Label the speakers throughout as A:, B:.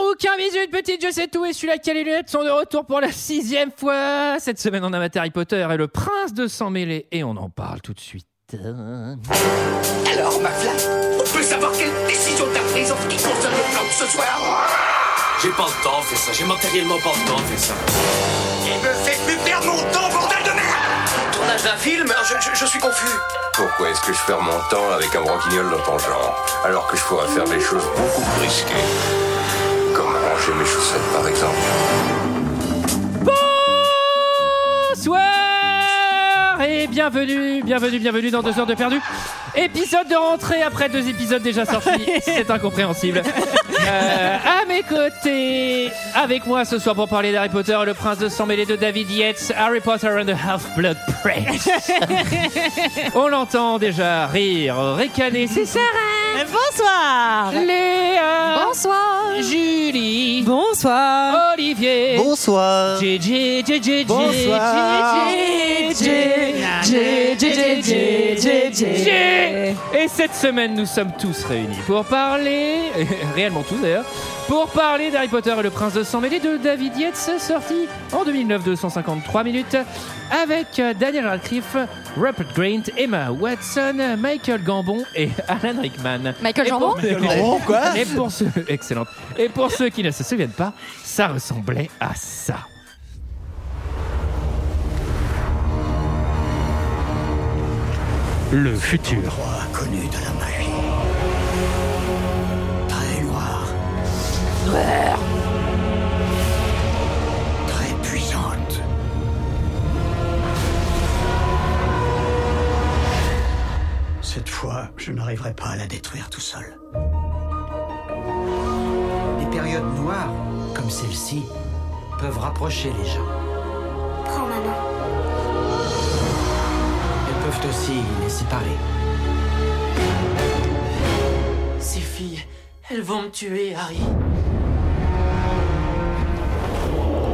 A: Bouquin, bisous, Ah, une petite, je sais tout. Et celui-là qui a les lunettes sont de retour pour la sixième fois. Cette semaine, on a maté Harry Potter et le prince de sang mêlé. Et on en parle tout de suite.
B: Alors, Mafla, on peut savoir quelle décision t'as prise en ce qui concerne le plan de ce soir
C: J'ai pas le temps de faire ça, j'ai matériellement pas le temps de faire ça.
B: Il me fait plus perdre mon temps, bordel de merde Tournage d'un film hein, je, je- je suis confus.
D: Pourquoi est-ce que je perds mon temps avec un broquignol dans ton genre Alors que je pourrais faire des choses beaucoup plus risquées. Comme ranger mes chaussettes par exemple.
A: Bonsoir et bienvenue, bienvenue, bienvenue dans deux heures de perdu. Épisode de rentrée après deux épisodes déjà sortis, c'est incompréhensible. Euh, à mes côtés, avec moi ce soir pour parler d'Harry Potter, le prince de sang mêlé de David Yates, Harry Potter and the Half-Blood Prince. On l'entend déjà rire, ricaner, c'est Sarah,
E: Bonsoir
A: Léa,
E: Bonsoir
A: Julie,
E: Bonsoir
A: Olivier,
F: Bonsoir.
A: JJ, JJ,
F: Bonsoir.
A: J. Et cette semaine, nous sommes tous réunis pour parler, réellement tous d'ailleurs, pour parler d'Harry Potter et le Prince de Sang Mêlé de David Yates, sorti en 2009, 253 minutes, avec euh, Daniel Radcliffe, Rupert Grint, Emma Watson, Michael Gambon et Alan Rickman.
E: Michael
A: Et pour-
F: Gambon, quoi
A: Et pour ceux, excellente. Et pour ceux qui ne se souviennent pas, ça ressemblait à ça. Le futur.
B: Connu de la magie. Très noir. Très puissante. Cette fois, je n'arriverai pas à la détruire tout seul. Les périodes noires, comme celle-ci, peuvent rapprocher les gens.
G: Prends ma main.
B: Elles peuvent aussi les séparer. Ces filles, elles vont me tuer, Harry.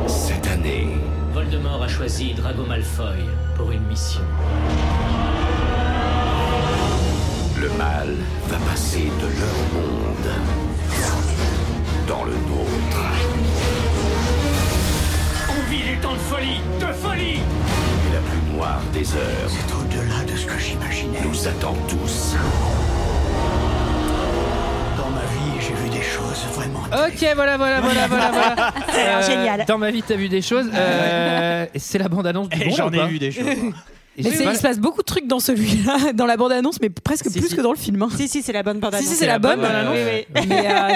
D: Cette année,
H: Voldemort a choisi Drago Malfoy pour une mission.
D: le mal va passer de leur monde dans le nôtre.
H: On vit des temps de folie De folie
D: Et la plus noire des heures
B: C'est au-delà de ce que j'imaginais.
D: nous attend tous.
B: Dans ma vie, j'ai vu des choses vraiment.
A: Ok, voilà, voilà, voilà, voilà, voilà.
E: l'air
A: Euh,
E: génial.
A: Dans ma vie, t'as vu des choses. euh, c'est la bande-annonce du
F: Et
A: bon.
F: J'en
A: ou pas
F: ai vu des choses.
A: Et
I: Mais
A: je
I: c'est-
A: sais pas.
I: il se passe beaucoup de trucs dans celui-là, dans la bande-annonce, mais presque
A: Si,
I: plus
A: si.
I: que dans le film. hein.
E: Si, si, c'est la bonne bande
I: Si, si, c'est la bonne.
A: bande-annonce.
I: Mais, euh,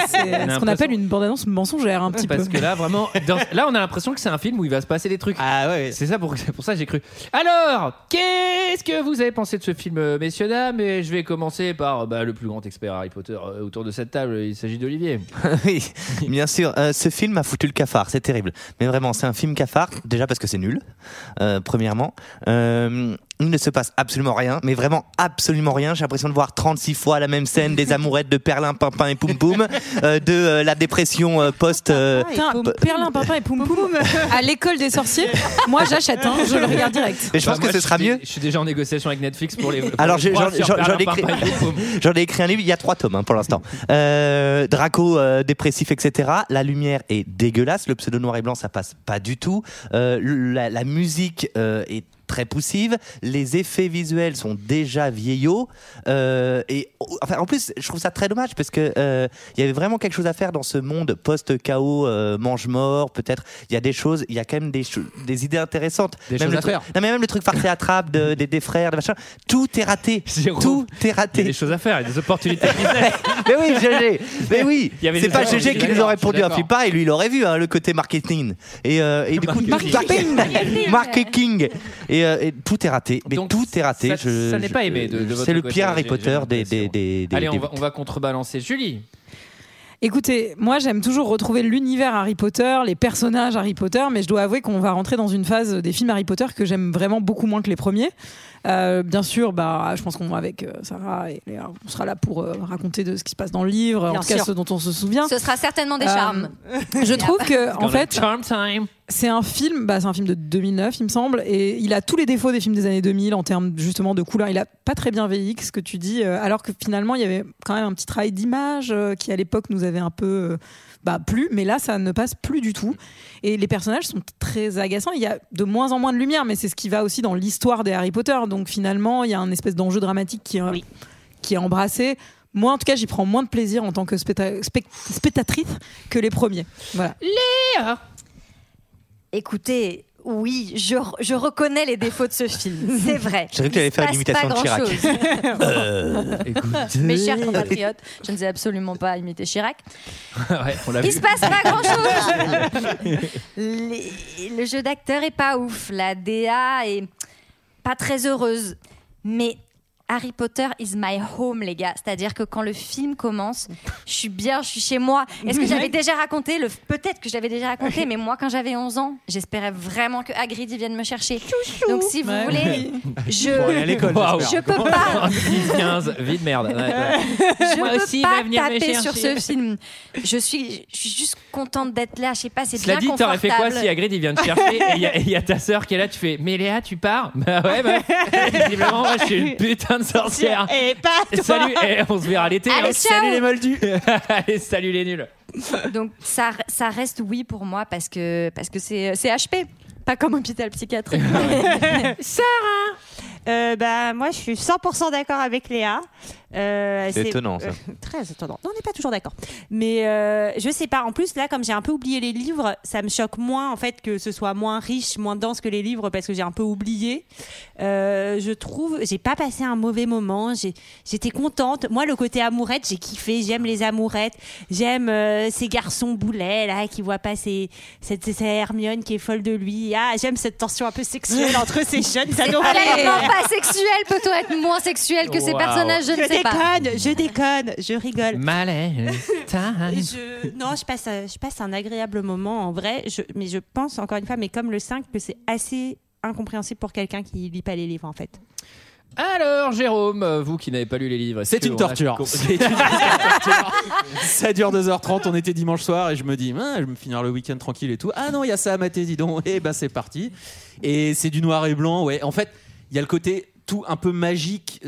I: c'est ce
A: l'impression-
I: qu'on appelle une bande-annonce mensongère, un petit peu.
A: Parce que là, vraiment, dans- là, on a l'impression que c'est un film où il va se passer des trucs.
F: Ah ouais.
A: C'est ça pour, c'est pour ça que j'ai cru. Alors, qu'est-ce que vous avez pensé de ce film, euh, messieurs dames Et je vais commencer par bah, le plus grand expert Harry Potter euh, autour de cette table. Il s'agit d'Olivier.
F: Oui, bien sûr. Euh, ce film a foutu le cafard, c'est terrible. Mais vraiment, c'est un film cafard, déjà parce que c'est nul, euh, premièrement. Euh, il ne se passe absolument rien, mais vraiment absolument rien. J'ai l'impression de voir 36 fois la même scène des amourettes de Perlin, Pimpin et Poum Poum, euh, de euh, la dépression euh, post... euh,
I: Putain, Perlin, Pimpin et Poum Poum à l'école des sorciers. Moi, j'achète, hein, je le regarde direct.
F: mais je
A: Bah,
F: pense
A: moi,
F: que ce
A: je
F: sera
A: suis-
F: mieux.
A: Je suis déjà en négociation avec Netflix pour les. pour
F: Alors,
A: les
F: j'ai-
A: droits
F: j'en-
A: sur
F: j'en-
A: Perlin,
F: j'en ai
A: Pimpin
F: écrit-
A: et Poum Poum.
F: J'en ai écrit un livre, il y a trois tomes hein, pour l'instant. Euh, Draco euh, dépressif, etc. La lumière est dégueulasse, le pseudo noir et blanc ça passe pas du tout. Euh, la, la musique euh, est très poussive, les effets visuels sont déjà vieillots. Euh, et oh, enfin, en plus, je trouve ça très dommage parce que euh, il y avait vraiment quelque chose à faire dans ce monde post-chaos, euh, mange-mort, peut-être. Il y a des choses, il y a quand même des, cho- des idées intéressantes.
A: Des
F: même
A: choses
F: le
A: à
F: truc-
A: faire.
F: Non, mais même le truc farce et attrape de- des, des frères, des machins. Tout est raté.
A: Jérôme,
F: Tout est
A: Il y a
F: raté.
A: des choses à faire, il y a des opportunités.
F: Mais oui, GG. Mais oui.
A: Il y avait
F: C'est
A: des
F: pas
A: erreurs,
F: GG
A: je suis
F: qui nous
A: d'accord, Bah,
F: aurait répondu
A: je suis
F: à Flippa et lui, il aurait vu hein, le côté marketing. Et, euh, et du coup,
I: Marketing.
F: marketing. Marketing. Et, euh, et tout est raté. Mais
A: Donc,
F: tout est raté.
A: ça-
F: Je-
A: ça n'est
F: je-
A: pas aimé de- de votre
F: C'est le
A: côté,
F: pire Harry
A: j'ai-
F: Potter
A: j'ai
F: des.
A: l'impression.
F: des, des, des-
A: Allez, on
F: des-
A: va, on va contrebalancer. Julie,
I: Écoutez, moi, j'aime toujours retrouver l'univers Harry Potter, les personnages Harry Potter, mais je dois avouer qu'on va rentrer dans une phase des films Harry Potter que j'aime vraiment beaucoup moins que les premiers. Euh, bien sûr, bah, je pense qu'on avec euh, Sarah et Léa, on sera là pour euh, raconter de ce qui se passe dans le livre, en
E: Bien
I: tout cas
E: sûr.
I: ce dont on se souvient.
J: Ce sera certainement des
I: Euh,
J: charmes.
I: Je trouve que, en
A: Gonna
I: fait,
A: charm time.
I: c'est un film, bah, c'est un film de 2009, il me semble, et il a tous les défauts des films des années 2000 en termes justement de couleur. Il a pas très bien vieilli, ce que tu dis, euh, alors que finalement il y avait quand même un petit travail d'image euh, qui à l'époque nous avait un peu euh, bah plus. Mais là, ça ne passe plus du tout. Et les personnages sont très agaçants. Il y a de moins en moins de lumière, mais c'est ce qui va aussi dans l'histoire des Harry Potter. Donc finalement, il y a un espèce d'enjeu dramatique qui, est- qui est embrassé. Moi, en tout cas, j'y prends moins de plaisir en tant que specta- spect- spectatrice que les premiers. Voilà.
J: Écoutez, oui, je, je reconnais les défauts de ce film. C'est vrai.
F: J'ai cru que tu
J: Il
F: allais
J: se
F: faire
J: passe
F: l'imitation
J: pas
F: de Chirac.
J: grand-chose.
F: Euh. Écoutez.
J: Mes chers compatriotes, je ne sais absolument pas imiter Chirac.
A: Ouais, on l'a
J: Il
A: vu.
J: se passe pas grand chose. le jeu d'acteur est pas ouf. La DA est pas très heureuse. Mais Harry Potter is my home, les gars. C'est-à-dire que quand le film commence, je suis bien, je suis chez moi. Est-ce que j'avais déjà raconté le... Peut-être que j'avais déjà raconté, mais moi, quand j'avais 11 ans, j'espérais vraiment que Hagrid y vienne me chercher. Donc, si vous
I: Ouais.
J: voulez, je.
F: aller à l'école,
A: Waouh.
J: Je peux pas.
A: 15, vie de merde. Ouais, ouais.
J: je
A: Moi
J: peux
A: aussi, il va
J: pas
A: venir me
J: taper sur
A: chercher.
J: ce film. Je suis, je suis juste contente d'être là. Je sais pas, c'est bien
A: Cela dit,
J: confortable.
A: t'aurais fait quoi si Hagrid il vient te chercher et il y a- et il y, a ta sœur qui est là, tu fais Mais Léa, tu pars Bah ouais, bah. Visiblement, moi je suis une putain de sorcière.
E: Et pas toi.
A: Salut, eh, on se verra l'été.
J: Allez,
A: hein.
J: ciao. Salut les
A: moldus. Allez, salut les nuls.
J: Donc ça, ça reste oui pour moi parce que parce que c'est c'est HP, pas comme hôpital psychiatrique.
E: Euh, bah, moi, je suis 100% d'accord avec Léa. Euh,
F: C'est étonnant, ça.
E: euh, très étonnant. Non, on n'est pas toujours d'accord. Mais euh, je sais pas. En plus, là, comme j'ai un peu oublié les livres, ça me choque moins en fait que ce soit moins riche, moins dense que les livres parce que j'ai un peu oublié. Euh, je trouve, j'ai pas passé un mauvais moment. J'ai- J'étais contente. Moi, le côté amourette, j'ai kiffé. J'aime les amourettes. J'aime euh, ces garçons boulets là qui voient pas ces, cette, cette Hermione qui est folle de lui. Ah, j'aime cette tension un peu sexuelle entre ces jeunes. Ça doit
J: Tellement pas sexuel, peut-on être moins sexuel que ces
A: Wow.
J: personnages Je ne
E: je
J: sais pas.
E: déconne, je déconne, je rigole.
A: Malaise. time.
E: Je- non, je passe, un- je passe un agréable moment en vrai, je- mais je pense encore une fois, mais comme le 5, que c'est assez incompréhensible pour quelqu'un qui lit pas les livres en fait.
A: Alors, Jérôme, euh, vous qui n'avez pas lu les livres, est-ce
K: C'est
A: que
K: une
A: on a
K: torture.
A: compris-
K: C'est une torture. Ça dure 2h30, on était dimanche soir et je me dis, Mince, je vais me finir le week-end tranquille et tout. Ah non, il y a ça à mater, dis donc. Et ben c'est parti. Et c'est du noir et blanc, ouais. En fait, il y a le côté tout un peu magique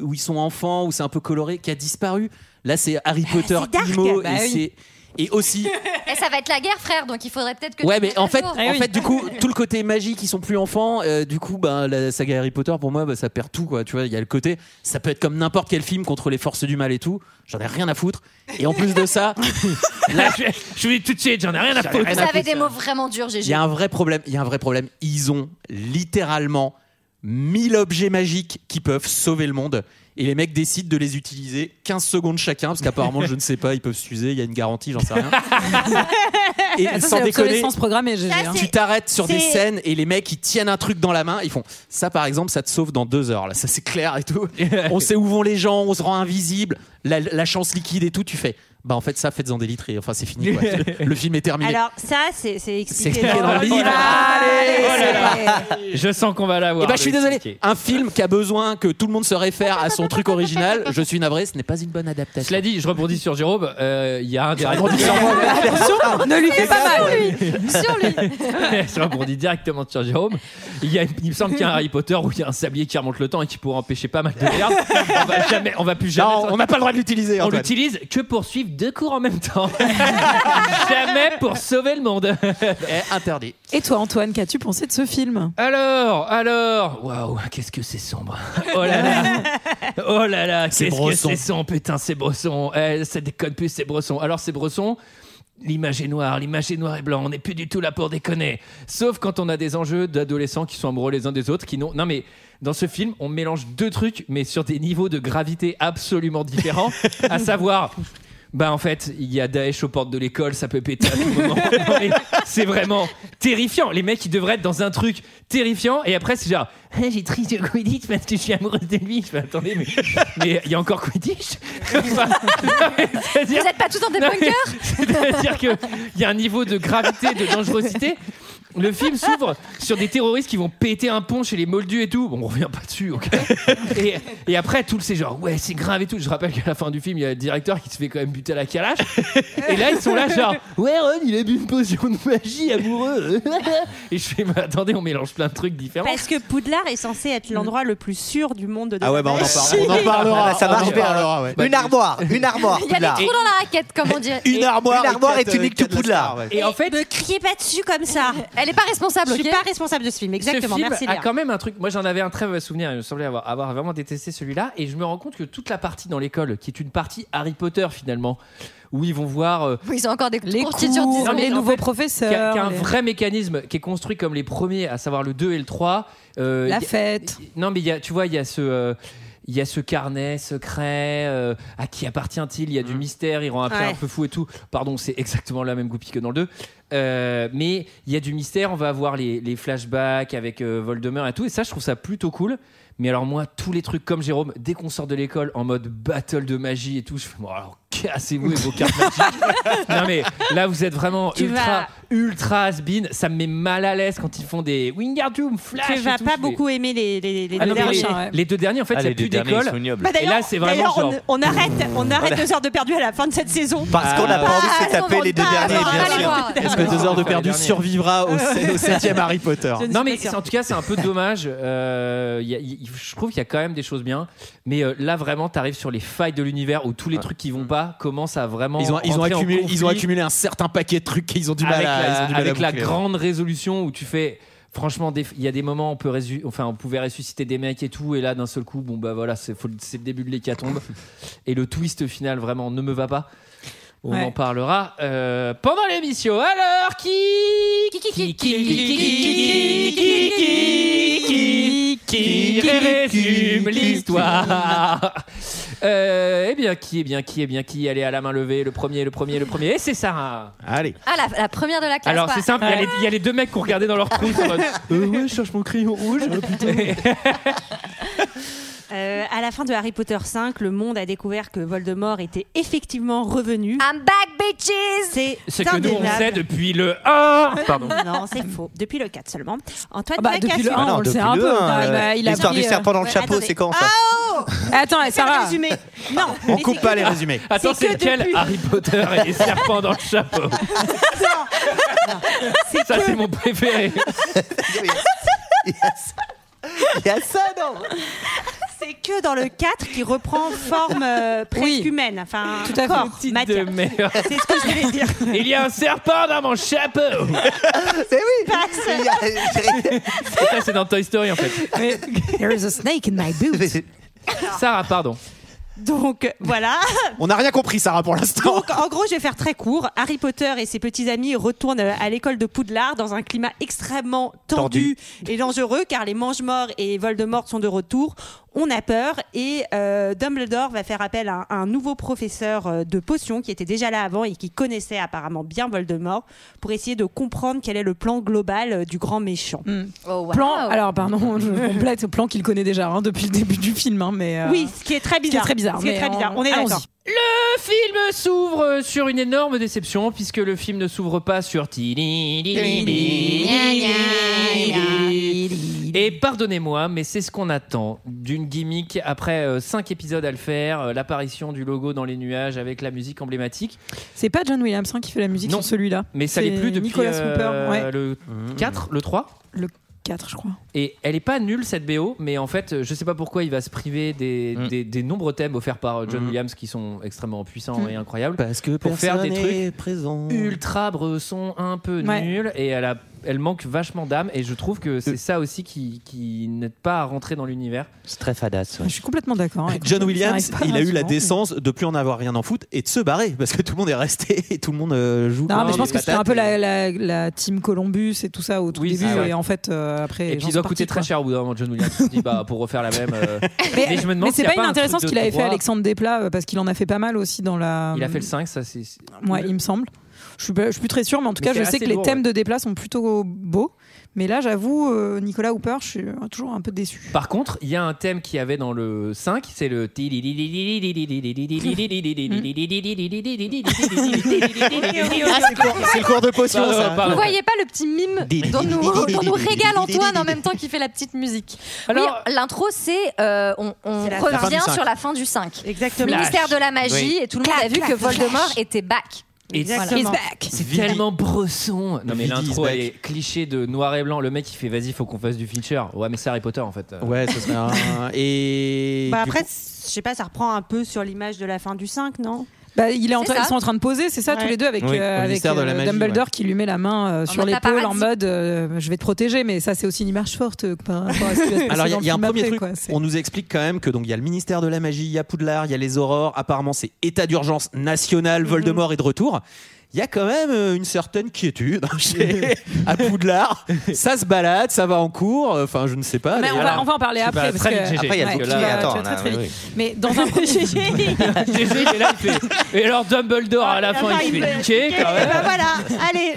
K: où ils sont enfants, où c'est un peu coloré, qui a disparu. Là, c'est Harry Potter
E: c'est dark.
K: emo
E: Bah
K: et
E: oui.
K: c'est. Et aussi,
J: Et ça va être la guerre, frère. Donc il faudrait peut-être que.
K: ouais,
J: tu
K: mais
J: mettes
K: en
J: à
K: fait,
J: jour.
K: en fait, du coup, tout le côté magique, ils sont plus enfants. euh, du coup, ben, la saga Harry Potter, pour moi, ben, ça perd tout, quoi. Tu vois, il y a le côté, ça peut être comme n'importe quel film contre les forces du mal et tout. J'en ai rien à foutre. Et en plus de ça,
A: Là, je, je vous dis tout de suite, j'en ai rien à foutre.
J: vous avez des mots vraiment durs,
K: il y
J: GG.
K: a un vrai problème. Il y a un vrai problème. Ils ont littéralement 1000 objets magiques qui peuvent sauver le monde. Et les mecs décident de les utiliser 15 secondes chacun, parce qu'apparemment, je ne sais pas, ils peuvent s'user, il y a une garantie, j'en sais rien. Et
I: Ça,
K: sans
I: c'est
K: déconner,
I: l'obsolescence programmée, GG, hein.
K: tu t'arrêtes sur des
E: c'est-
K: scènes et les mecs ils tiennent un truc dans la main ils font ça par exemple ça te sauve dans deux heures là ça c'est clair et tout on sait où vont les gens on se rend invisible la, la chance liquide et tout tu fais bah en fait ça faites-en des litres et enfin c'est fini quoi. le, le film est terminé
E: Alors, ça, c'est c'est expliqué
K: expliqué dans le livre.
E: Allez,
A: Oh là
E: c'est-
A: Je sens qu'on va l'avoir.
K: et bah je suis
A: le
K: désolé
A: ticket.
K: un film qui a besoin que tout le monde se réfère à son truc original je suis navré ce n'est pas une bonne adaptation
A: Cela dit, je rebondis sur Jérôme, euh, il y a un des
I: ne lui fais pas mal.
J: Sur lui.
A: je rebondis directement sur Jérôme. Il, y a, il me semble qu'il y a un Harry Potter où il y a un sablier qui remonte le temps et qui pourrait empêcher pas mal de merde. On va jamais, on va plus jamais.
K: non on n'a pas le droit de l'utiliser
A: on
K: Antoine.
A: l'utilise que pour suivre deux cours en même temps. jamais pour sauver le monde.
K: Eh, interdit
E: Ah,
I: Et toi, Antoine, qu'as-tu pensé de ce film
A: Alors, alors, waouh, qu'est-ce que c'est sombre. Oh là là, oh là là,
K: C'est
A: qu'est-ce que
K: Bresson.
A: c'est sombre, putain, c'est Bresson. Eh, ça déconne plus, c'est Bresson. Alors, c'est Bresson. L'image est noire, l'image est noire et blanc. On n'est plus du tout là pour déconner. Sauf quand on a des enjeux d'adolescents qui sont amoureux les uns des autres, qui n'ont. Non, mais dans ce film, on mélange deux trucs, mais sur des niveaux de gravité absolument différents. à savoir. Bah en fait, il y a Daesh aux portes de l'école, ça peut péter à tout moment. Non, mais c'est vraiment terrifiant. Les mecs, ils devraient être dans un truc terrifiant. Et après, c'est genre, Ah, j'ai triste de Quidditch parce que je suis amoureuse de lui. Je fais, attendez, mais mais il y a encore Quidditch Enfin,
J: Vous
A: c'est-à-dire-
J: n'êtes pas tous dans des
A: non, mais
J: bunkers
A: C'est-à-dire qu'il y a un niveau de gravité, de dangerosité. Le film s'ouvre sur des terroristes qui vont péter un pont chez les Moldus et tout. Bon, on revient pas dessus, ok et, et après, tout c'est genre, ouais, c'est grave et tout. Je rappelle qu'à la fin du film, il y a le directeur qui se fait quand même buter à la calache. Et là, ils sont là, genre, ouais, Ron, il a bu une potion de magie amoureux. Et je fais, mais attendez, on mélange plein de trucs différents.
E: Parce que Poudlard est censé être l'endroit le plus sûr du monde de
F: Ah ouais, bah, on en
E: Dorian
F: parle- on en parlera, Bah,
E: Gray.
F: ça marche bien. hein. Une armoire, une armoire.
J: Il y a
F: Poudlard.
J: des trous dans la raquette, comme on dit.
F: Une armoire, euh, est unique tout Poudlard.
A: Et en fait,
E: Ne criez pas dessus comme ça.
J: Elle est pas responsable,
E: Je suis
J: ok
E: pas responsable de ce film, exactement.
A: Ce film
E: Merci
A: a
E: Léa.
A: quand même un truc. Moi, j'en avais un très mauvais souvenir. Il me semblait avoir, avoir vraiment détesté celui-là. Et je me rends compte que toute la partie dans l'école, qui est une partie Harry Potter finalement, où ils vont voir. euh,
J: Ils ont encore des
I: Les
J: cours sur
I: cours,
J: 10 ans.
I: les
A: en
I: nouveaux
A: fait,
I: professeurs.
A: qui a, qui a un
I: les-
A: vrai mécanisme qui est construit comme les premiers, à savoir le 2 et le 3. Euh,
I: La
A: y a-
I: fête.
A: Non, mais il y a, tu vois, il y a ce. euh, il y a ce carnet secret, euh, à qui appartient-il Il y a du mystère, il rend un peu,
E: Ouais.
A: un peu fou et tout. Pardon, c'est exactement la même goupille que dans le 2. Euh, mais il y a du mystère, on va avoir les, les flashbacks avec euh, Voldemort et tout. Et ça, je trouve ça plutôt cool. Mais alors, moi, tous les trucs comme Jérôme, dès qu'on sort de l'école en mode battle de magie et tout, je fais bon, alors cassez-vous et vos cartes magiques. non, mais là, vous êtes vraiment
E: Tu
A: ultra,
E: vas-
A: ultra has-been. Ça me met mal à l'aise quand ils font des Wingardium Flash.
E: Tu
A: et
E: vas
A: tout.
E: pas
A: Je fais-
E: beaucoup aimer les, les, les
A: ah non, mais
E: deux
A: les,
E: derniers.
I: prochains, ouais.
A: les deux derniers, en fait,
F: Ah,
A: il n'y a
F: les
A: plus
F: deux derniers
A: d'école.
F: sont ignobles.
E: Bah,
A: Et
E: d'ailleurs-
A: là, c'est vraiment
E: d'ailleurs,
A: genre.
E: On, on arrête, on arrête deux heures de perdu à la fin de cette saison.
F: Parce
A: Ah.
F: qu'on a pas envie de se taper les deux
E: Ah,
F: derniers,
J: on va
F: bien
J: les
F: sûr.
J: voir.
K: Est-ce que deux heures
A: Faire
K: de
A: les
K: perdu
A: derniers.
K: survivra au, se- au septième Harry Potter
E: Je ne
A: Non
E: suis
A: mais
E: pas sûre.
A: c'est- en tout cas c'est un peu dommage. Euh, il y a- il- je trouve qu'il y a quand même des choses bien, mais euh, là vraiment t'arrives sur les failles de l'univers où tous les trucs qui
F: Mm.
A: vont pas commencent à vraiment.
K: Ils ont, ils, ont
A: rentrer en
K: accumulé, ils ont
A: conflit
K: accumulé un certain paquet de trucs qu'ils ont du mal
A: avec
K: à, ils ont
A: la,
K: du mal à
A: avec la
K: boucler.
A: grande résolution où tu fais. Franchement, des- il y a des moments on peut résu- enfin on pouvait ressusciter des mecs et tout, et là d'un seul coup, bon bah voilà, c'est faut- c'est le début de l'hécatombe, et le twist final vraiment ne me va pas. On
I: Ouais.
A: en parlera euh, pendant l'émission. Alors qui qui qui qui qui qui qui qui qui qui qui résume l'histoire Euh, Eh bien qui eh bien qui eh bien qui Allez à la main levée, le premier, le premier, le premier. Et c'est Sarah.
K: Allez.
J: Ah, la, la première de la classe.
A: Alors
J: quoi.
A: c'est simple, il y a les- il y, a les deux mecs qui ont regardé dans leur trou. en mode, Euh, ouais, je cherche mon crayon rouge. oh, putain.
E: Euh, à la fin de Harry Potter 5, le monde a découvert que Voldemort était effectivement revenu.
I: Ah.
J: I'm back, bitches!
E: C'est
A: Ce que nous on
E: indéniable.
A: sait depuis le 1 Pardon.
E: Non, c'est faux. Depuis le 4 seulement. Antoine
I: Ah bah,
E: Macassio-
I: depuis le
F: Ah
I: un,
F: non,
I: on le
F: depuis
I: sait un
F: le
I: peu.
F: un,
I: Ah,
F: euh, Ah,
I: bah, il a
F: L'histoire du
I: pris, euh,
F: serpent dans le
E: ouais,
F: chapeau,
E: attendez.
F: c'est quand ça
I: Attends,
E: C'est le
I: Sarah.
E: résumé. Non, mais
K: On
E: c'est
K: coupe
E: que-
K: pas les résumés.
A: Attends,
E: C'est
A: c'est
E: que
A: lequel
E: depuis-
A: Harry Potter et les serpents dans le chapeau. Ça, c'est mon préféré.
F: Il y a ça- Il y a ça, non
E: C'est que dans le 4 qui reprend forme euh, presque
I: Oui.
E: humaine. Enfin,
I: Tout à fait. euh,
E: corps,
I: Le
E: matière.
A: De merde.
E: C'est ce que je voulais dire.
A: Il y a un serpent dans mon chapeau.
F: C'est oui
E: Passe.
F: Il y a-
A: Et ça, c'est dans Toy Story en fait.
I: There is a snake in my boot.
F: j'ai-
A: Sarah, pardon.
E: Donc, voilà.
K: On n'a rien compris, Sarah, pour l'instant.
E: Donc, en gros, je vais faire très court. Harry Potter et ses petits amis retournent à l'école de Poudlard dans un climat extrêmement tendu, et dangereux car les Mange-Morts et Voldemort sont de retour. On a peur et euh, Dumbledore va faire appel à un, un nouveau professeur euh, de potions qui était déjà là avant et qui connaissait apparemment bien Voldemort pour essayer de comprendre quel est le plan global euh, du grand méchant.
J: Oh, wow.
I: Plan, alors pardon, je complète, plan qu'il connaît déjà hein, depuis le début du film, hein, mais euh,
E: Oui, ce qui est très
I: ce qui est
E: bizarre.
I: très bizarre.
E: Ce qui est
I: mais
E: très bizarre. On est
I: allons-y.
E: d'accord.
A: Le film s'ouvre sur une énorme déception puisque le film ne s'ouvre pas sur. Et pardonnez-moi, mais c'est ce qu'on attend d'une gimmick après 5 épisodes à le faire, euh, l'apparition du logo dans les nuages avec la musique emblématique.
I: C'est pas John Williams hein, qui fait la musique
A: Non.
I: sur celui-là.
A: Mais ça l'est
I: C'est
A: plus depuis
I: Nicolas
A: euh,
I: Hooper, ouais.
A: le 4, le 3.
I: 4 je crois.
A: Et elle est pas nulle cette BO, mais en fait, je sais pas pourquoi il va se priver des,
F: Mm.
A: des, des nombreux thèmes offerts par euh, John
K: Mm.
A: Williams qui sont extrêmement puissants
I: Mm.
A: et incroyables.
K: Parce que
A: Pour faire des
K: personne n'est présent.
A: Ultra bresson, un peu
I: Ouais.
A: nul, et elle, a, elle manque vachement d'âme. Et je trouve que c'est ça aussi qui, qui n'aide pas à rentrer dans l'univers.
F: C'est très fadasse. ouais.
I: Je suis complètement d'accord. avec
K: John
I: toi.
K: Williams,
I: Ça arrive pas
K: il a eu
I: souvent,
K: la
I: mais-
K: décence de plus en avoir rien en foot et de se barrer parce que tout le monde est resté et tout le monde euh, joue.
I: Non,
K: comme
I: mais je
K: des
I: pense que c'était un
K: patates.
I: peu la, la, la team Columbus et tout ça au tout
A: Oui,
I: début
A: c'est vrai.
I: et en fait euh, après.
A: Et,
I: les
A: puis
I: gens
A: il doit
I: sont
A: coûter
I: partis,
A: très
I: quoi.
A: cher au bout d'un moment. John Williams se dit, bah, pour refaire la même. euh,
I: Mais,
A: Mais je me demande
I: mais
A: s'il
I: c'est
A: y a
I: pas
A: pas un
I: inintéressant
A: truc
I: ce qu'il avait
A: de
I: fait
A: droit.
I: Alexandre Desplat euh, parce qu'il en a fait pas mal aussi dans la.
A: il a fait le 5, ça c'est.
I: Ouais, il me semble. Je suis, pas- je suis plus très sûre, mais en tout
L: Mais
I: cas, je
L: c'est
I: sais que
L: assez
I: les
L: lourd,
I: thèmes
L: ouais.
I: de déplats sont plutôt beaux. Mais là, j'avoue, euh, Nicolas Hooper, je suis euh, toujours un peu déçu.
A: Par contre, il y a un thème qu'il y avait dans le 5, c'est le.
M: C'est le cours de potion,
A: Pardon,
M: ça.
A: pardon.
J: Vous voyez pas le petit mime
A: Didi,
J: dont nous,
A: didi,
J: dont nous
A: didi,
J: régale Antoine en même temps qu'il fait la petite musique.
A: Alors-
J: oui, l'intro, c'est euh, on, on
E: la fin
J: revient
E: du cinq.
J: sur la fin du 5.
E: Exactement.
J: Ministère de la
A: Oui.
J: magie, et tout le monde a vu
E: clac,
J: que
E: flash.
J: Voldemort était back.
A: Et
J: Voilà.
A: c'est-
J: He's back.
A: C'est tellement brosson. Non mais
K: Vidi
A: l'intro
K: is
A: elle est cliché de noir et blanc. Le mec il fait vas-y faut qu'on fasse du Fincher. Ouais mais c'est Harry Potter en fait.
K: Ouais, ça serait un. Et.
E: Bah
K: du
E: après,
K: coup-
E: je sais pas, ça reprend un peu sur l'image de la fin du 5, non
I: Bah, il est en
E: C'est
I: train-
E: ça.
I: ils sont en train de poser, c'est ça,
E: Ouais.
I: tous les deux, avec,
K: Oui,
I: euh,
K: au
I: avec
K: ministère de la
I: euh,
K: magie,
I: Dumbledore
K: ouais.
I: qui lui met la main euh, sur
K: mode
I: l'épaule en
K: paparazzi.
I: mode euh, je vais te protéger, mais ça, c'est aussi une image forte euh, par rapport à ce qui va se passer
K: Alors, il y
I: dans
K: a,
I: le
K: il y a un
I: film
K: premier
I: après,
K: truc.
I: quoi.
K: On nous explique quand même que donc il y a le ministère de la magie, il y a Poudlard, il y a les aurores. Apparemment, c'est état d'urgence
I: Mm-hmm.
K: national. Voldemort est de retour. Il y a quand même euh, une certaine quiétude hein, chez- à Poudlard. Ça se balade, ça va en cours. Enfin, je ne sais
A: Ah,
K: pas.
I: Mais on, va,
K: d'ailleurs.
I: on va en parler après. parce que- ouais, tu vas- tu vas très, très vite. Mais dans un premier
A: GG, il est là, il fait- Et alors Dumbledore Ah, à la fin il se fait niquer quand même.
I: ben
E: allez,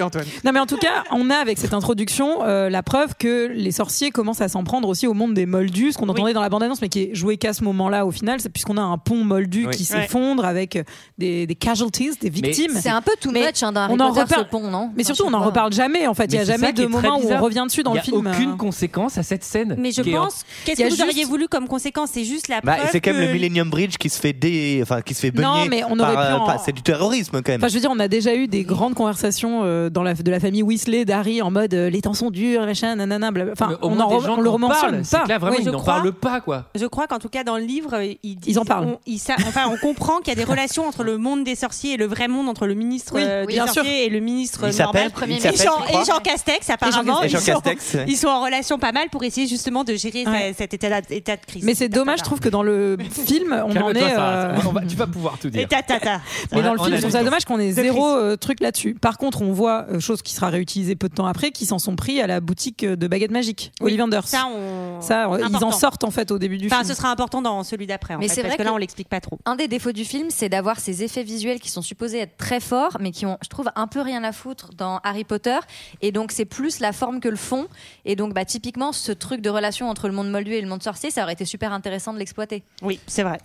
K: Antoine.
I: Non, mais en tout cas, on a avec cette introduction euh, la preuve que les sorciers commencent à s'en prendre aussi au monde des moldus, ce qu'on entendait dans la bande-annonce, mais qui est joué qu'à ce moment-là au final, c'est puisqu'on a un pont moldu
A: Oui.
I: qui
A: Ouais.
I: s'effondre avec euh, des, des casualties, des victimes.
J: C'est un peu too
I: Mais
J: much hein, dans Harry
I: on en
J: Potter,
I: reparle-
J: ce pont, non
I: Mais surtout, on n'en reparle jamais en fait. Il n'y a
A: Mais c'est
I: jamais
A: ça qui
I: de
A: est très
I: moment où on
A: bizarre.
I: revient dessus dans
A: Il y
I: le
A: a
I: film.
A: aucune conséquence à cette scène.
E: Mais je
A: qui est en-
E: pense, qu'est-ce
I: Il y a
E: que vous
I: juste-
E: auriez voulu comme conséquence C'est juste la
F: Bah,
E: preuve.
F: c'est quand même
E: que-
F: le Millennium Bridge qui se fait dé... enfin, qui se fait
I: Non,
F: beugner
I: mais on
F: par,
I: aurait pu
F: euh,
I: en-
F: par- C'est du terrorisme quand même.
I: Enfin, je veux dire, on a déjà eu des grandes conversations euh, dans la, de la famille Weasley, d'Harry, en mode euh, les temps sont durs, machin, nanana, blabla. Enfin,
A: Mais au
I: on,
A: moins
I: en,
A: des
I: re-
A: gens
I: on le
A: qui en
I: mentionne
A: parlent.
I: pas.
A: C'est que là, vraiment,
I: Oui,
A: ils
I: je
A: n'en
I: crois.
A: parlent pas, quoi.
E: Je crois qu'en tout cas dans le livre, euh, ils, disent-
I: en parlent.
E: On, ils sa- enfin, on comprend qu'il y a des relations entre le monde des sorciers et le vrai monde, entre le ministre
I: Oui,
E: euh,
I: oui,
E: des
I: bien
E: sorciers
I: sûr.
E: et le ministre
F: Il
E: normal.
F: s'appelle- il
E: Et
F: s'appelle,
E: Jean-
F: je crois.
E: et Jean Castex apparemment.
F: Et Jean
E: ils sont-
F: Castex, ouais.
E: Ils sont en relation pas mal pour essayer justement de gérer sa- cet état, état de crise.
I: Mais c'est dommage, je trouve que dans le film, on en
A: Calme-toi,
I: est.
A: Sarah.
I: euh,
A: On va- Tu vas pouvoir tout dire.
E: État tata.
I: Mais dans le
A: On a-
I: film,
A: on a
I: je trouve
A: dit
I: ça
A: tout.
I: dommage qu'on ait
A: De
I: zéro euh, truc là-dessus. Par contre, on voit, euh, chose qui sera réutilisée peu de temps après, qu'ils s'en sont pris à la boutique euh, de baguettes magiques, Ollivanders.
E: Ça, on-
I: Ça, euh, ils en
E: important.
I: sortent en fait au début du
E: Enfin,
I: film.
E: ce sera important dans celui d'après. en
J: Mais
E: fait,
J: c'est
E: parce
J: vrai
E: que là,
J: que-
E: on l'explique pas trop.
J: Un des défauts du film, c'est d'avoir ces effets visuels qui sont supposés être très forts, mais qui ont, je trouve, un peu rien à foutre dans Harry Potter. Et donc, c'est plus la forme que le fond. Et donc, bah, typiquement, ce truc de relation entre le monde moldu et le monde sorcier, ça aurait été super intéressant de l'exploiter.
E: Oui, c'est vrai.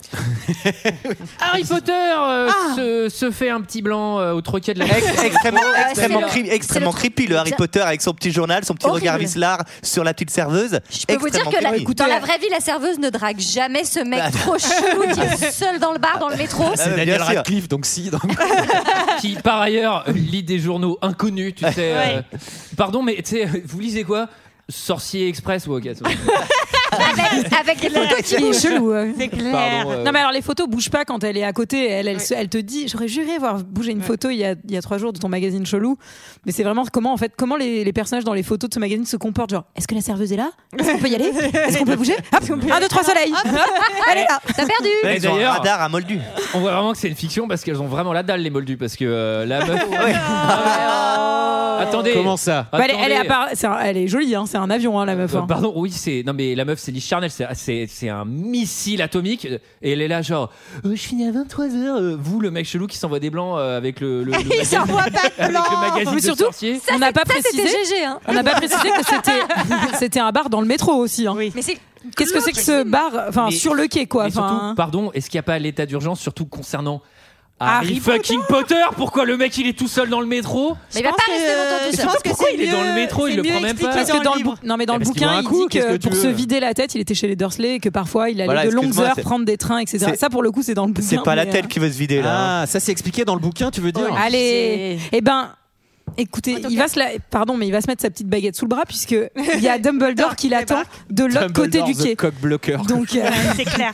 A: Harry Potter euh, se, se fait un petit blanc euh, au troquet de la
F: Ex- extrêmement
A: Ah Ouais, c'est
F: extrêmement,
A: le-
F: cri-
A: c'est le
F: extrêmement
A: truc-
F: creepy le Harry
J: Bien-
F: Potter avec son petit journal, son petit
J: Horrible.
F: regard vislard sur la petite serveuse.
J: Je peux vous dire que la- dans la vraie vie, la serveuse ne drague jamais ce mec
F: Bah
J: trop chelou qui est seul dans le bar, dans le métro.
K: C'est
A: bien
K: Daniel
A: sûr.
K: Radcliffe, donc si. donc-
A: qui par ailleurs euh, lit des journaux inconnus, tu sais. euh,
K: Ouais.
A: Pardon, mais tu sais, euh, vous lisez quoi Sorcier Express ou ok, c'est bon.
J: Avec, avec des photos qui bougent.
I: chelou. ouais.
A: Pardon, euh,
I: Non mais alors les photos bougent pas quand elle est à côté. Elle, elle, se- elle te dit, j'aurais juré avoir bougé une photo il y, a, il y a trois jours de ton magazine chelou. Mais c'est vraiment comment en fait, comment les, les personnages dans les photos de ce magazine se comportent. Genre, est-ce que la serveuse est là Est-ce qu'on peut y aller Est-ce qu'on peut bouger Hop, un, deux, trois soleils. elle est là.
J: T'as perdu. Ah,
A: Et
F: Ils ont un
A: d'ailleurs-
F: radar à Moldu.
A: On voit vraiment que c'est une fiction parce qu'elles ont vraiment la dalle les Moldus parce que euh, la meuf. Ah Attendez.
K: Comment ça
I: Bah, elle, est- elle est à
A: Attendez.
I: part- c'est un- elle est jolie, hein, c'est un avion hein, la meuf.
A: Euh,
I: hein.
A: pardon, oui, c'est. Non, mais la meuf, c'est Liz Charnel, c'est- c'est c'est un missile atomique. Et elle est là, genre, Euh, je finis à 23h. vous, le mec chelou qui s'envoie des blancs euh, avec le. le, le
E: Il s'envoie pas de
A: Avec le
E: blancs.
A: magazine
I: Mais
A: de
I: surtout,
A: sorcier.
I: on n'a pas
J: ça, c'était
I: précisé.
J: GG, hein.
I: On n'a pas précisé que c'était c'était un bar dans le métro aussi. hein.
J: Mais c'est.
I: Qu'est-ce que c'est que ce bar Enfin,
A: Mais-
I: sur le quai quoi.
A: Mais surtout,
I: Enfin, hein.
A: pardon, est-ce qu'il n'y a pas l'état d'urgence, surtout concernant
I: Harry
A: Harry, fucking Potter. Pourquoi le mec il est tout seul dans le métro
J: Mais il va
E: pense
J: pas
E: que-
J: rester longtemps
E: je
J: tout seul.
E: pense que
A: Pourquoi
E: c'est
A: il est dans
E: mieux-
A: le métro,
E: c'est
A: il le
E: mieux
A: prend même
E: expliqué
A: pas
I: Parce que dans le,
E: livre.
I: bou- non, mais dans
K: Bah,
I: le
K: parce qu'il boit
I: bouquin,
K: un
I: il
K: coup,
I: dit
K: qu'est-ce
I: que
K: que tu
I: pour
K: veux
I: se vider la tête, il était chez les Dursley et que parfois il allait
F: Voilà,
I: de longues
F: excuse-moi,
I: heures
F: c'est-
I: prendre des trains, etc.
F: c'est-
I: Ça, pour le coup, c'est dans le bouquin.
F: C'est pas la
I: mais,
F: tête qui veut se vider là. hein.
K: Ah, ça c'est expliqué dans le bouquin, tu veux dire
I: euh, Allez, eh ben. Écoutez, il va se la- pardon, mais il va se mettre sa petite baguette sous le bras puisque il y a Dumbledore qui l'attend de l'autre côté
K: Ah,
I: du
K: Dumbledore, the
I: quai.
K: cock blocker.
I: Donc, euh,
E: C'est clair.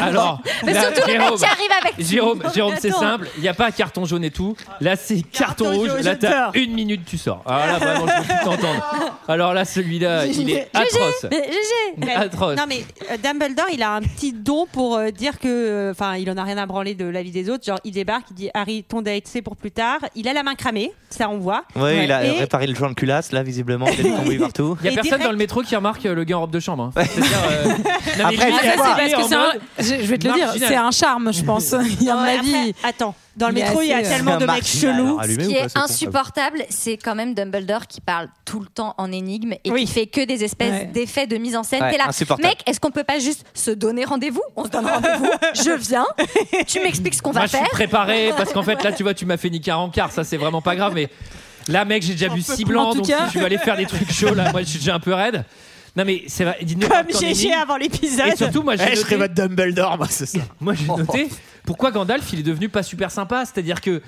A: Alors,
J: Mais
A: là,
J: surtout, le mec
A: Jérôme,
J: qui arrive avec.
A: Jérôme, Jérôme, c'est
J: Attends.
A: simple, il n'y a pas carton jaune et tout. Là, c'est carton,
E: Carton
A: rouge.
E: jaune,
A: Là,
E: je
A: t'as
E: sors.
A: une minute, tu sors. Ah là, vraiment, je veux plus t'entendre. Alors là, celui-là, il est atroce.
J: Mais GG.
E: Mais-
A: Atroce.
E: Non mais euh, Dumbledore, il a un petit don pour euh, dire que, enfin, il en a rien à branler de la vie des autres. Genre, il débarque, il dit Harry, ton date c'est pour plus tard. Il a la main cramée, ça on voit.
F: Ouais, il a
E: Et-
F: réparé le joint de culasse là visiblement. Il y a des combouilles partout.
A: Il n'y a
E: Et
A: personne
E: direct-
A: dans le métro qui remarque euh, le gars en robe de chambre. hein. C'est-à-dire, euh, non, mais
F: Après,
A: lui,
I: ah,
A: il
I: ça,
A: est
I: c'est parce
A: en
I: que c'est un-
A: mode-
I: je, je vais te le dire,
A: marginal.
I: c'est un charme, je pense. Il y a
E: Ouais,
I: un avis.
E: après, attends, Dans le
J: Il est
E: métro, il y a
J: assez, euh,
E: tellement de mecs chelous.
J: Ce qui est insupportable, c'est quand même Dumbledore qui parle tout le temps en énigme et qui fait que des espèces
E: Ouais.
J: d'effets de mise en scène.
E: Ouais,
J: T'es là,
E: insupportable.
J: mec, est-ce qu'on peut pas juste se donner rendez-vous On se donne rendez-vous, je viens, tu m'expliques ce qu'on va
A: Moi, je
J: faire.
A: suis préparé parce qu'en fait, là, tu vois, tu m'as fait niquer en quart, ça c'est vraiment pas grave, mais là, mec, j'ai déjà bu
E: peut
A: 6
E: plus. En
A: blancs,
E: tout
A: donc
E: cas-
A: si je vais aller faire des trucs chauds, là, moi, je suis déjà un peu raide. Non, mais c'est vrai, dis n'importe
E: Comme
A: quand
E: GG
A: énigme.
E: avant l'épisode.
A: Et surtout, moi, j'ai
L: Eh, je
A: noté-
L: serai votre Dumbledore, moi, c'est ça.
A: Moi,
I: Oh.
A: j'ai noté pourquoi Gandalf, il est devenu pas super sympa, c'est-à-dire que.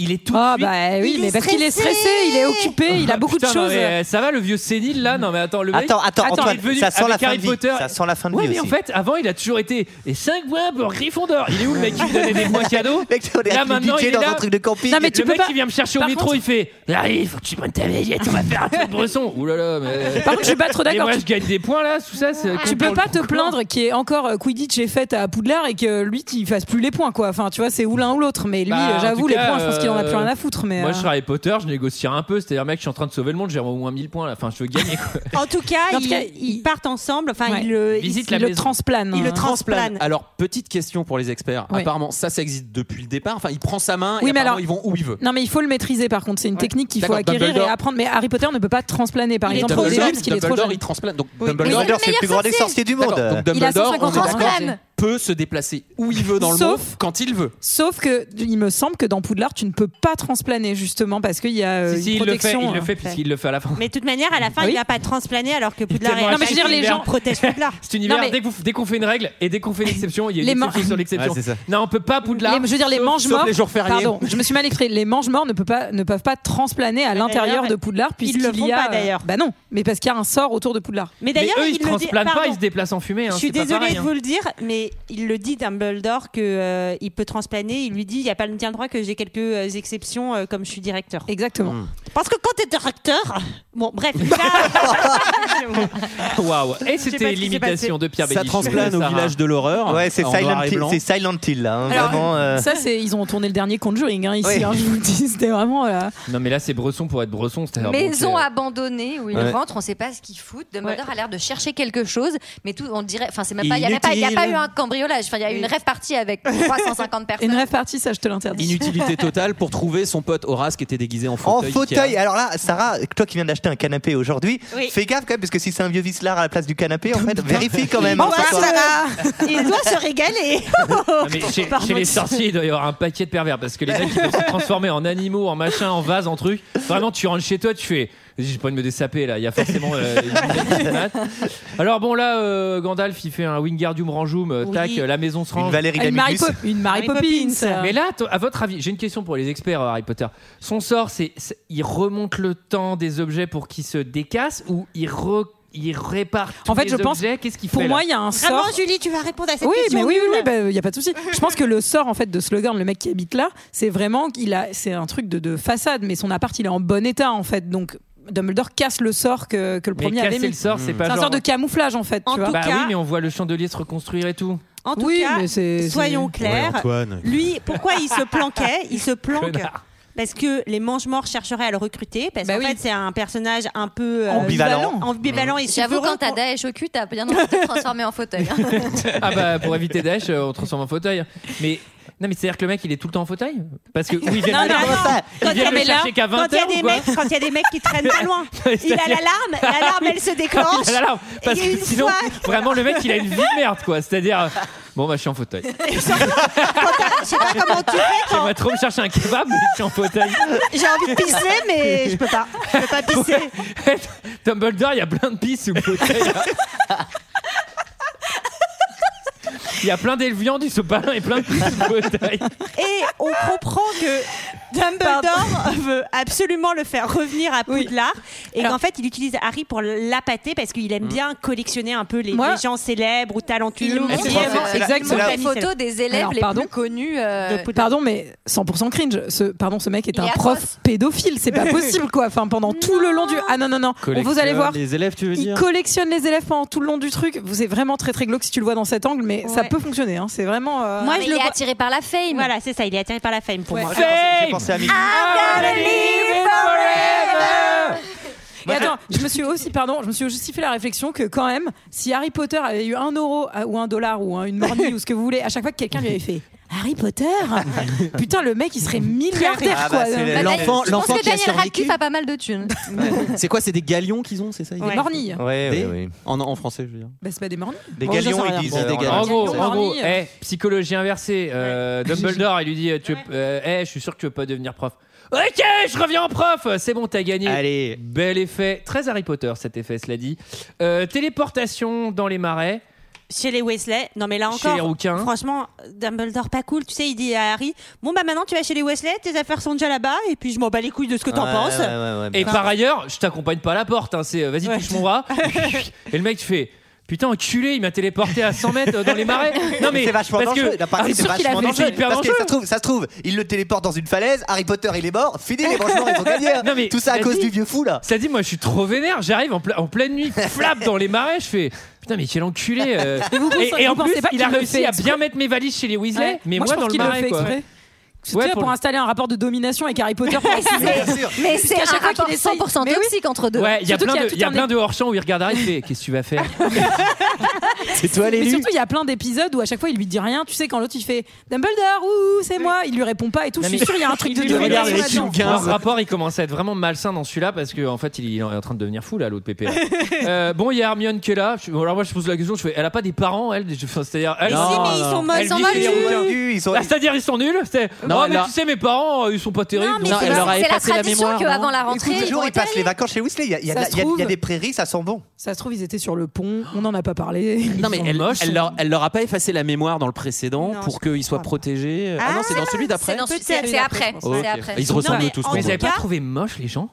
A: Il est tout. de
I: Ah
A: suite-
I: bah oui, Il mais est parce qu'il est stressé, stressé, il est occupé, il a beaucoup de
A: Putain, non,
I: choses.
A: mais, euh, ça va le vieux sénile là Non mais attends, le mec.
F: Attends, attends,
A: il est
F: Antoine,
A: devenu
F: ça sent la
A: avec
F: fin de
A: Harry
F: vie.
A: Potter.
F: Ça sent la fin de
A: ouais,
F: vie
A: mais
F: aussi.
A: en fait, avant, il a toujours été et 5 points pour Gryffondor. Il est où le mec qui me donnait des points cadeaux Là maintenant, il est
F: dans
A: là.
F: un truc de camping.
A: le mec qui vient me chercher au
I: Par
A: métro,
I: contre-
A: il fait Là, il faut que tu prennes ta veillette, on va faire un truc de bresson. Ouh là là, mais.
I: Par contre, je suis pas trop d'accord.
A: Mais moi,
I: Tu- Ah,
A: je gagne des points là, tout ça. c'est-
I: Tu peux pas te plaindre qu'il y ait encore euh, Quidditch et fête à Poudlard et que lui qui fasse plus les points quoi. Enfin tu vois c'est ou l'un ou l'autre mais lui
A: Bah,
I: euh,
A: en
I: j'avoue
A: tout
I: les
A: cas,
I: points je pense qu'il en a plus
A: euh,
I: rien à foutre mais
A: Moi,
I: euh,
A: je serais Harry Potter, je négocierais un peu. C'est-à-dire, mec, je suis en train de sauver le monde, j'ai au moins 1000 points là. Enfin, je veux gagner quoi.
E: En tout cas,
I: En tout
E: ils,
I: cas,
E: ils partent ensemble. Enfin, euh,
I: Ouais.
E: ils le,
A: Visite
E: ils-
A: la
E: ils le
A: maison.
E: transplane.
I: hein.
E: Ils le transplane.
K: Ah, Alors, petite question pour les experts.
I: Oui.
K: Apparemment, ça, ça existe depuis le départ. Enfin, il prend sa main
I: Oui,
K: et
I: mais
K: apparemment,
I: alors-
K: ils vont où il veut.
I: Non mais il faut le maîtriser par contre c'est une technique qu'il faut
K: D'accord,
I: acquérir
K: Dumbledore.
I: et apprendre mais Harry Potter ne peut pas transplaner par
K: Et
I: exemple au
K: Dumbledore,
I: début parce qu'il est trop
K: Dumbledore,
I: jeune.
K: il transplane. Donc
I: Oui.
K: Dumbledore,
I: Mais c'est le C'est le plus meilleur grand des sorcier. sorciers du monde.
K: D'accord, Donc
I: Il a
K: Dumbledore,
I: 150
K: on est d'accord,
I: transplane.
K: peut se déplacer où il veut dans le
I: Sauf-
K: monde quand il veut.
I: Sauf que il me semble que dans Poudlard tu ne peux pas transplaner justement parce qu'il y a euh,
A: Si, si,
I: une
A: il le fait,
I: protection.
A: il le fait,
I: euh,
A: puisqu'il le fait à la fin.
E: Mais de toute manière, à la fin,
I: Oui.
E: il n'a pas transplané alors que Poudlard est
A: tellement
E: là.
A: Non, mais je veux dire, les gens-
E: protègent Poudlard.
A: Cet univers,
E: Non, mais-
A: dès que vous- dès qu'on fait une règle et dès qu'on fait une exception, il y a
I: Les
A: une
I: ma-
A: exception sur l'exception.
K: Ouais, c'est ça.
A: non, on peut pas Poudlard.
I: Les- je veux dire les
A: sauf-
I: manges
A: sauf
I: morts.
A: les jours fériés.
I: Pardon, je me suis mal exprimée. Les manges morts ne, peut pas, ne peuvent pas transplaner à l'intérieur de Poudlard
E: ils le
I: puisqu'il
E: font
I: y a.
E: pas,
I: euh,
E: d'ailleurs.
I: Bah non, mais parce qu'il y a un sort autour de Poudlard.
E: Mais d'ailleurs,
A: eux, ils
E: il
A: se
E: le dit-
A: transplantent pas,
E: pardon.
A: ils se déplacent en fumée. hein,
E: Je suis
A: c'est pas
E: désolée
A: pareil,
E: de
A: hein.
E: vous le dire, mais il le dit Dumbledore que euh, il peut transplaner. Il lui dit, il n'y a pas le tien droit que j'ai quelques euh, exceptions euh, comme je suis directeur.
I: Exactement.
A: Hmm.
E: Parce que quand t'es directeur, bon bref.
A: Waouh.
E: Je sais
A: Et
E: pas ce qui
A: c'était
E: s'est
A: l'imitation
E: passé.
A: de Pierre
K: Ça
A: Bénichou.
K: transplane au
A: Sarah.
K: village de l'horreur.
F: Ouais, c'est
K: en
F: Silent
K: noir et
F: Hill,
K: blanc.
F: c'est Silent Hill là, hein,
I: Alors,
F: vraiment. euh,
I: Ça, c'est ils ont tourné le dernier Conjuring hein, ici.
F: Oui.
I: hein, je vous le dis, c'était vraiment euh, là.
A: Non, mais là, c'est Bresson pour être Bresson. c'est-à-dire, bon,
J: Maison
A: c'est-
J: abandonnée où il
A: Ouais.
J: rentre, on sait pas ce qu'il fout. Dumbledore a l'air de chercher quelque chose, mais tout, on dirait, enfin, c'est même pas, il n'y a,
K: Inutile.
J: pas- il y a pas eu un cambriolage. Enfin, il y a eu une rêve partie avec 350 personnes.
I: Une rêve partie, ça, je te l'interdis.
K: Inutilité totale pour trouver son pote Horace qui était déguisé en
F: En
K: fauteuil.
F: fauteuil.
K: Ikea.
F: Alors là, Sarah, toi qui viens d'acheter un canapé aujourd'hui,
E: Oui.
F: fais gaffe quand même, parce que si c'est un vieux vislard à la place du canapé, en fait, vérifie quand même.
E: Il
F: hein,
E: doit
F: quoi.
I: Ah,
E: se- Il doit se régaler.
A: Non, mais chez,
E: Pardon.
A: chez les sorciers, il doit y avoir un paquet de pervers parce que les mecs ils peuvent se transformer en animaux, en machin, en vase, en truc. Vraiment, tu rentres chez toi, tu fais. Vas-y, J'ai pas envie de me dessaper là, il y a forcément. euh, une- Alors bon, là, euh, Gandalf il fait un Wingardium Ranjum, euh,
I: Oui.
A: tac, euh, la maison se rend.
F: Une Valérie
I: Une Mary,
F: Gamicus.
I: Pop- une Mary Poppins.
A: Mais là, to- à votre avis, j'ai une question pour les experts euh, Harry Potter. Son sort, c'est c'est- il remonte le temps des objets pour qu'ils se décassent ou il, re- il répare tous
I: En fait,
A: les
I: je pense-
A: objets Qu'est-ce qu'il
I: pour
A: fait,
I: moi,
A: là
I: il y a un
E: Vraiment,
I: sort.
E: Julie, tu vas répondre à cette
I: Oui,
E: question.
I: mais oui, oui,
E: nulle.
I: il n'y a pas de souci. Je pense que le sort en fait de Slogan, le mec qui habite là, c'est vraiment qu'il a, c'est un truc de, de façade, mais son appart il est en bon état en fait. Donc Dumbledore casse le sort que, que le
A: Mais
I: premier avait
A: casser
I: mis.
A: le sort, c'est pas
I: un
A: genre-
I: sort de camouflage en fait.
E: En
I: tu vois.
E: tout
A: Bah
E: cas-
A: oui, mais on voit le chandelier se reconstruire et tout.
E: En tout
I: Oui,
E: cas,
I: mais c'est-
E: soyons
I: c'est-
E: clairs.
L: Ouais, Antoine.
E: Lui, pourquoi il se planquait Il se planque.
A: Connard.
E: Parce que les mange-morts chercheraient à le recruter, parce qu'en fait c'est un personnage un peu euh,
F: Ambivalent.
E: ambivalent et
J: J'avoue,
E: sulfureux
J: quand t'as
E: qu'on-
J: Daesh au cul, t'as bien envie de te transformer en fauteuil. hein.
A: Ah bah pour éviter Daesh, euh, on transforme en fauteuil. Mais non, mais c'est à dire que le mec il est tout le temps en fauteuil Parce que où il vient
E: Non,
A: le-
E: non, non.
A: il
E: Quand
A: vient
E: il
A: le
E: y a-
A: chercher qu'à 20
E: quand il y a
A: heures
E: des
A: ou quoi
E: mecs, quand il y a des mecs qui traînent pas loin, il a
A: C'est-à-dire-
E: l'alarme, l'alarme elle se
A: Quand
E: déclenche.
A: il a l'alarme. Parce
E: Et
A: que
E: une
A: sinon,
E: fois-
A: vraiment le mec il a une vie de merde quoi. C'est-à-dire, euh, bon bah je suis en fauteuil.
E: Quand t'as- je sais pas comment tu fais quand
A: J'aimerais trop me chercher un kebab, mais je suis en fauteuil.
E: j'ai envie de pisser, mais je peux pas. Je peux pas pisser.
A: Dumbledore, il y a plein de pisse sous le fauteuil. là. Il y a plein d'éleviandes, ils se balin et plein de pisse sous le fauteuil.
E: Et on comprend que Dumbledore veut absolument le faire revenir à Poudlard et qu'en fait il utilise Harry pour l'appâter parce qu'il aime bien collectionner un peu les,
I: Moi-
E: les gens célèbres ou talentueux. euh,
J: montre-
E: Qui
J: il
E: aiment-
J: montre
I: exactement.
J: les photos des élèves
I: Alors,
J: les
I: pardon.
J: plus connus. euh,
E: De Poudlard.
I: Pardon, mais 100% cringe. Ce, pardon, ce mec est
J: Il
I: un
J: est
I: prof
J: atroce.
I: pédophile. C'est pas possible, quoi. Enfin, pendant tout le long du. Ah non, non, non. On- Vous allez voir.
K: Les élèves, tu veux
I: Il
K: dire
I: collectionne les élèves pendant tout le long du truc. Vous êtes vraiment très très glauque si tu le vois dans cet angle, mais ça
J: Ouais.
I: peut fonctionner. hein. C'est vraiment. euh,
E: Moi
J: mais
E: je
J: il
E: le
J: est
E: vois.
J: attiré par la fame.
E: Voilà, c'est ça, il est attiré par la fame pour moi.
F: J'ai pensé à Mickey.
E: Ah.
I: Et attends, je me suis aussi, pardon, je me suis aussi fait la réflexion que quand même, si Harry Potter avait eu un euro euh, ou un dollar ou hein, une mornie ou ce que vous voulez, à chaque fois que quelqu'un lui avait fait Harry Potter Putain, le mec, il serait milliardaire,
K: Ah bah,
I: quoi.
K: c'est
I: Donc,
K: l'enfant-
J: Je pense
K: l'enfant
J: que
K: qui a
J: Daniel Radcliffe
K: survécu.
J: a pas mal de thunes.
K: C'est quoi C'est des galions qu'ils ont, c'est ça ils
I: Des
K: disent
I: mornilles.
F: Ouais,
K: Des-
F: ouais, ouais.
K: En, en français, je veux dire.
I: Bah, c'est pas des mornilles.
F: Des
I: Bon,
F: galions,
I: j'en sais
F: ils
I: rien.
F: disent,
K: Bon, des
F: euh, en
K: galions.
A: En
F: latin.
A: gros,
I: Galion,
A: en gros,
I: Marnie.
A: eh, psychologie inversée. euh, Dumbledore, il lui dit, tu veux- euh, eh, je suis sûr que tu veux pas devenir prof. Ok, je reviens en prof. C'est bon, t'as gagné.
K: Allez.
A: Bel effet, très Harry Potter cet effet, cela dit. Euh, téléportation dans les marais.
E: Chez les Wesley, non mais là
A: Chez
E: encore,
A: les rouquins.
E: franchement, Dumbledore pas cool. Tu sais, il dit à Harry, bon bah maintenant tu vas chez les Wesley, tes affaires sont déjà là-bas, et puis je m'en bats les couilles de ce que t'en
F: Ouais,
E: penses.
F: ouais, ouais, ouais,
A: Et
F: bah,
A: par ailleurs, je t'accompagne pas à la porte. hein, c'est euh, vas-y, touche mon bras. Et le mec, tu fais. Putain, enculé, il m'a téléporté à 100 mètres euh, dans les marais. Non, mais.
F: c'est vachement
A: parce
F: dangereux.
A: que-
F: la partie,
A: Harry
F: c'est
A: Potter, il a
F: vachement
A: fait-
F: dangereux.
A: c'est hyper
F: Parce que
A: dangereux.
F: ça se trouve, ça se trouve, il le téléporte dans une falaise. Harry Potter, il est mort. Fini les branchements, ils ont gagné.
A: Non, mais
F: Tout ça à
A: t'as
F: cause
A: dit-
F: du vieux fou là.
A: Ça dit, moi, je suis trop vénère. J'arrive en, pla- en pleine nuit, flap dans les marais. Je fais putain, mais quel enculé. euh. et, et en
I: vous
A: plus,
I: pensez pas
A: il a
I: qu'il le
A: réussi
I: fait
A: à bien mettre mes valises chez les Weasley,
I: Ouais.
A: mais
I: moi,
A: moi,
I: je pense
A: dans le
I: qu'il le
A: marais,
I: fait
A: quoi.
I: exprès. Tu
A: Ouais,
I: sais,
A: pour
I: pour,
A: le-
I: installer un rapport de domination avec Harry Potter. pour essayer-
J: Mais c'est
I: qu'à
J: un
I: chaque fois
J: rapport
I: qu'il est sans-
J: 100%
I: Mais oui.
J: toxique entre deux.
A: Ouais, il y a plein
I: Surtout qu'il y a
A: de,
I: tout
A: il y a
I: un
A: plein de hors-champ où il regarde Harry, il fait Qu'est-ce que tu vas faire
K: C'est toi
I: Mais
K: l'élu
I: surtout, il y a plein d'épisodes où à chaque fois il lui dit rien. Tu sais, quand l'autre il fait Dumbledore, ouh, c'est moi, il lui répond pas et tout.
A: Non,
I: je suis
A: mais-
I: sûr, il y a un truc de
A: Il lui
I: domination
A: regarde les
I: là-dedans.
A: Leur rapport, il commence à être vraiment malsain dans celui-là parce qu'en en fait, il est en train de devenir fou, là, l'autre pépé. là. Euh, bon, il y a Hermione qui est là. Je- Alors, moi, je pose la question je fais Elle a pas des parents, elle Je- enfin, C'est-à-dire, elle.
E: Mais si, mais ils sont
A: Elle
E: moches,
A: vit
E: ils sont
A: chez les
E: moches.
A: rouquins.
F: Ils sont-
A: Ah, C'est-à-dire, ils sont nuls C'est-
K: Non,
A: Oh, mais
K: là-
A: tu sais, mes parents, euh, ils sont pas terribles.
J: Non, mais
K: Non,
J: c'est
K: elle leur a
J: c'est la
K: effacé la
J: tradition
K: mémoire,
J: qu'avant
K: non
J: la
F: Écoute,
J: rentrée.
F: les jours, ils passent les vacances chez Weasley. Il y a- il y a de
I: Ça
F: la-
I: se
F: il y a- il y a
I: trouve.
F: des prairies, ça sent bon.
I: Ça se trouve, ils étaient sur le pont, on n'en a pas parlé.
K: Non mais
A: sont
K: elle,
A: moches.
K: elle leur, elle leur a pas effacé la mémoire dans le précédent
E: Non, je
K: pour qu'ils soient
E: crois pas.
K: protégés. Ah,
E: Ah,
K: non, c'est dans celui
J: C'est
K: d'après.
J: dans-
E: Peut-être
J: c'est-
E: une
J: c'est après.
E: après, je pense.
K: Ok.
J: C'est après.
K: Ils se
E: Non,
K: ressemblent
E: mais
K: tous.
E: en
K: mon
A: Mais
E: tout
A: vous
K: gars.
A: avez pas
E: cas-
A: trouvé moche les gens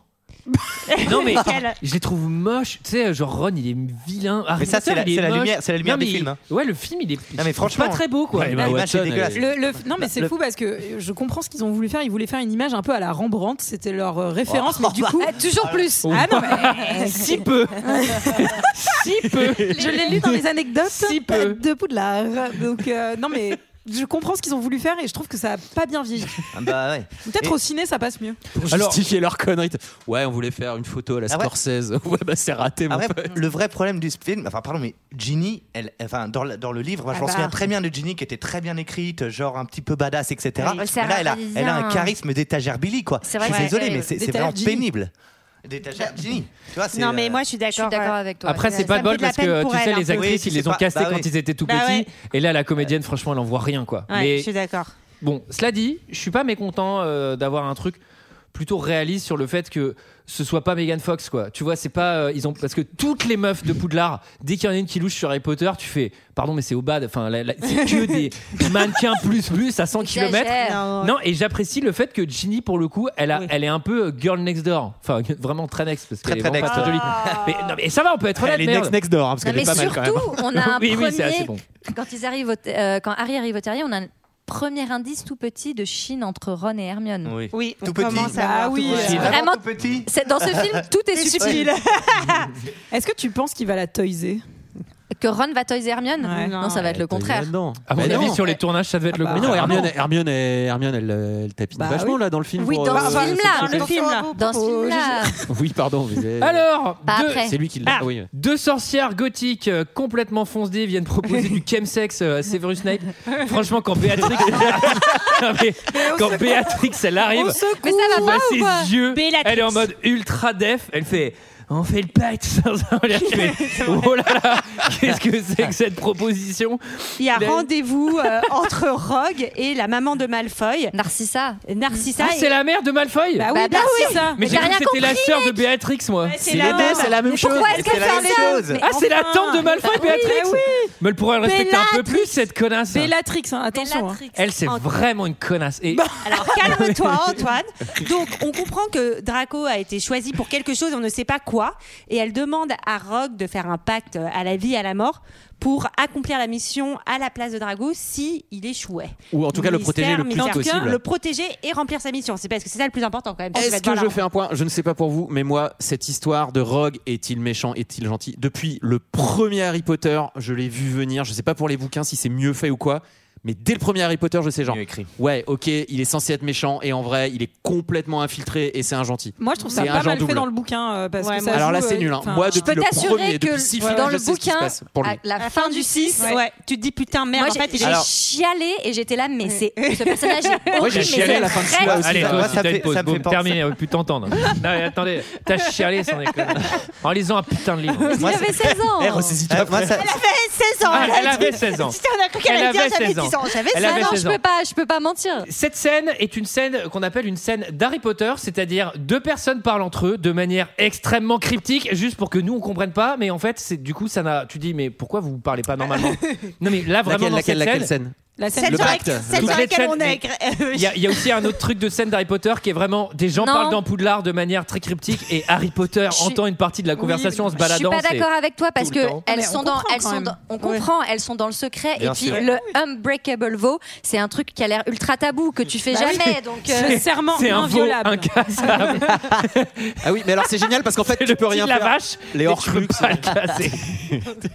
A: non mais je les trouve moches, tu sais genre Ron il est vilain, Harry
F: Mais ça, c'est
A: Potter,
F: la-
A: il est
F: c'est la
A: moche.
F: lumière- c'est la lumière
A: Non,
F: des
A: mais il-
F: films, hein.
A: Ouais le film il est,
F: Non, mais
A: je trouve
F: franchement.
A: pas très beau quoi.
F: Ouais, bah,
A: Ouais,
F: L'image est
K: Watson,
F: dégueulasse.
K: elle-
I: Le- le- non mais c'est fou parce que je comprends ce qu'ils ont voulu faire. Ils voulaient faire une image un peu à la Rembrandt, c'était leur euh, référence, mais du coup.
J: Ah, Toujours plus.
I: Ah non, mais-
A: si peu, si peu.
I: je l'ai lu dans les anecdotes
A: Si peu.
I: de Poudlard. Donc euh, non mais. Je comprends ce qu'ils ont voulu faire et je trouve que ça a pas bien vieilli.
F: Ah Bah ouais.
I: Peut-être
F: Et-
I: au ciné ça passe mieux.
K: Pour
A: Alors-
K: justifier leur connerie. Ouais, on voulait faire une photo à la
F: Ah ouais
K: Scorsese. Ouais, bah c'est raté, mon
F: Ah ouais,
K: pote.
F: le vrai problème du film, enfin pardon, mais Ginny, elle, enfin dans le, dans le livre, moi, je
E: Ah
F: m'en
E: bah.
F: souviens très bien de Ginny qui était très bien écrite, genre un petit peu badass, etc.
J: Oui,
F: Mais
J: Sarah
F: là, elle a, elle a un
J: Paradisian.
F: charisme d'étagère Billy, quoi.
J: C'est vrai
F: je suis
J: que-
F: désolé,
J: ouais,
F: mais
J: ouais,
F: c'est
I: ouais.
F: c'est vraiment
I: D'étagère Ginny.
F: pénible. D'étagère Ginny, tu vois. c'est,
E: Non mais
F: euh,
E: moi je suis
J: Je suis
E: d'accord.
J: d'accord avec toi.
A: Après c'est pas
E: ça
A: de
E: me
A: bol
E: fait de la
A: parce
E: peine
A: que euh,
E: pour
A: tu sais
E: elle, un
A: les
E: peu.
A: actrices
F: Oui, si
A: ils les
F: c'est
A: ont
F: pas-
A: castées
F: bah
A: quand
F: oui.
A: ils étaient tout
E: Bah
A: petits
E: ouais.
A: et là la comédienne franchement elle en voit rien quoi.
E: Ouais,
A: mais
E: je suis d'accord.
A: Bon, cela dit, je suis pas mécontent euh, d'avoir un truc plutôt réaliste sur le fait que ce soit pas Megan Fox quoi. Tu vois, c'est pas euh, ils ont parce que toutes les meufs de Poudlard, dès qu'il y en a une qui louche sur Harry Potter, tu fais pardon mais c'est au bad, enfin la- la- c'est que des mannequins plus plus à 100 km.
J: Exagère.
A: Non, et j'apprécie le fait que Ginny pour le coup, elle a,
E: Oui.
A: elle est un peu euh, girl next door. Enfin vraiment très next parce
F: Très,
A: qu'elle est
F: très
A: vraiment pas
F: next.
A: très
E: Ah.
A: jolie. Mais non mais ça va, on peut être honnête.
K: Elle est
A: merde.
K: next next door, hein, parce
J: Non,
K: qu'elle
J: mais
K: est pas mal quand même.
J: surtout, on a un
A: Oui oui, c'est assez
J: premier.
A: bon.
J: Quand ils arrivent, au- euh, quand Harry arrive au terrier, on a un premier indice tout petit de Chine entre Ron et Hermione.
F: Oui.
E: Oui, on
F: Tout petit.
E: commence
I: Bah
E: à voir,
I: oui,
E: tout petit.
F: C'est
J: Vraiment-
F: tout petit.
J: C'est- Dans ce film, tout est subtil.
I: Est-ce que tu penses qu'il va la toiser
J: Que Ron va toiser Hermione
I: Ouais.
J: Non, ça va être le contraire.
K: Non.
L: Ah,
A: À mon
K: Mais
A: avis
K: non.
A: Ah, sur les tournages, ça devait être
I: Ah
A: le
I: bah,
K: Mais non,
A: contraire.
K: Hermione, Hermione, elle- Hermione, elle, euh, elle tapine
I: Bah
K: vachement
I: oui.
K: là dans le film.
J: Oui,
K: pour,
J: dans
K: euh,
J: ce film-là.
I: le film, là.
J: Dans ce
I: Oh,
J: film-là.
K: Oui, pardon. vous avez-
A: Alors,
J: Pas
A: deux-
J: après.
K: c'est lui qui l'a.
A: Ah.
K: oui.
A: Deux sorcières gothiques euh, complètement foncées viennent proposer du chemsex euh, à Severus Snape. Franchement, quand Béatrix, Non, mais quand Béatrix elle arrive,
J: Mais ça
A: tu
J: va
A: vois
J: pas ou quoi
A: ses yeux,
E: Bellatrix.
A: elle est en mode ultra def, elle fait. On fait le pacte sans un relais. Je fais, Oh là là, qu'est-ce que c'est que cette proposition
E: Il y a
A: Mais-
E: rendez-vous euh, entre Rogue et la maman de Malfoy,
J: Narcissa.
E: Narcissa.
A: Ah,
E: et-
A: c'est la mère de Malfoy
I: Bah oui, bah,
J: Bah, bah
I: oui,
J: oui.
I: ça.
A: Mais
J: Mais
A: j'ai
J: t'as
A: cru que
J: rien
A: c'était la
J: compris, Bah,
A: sœur de Béatrix, moi.
E: Ouais, c'est
K: C'est
E: la
K: les deux,
E: même.
K: c'est la même chose.
J: Pourquoi est-ce
F: C'est
J: qu'elle
F: la
J: fait
F: même
J: ça
F: chose.
J: Mais
A: Ah, c'est la
I: Enfin.
A: tante de Malfoy, Béatrix
I: oui.
A: Mais elle pourrait respecter un peu plus, cette connasse.
I: Bellatrix, hein, attention. hein.
J: Bellatrix.
A: Elle, c'est
E: Antoine.
A: vraiment une connasse. Et
J: Bah,
E: Alors calme-toi Antoine. Donc on comprend que Draco a été choisi pour quelque chose, on ne sait pas quoi, et elle demande à Rogue de faire un pacte à la vie et à la mort pour accomplir la mission à la place de Draco si il échouait.
K: Ou en tout cas le protéger
E: Mystère,
K: le plus
E: mystère.
K: possible.
E: Le protéger et remplir sa mission, c'est parce que c'est ça le plus important quand même. Tu vas
K: Est-ce
E: devoir
K: que
E: la
K: je fais un point Je ne sais pas pour vous, mais moi, cette histoire de Rogue, est-il méchant, est-il gentil Depuis le premier Harry Potter, je l'ai vu venir. Je ne sais pas pour les bouquins si c'est mieux fait ou quoi, Mais dès le premier Harry Potter, je sais genre. Ouais, ok, il est censé être méchant et en vrai, il est complètement infiltré et c'est un gentil.
I: Moi, je trouve ça
K: C'est
I: pas
K: un
I: mal
K: genre
I: fait
K: double.
I: dans le bouquin euh, parce
K: Ouais,
I: que ça
K: Alors là,
I: joue,
K: c'est
I: euh,
K: nul, hein.
I: enfin,
K: Moi, depuis
I: peux
K: le
I: t'assurer
K: premier,
I: que
K: depuis six
I: le-
K: films,
I: dans
K: je
I: le
K: sais ce qui se
J: bouquin,
K: passe pour lui.
J: à la fin du 6,
E: ouais. tu te dis putain merde
J: Moi,
E: en
J: j'ai-
E: fait il
J: j'ai
E: est
F: Alors-
J: chialé et j'étais là, mais c'est ce personnage est horrible.
F: Moi, j'ai
J: mais
F: chialé
J: c'est
F: à la fin de celui-là
J: vrai.
F: aussi.
A: Allez,
F: Ça-
A: pause,
F: moi, ça
A: t'as
F: fait-
A: une pause,
F: ça me
A: boum,
F: fait penser-
A: terminé, on veut plus t'entendre. Non, mais attendez, t'as chialé sans déconner. En lisant un putain de livre.
J: Il avait 16 ans.
A: Oh.
K: Eh, ressaisis-toi
F: Euh, moi,
K: après.
F: ça-
E: Elle avait 16 ans.
A: Ah, elle
E: a dit-
A: avait 16 ans.
E: Si on a cru qu'elle
A: Elle
E: allait dire,
A: avait
E: j'avais
A: 16
E: 10 ans. J'avais
A: Elle
E: 16
A: avait
E: ans.
J: Ah non,
A: 16
J: je
A: ans.
J: peux pas, je peux pas mentir.
A: Cette scène est une scène qu'on appelle une scène d'Harry Potter, c'est-à-dire deux personnes parlent entre eux de manière extrêmement cryptique, juste pour que nous on comprenne pas. Mais en fait, c'est du coup ça n'a. Tu dis mais pourquoi vous parlez pas normalement Non mais là Ah, vraiment
K: Laquelle,
A: dans
K: laquelle,
A: cette
K: laquelle
A: scène,
K: scène
I: La scène
E: Celle
K: Le
E: sur
K: pacte.
E: laquelle- celle
A: Toutes
E: sur
A: les
E: laquelle
A: scènes,
E: on est.
A: il y, a- il y a aussi un autre truc de scène d'Harry Potter qui est vraiment des gens
J: Non.
A: parlent dans Poudlard de manière très cryptique et Harry Potter
J: Je suis-
A: entend une partie de la conversation en se
J: Je suis
A: baladant.
J: pas
A: c'est-
J: d'accord avec toi parce
A: tout le
J: que
A: temps.
J: elles
I: Mais on
J: sont dans,
I: comprend
J: elles
I: quand
J: sont
I: même.
J: dans- on
I: Ouais.
J: comprend, elles sont dans le secret
F: Bien
J: et puis
F: sûr.
J: le unbreakable vow, c'est un truc qui a l'air ultra tabou que tu fais
I: Bah oui.
J: jamais donc. euh,
I: Le serment
A: C'est un veau
I: inviolable.
A: incassable.
K: Ah oui, mais alors c'est génial parce qu'en fait, tu peux
A: petit
K: rien
A: de la
K: faire.
A: vache.
K: Les
A: mais
K: hors-crux,
A: tu peux pas le casser.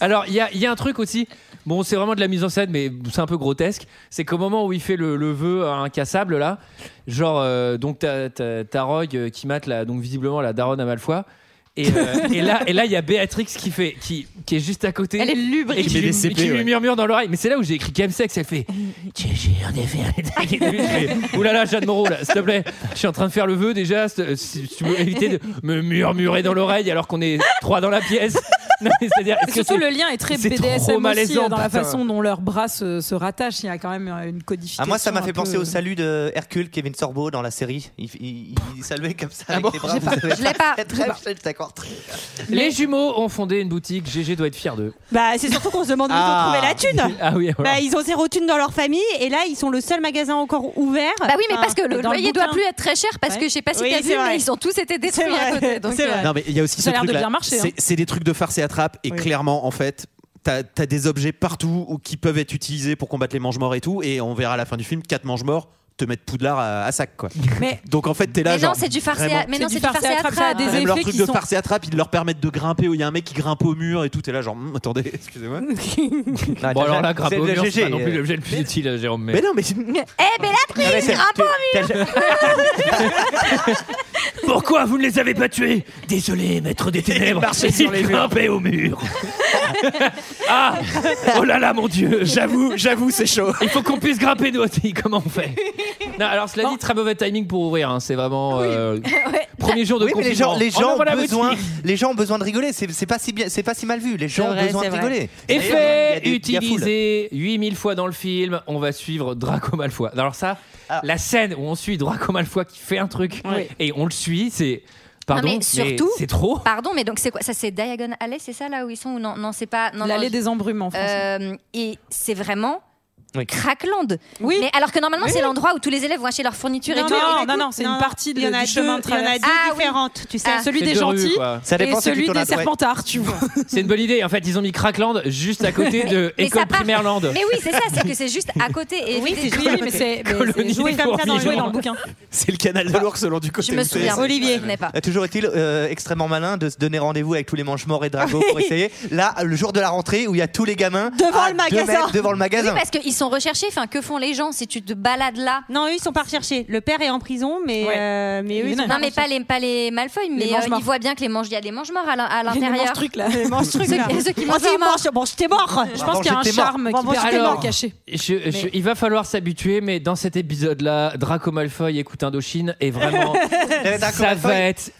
A: Alors, il y a, il y a un truc aussi. Bon, c'est vraiment de la mise en scène, mais c'est un peu grotesque. C'est qu'au moment où il fait le, le vœu à incassable, là, genre, euh, donc, t'as t'as- t'as Rogue euh, qui mate, la, donc, visiblement, la daronne à Malfoy. Et, euh, et là, et là, il y a Béatrix qui fait, qui, qui est juste à côté.
J: Elle est
A: Et
J: lubrique.
A: qui,
K: met
A: lui,
K: des CP,
A: qui lui
K: ouais.
A: murmure dans l'oreille. Mais c'est là où j'ai écrit Chemsex. Elle fait J'ai j'ai en effet un attaque de lutte. Je fais, Ouh là là, Jeanne Moreau, là, s'il te plaît. Je suis en train de faire le vœu déjà. s'il- Si tu veux éviter de me murmurer dans l'oreille alors qu'on est trois dans la pièce. Non, mais c'est-à-dire, est-ce que
I: Surtout
A: c'est-
I: le lien est très
A: c'est trop
I: BDSM aussi
A: malaisant,
I: euh, dans la
A: putain.
I: façon dont leurs bras se, se rattachent. Il y a quand même euh, une codification.
F: Ah, moi, ça m'a fait
I: un peu-
F: penser au salut de Hercule, Kevin Sorbo dans la série. Il, il- il saluait comme ça avec
K: bon
F: les bras. Vous savez
J: Je l'ai pas.
F: Très, très, très, d'accord, très.
A: les jumeaux ont fondé une boutique. GG doit être fier d'eux.
E: Bah, c'est surtout qu'on se demande où ils
K: Ah.
E: ont trouvé la thune.
A: Ah oui, voilà.
E: Bah, ils ont zéro thune dans leur famille et là ils sont le seul magasin encore ouvert.
J: Bah oui, mais
E: Enfin,
J: parce que le
E: dans
J: loyer doit
E: bouquin.
J: plus être très cher parce que
E: Ouais.
J: je sais pas si
E: Oui,
J: t'as
E: c'est
J: vu,
E: vrai.
J: mais ils ont tous été
E: C'est
J: détruits à
E: vrai.
J: côté. donc,
E: C'est
J: euh,
E: vrai.
K: Non, mais il y a aussi
I: Ça
K: ce
I: a l'air de
K: truc-là.
I: bien marcher,
K: C'est
I: hein.
K: c'est des trucs de farce et attrape, et
I: Oui.
K: clairement, en fait. T'as as des objets partout ou qui peuvent être utilisés pour combattre les mange-morts et tout, et on verra à la fin du film quatre mange-morts te mettre poudlard à, à sac quoi.
I: Mais-
K: Donc en fait t'es là
J: Mais
K: genre.
J: non, c'est du farcé.
K: vraiment.
J: à- Mais
I: C'est
J: non,
I: du
J: c'est du
I: farcé
J: farcé
I: à
J: à
I: attrape, ça a
J: attrape.
I: des
K: Même
I: effets
K: leur truc
I: qui
K: de
I: sont-
K: farce et attrape, ils leur permettent de grimper où il y a un mec qui grimpe au mur et tout. T'es là genre, Hum, attendez, excusez-moi.
A: Bon, alors là,
F: C'est
A: grimper au
F: le
A: mur, c'est
F: GG,
A: pas non plus
F: euh.
A: l'objet le plus utile, Jérôme. Mais...
K: Mais non, mais
J: Eh, Bellatrix,
F: Ah, mais c'est-
J: grimpe
F: t'as- t'as-
A: Pourquoi vous ne les avez pas tués Désolé, maître des ténèbres. Marchez sur les au mur. ah Oh là là, mon Dieu
K: j'avoue, j'avoue, c'est chaud.
A: Il faut qu'on puisse grimper nous aussi, comment on fait Non, alors cela dit, très mauvais timing pour ouvrir, hein. c'est vraiment euh, premier jour de
F: Oui, mais les
A: confinement. Oh,
F: gens, les,
A: On
F: gens
A: ouvre la
F: ont besoin,
A: boutique.
F: les gens ont besoin de rigoler. C'est c'est pas si bien, c'est pas si mal vu. Les gens
E: vrai,
F: ont besoin
E: c'est
F: de
E: vrai.
F: rigoler. D'ailleurs,
A: Effet
F: il y a des- il y a foule.
A: utilisé 8000 fois dans le film, on va suivre Draco Malfoy. Alors ça,
F: Ah.
A: la scène où on suit Draco Malfoy qui fait un truc
E: Oui.
A: et on le suit, c'est pardon,
J: mais
A: mais
J: surtout-
A: c'est trop.
J: Pardon, mais donc c'est quoi Ça, c'est Diagon Alley, c'est ça là où ils sont ou non Non, c'est pas. Non, non,
I: L'allée
J: je-
I: des embrumes en France.
J: Euh, et c'est vraiment
F: Oui.
J: Crackland.
E: Oui.
J: Mais alors que normalement, c'est l'endroit où tous les élèves vont acheter leur fourniture
E: Non,
J: et tout.
E: non,
J: Et-
E: non, non, c'est une partie de-
I: il y en a
E: du chemin de
I: deux, il y en a
E: traverse.
I: deux
E: Ah, oui.
J: différentes,
E: tu sais.
J: Ah.
I: Celui
A: C'est
I: des
A: deux rues,
I: gentils
A: quoi.
F: Ça
I: et
F: dépend si tu
I: celui
F: tournes à
I: des
F: droite.
I: serpentards, tu vois.
A: C'est une bonne idée. En fait, ils ont mis Crackland juste à côté de
J: mais
A: École
J: ça part-
A: Primaire Land.
J: Mais oui, c'est ça, c'est que c'est juste à côté. Et
E: Oui,
J: et-
E: c'est juste
I: Oui,
E: à
I: mais
E: côté.
I: c'est mais
A: Colonie
I: c'est joué
A: des
I: comme ça dans le,
A: fourmis.
I: joué dans le bouquin.
K: C'est le canal de l'ours selon du côté.
J: Je me
K: où t'es.
J: souviens.
E: Olivier.
J: Je ne pas.
F: Euh, Toujours est-il euh, extrêmement malin de se donner rendez-vous avec tous les manches morts et dragons pour essayer. Là, le jour de la rentrée où il y a tous les gamins
E: Devant
F: à
E: le
F: deux
E: magasin.
F: mètres devant le
J: Oui,
F: magasin.
J: parce qu'ils sont recherchés. Enfin, que font les gens si tu te balades là
E: Non, eux ils sont pas recherchés. Le père est en prison, mais
I: Ouais.
E: euh, mais eux
I: Il y
E: ils
I: en a
E: sont
I: un.
J: Non, mais pas les, pas les Malfoy, mais euh,
I: mange-morts.
J: ils voient bien que les mange, il y a des mange-morts à l'in- à
I: Il y a des
J: l'intérieur.
I: trucs Ah, là.
E: mange truc
J: Ceux-
E: là.
J: ceux qui
E: Oh,
J: mangent
E: t'es
J: les
E: mort.
J: morts.
E: Bon, je t'es mort.
I: Je
F: Bon,
I: pense qu'il y a un
F: j'étais mort.
I: charme
E: Bon,
I: qui
E: bon,
I: permet
A: j'étais
I: de
A: mort.
I: le cacher.
A: Je- je-
I: Mais-
A: il va falloir s'habituer, mais dans cet épisode-là, Draco Malfoy écoute Indochine et vraiment,
F: Mais Draco
A: ça
F: Malfoy-
A: va être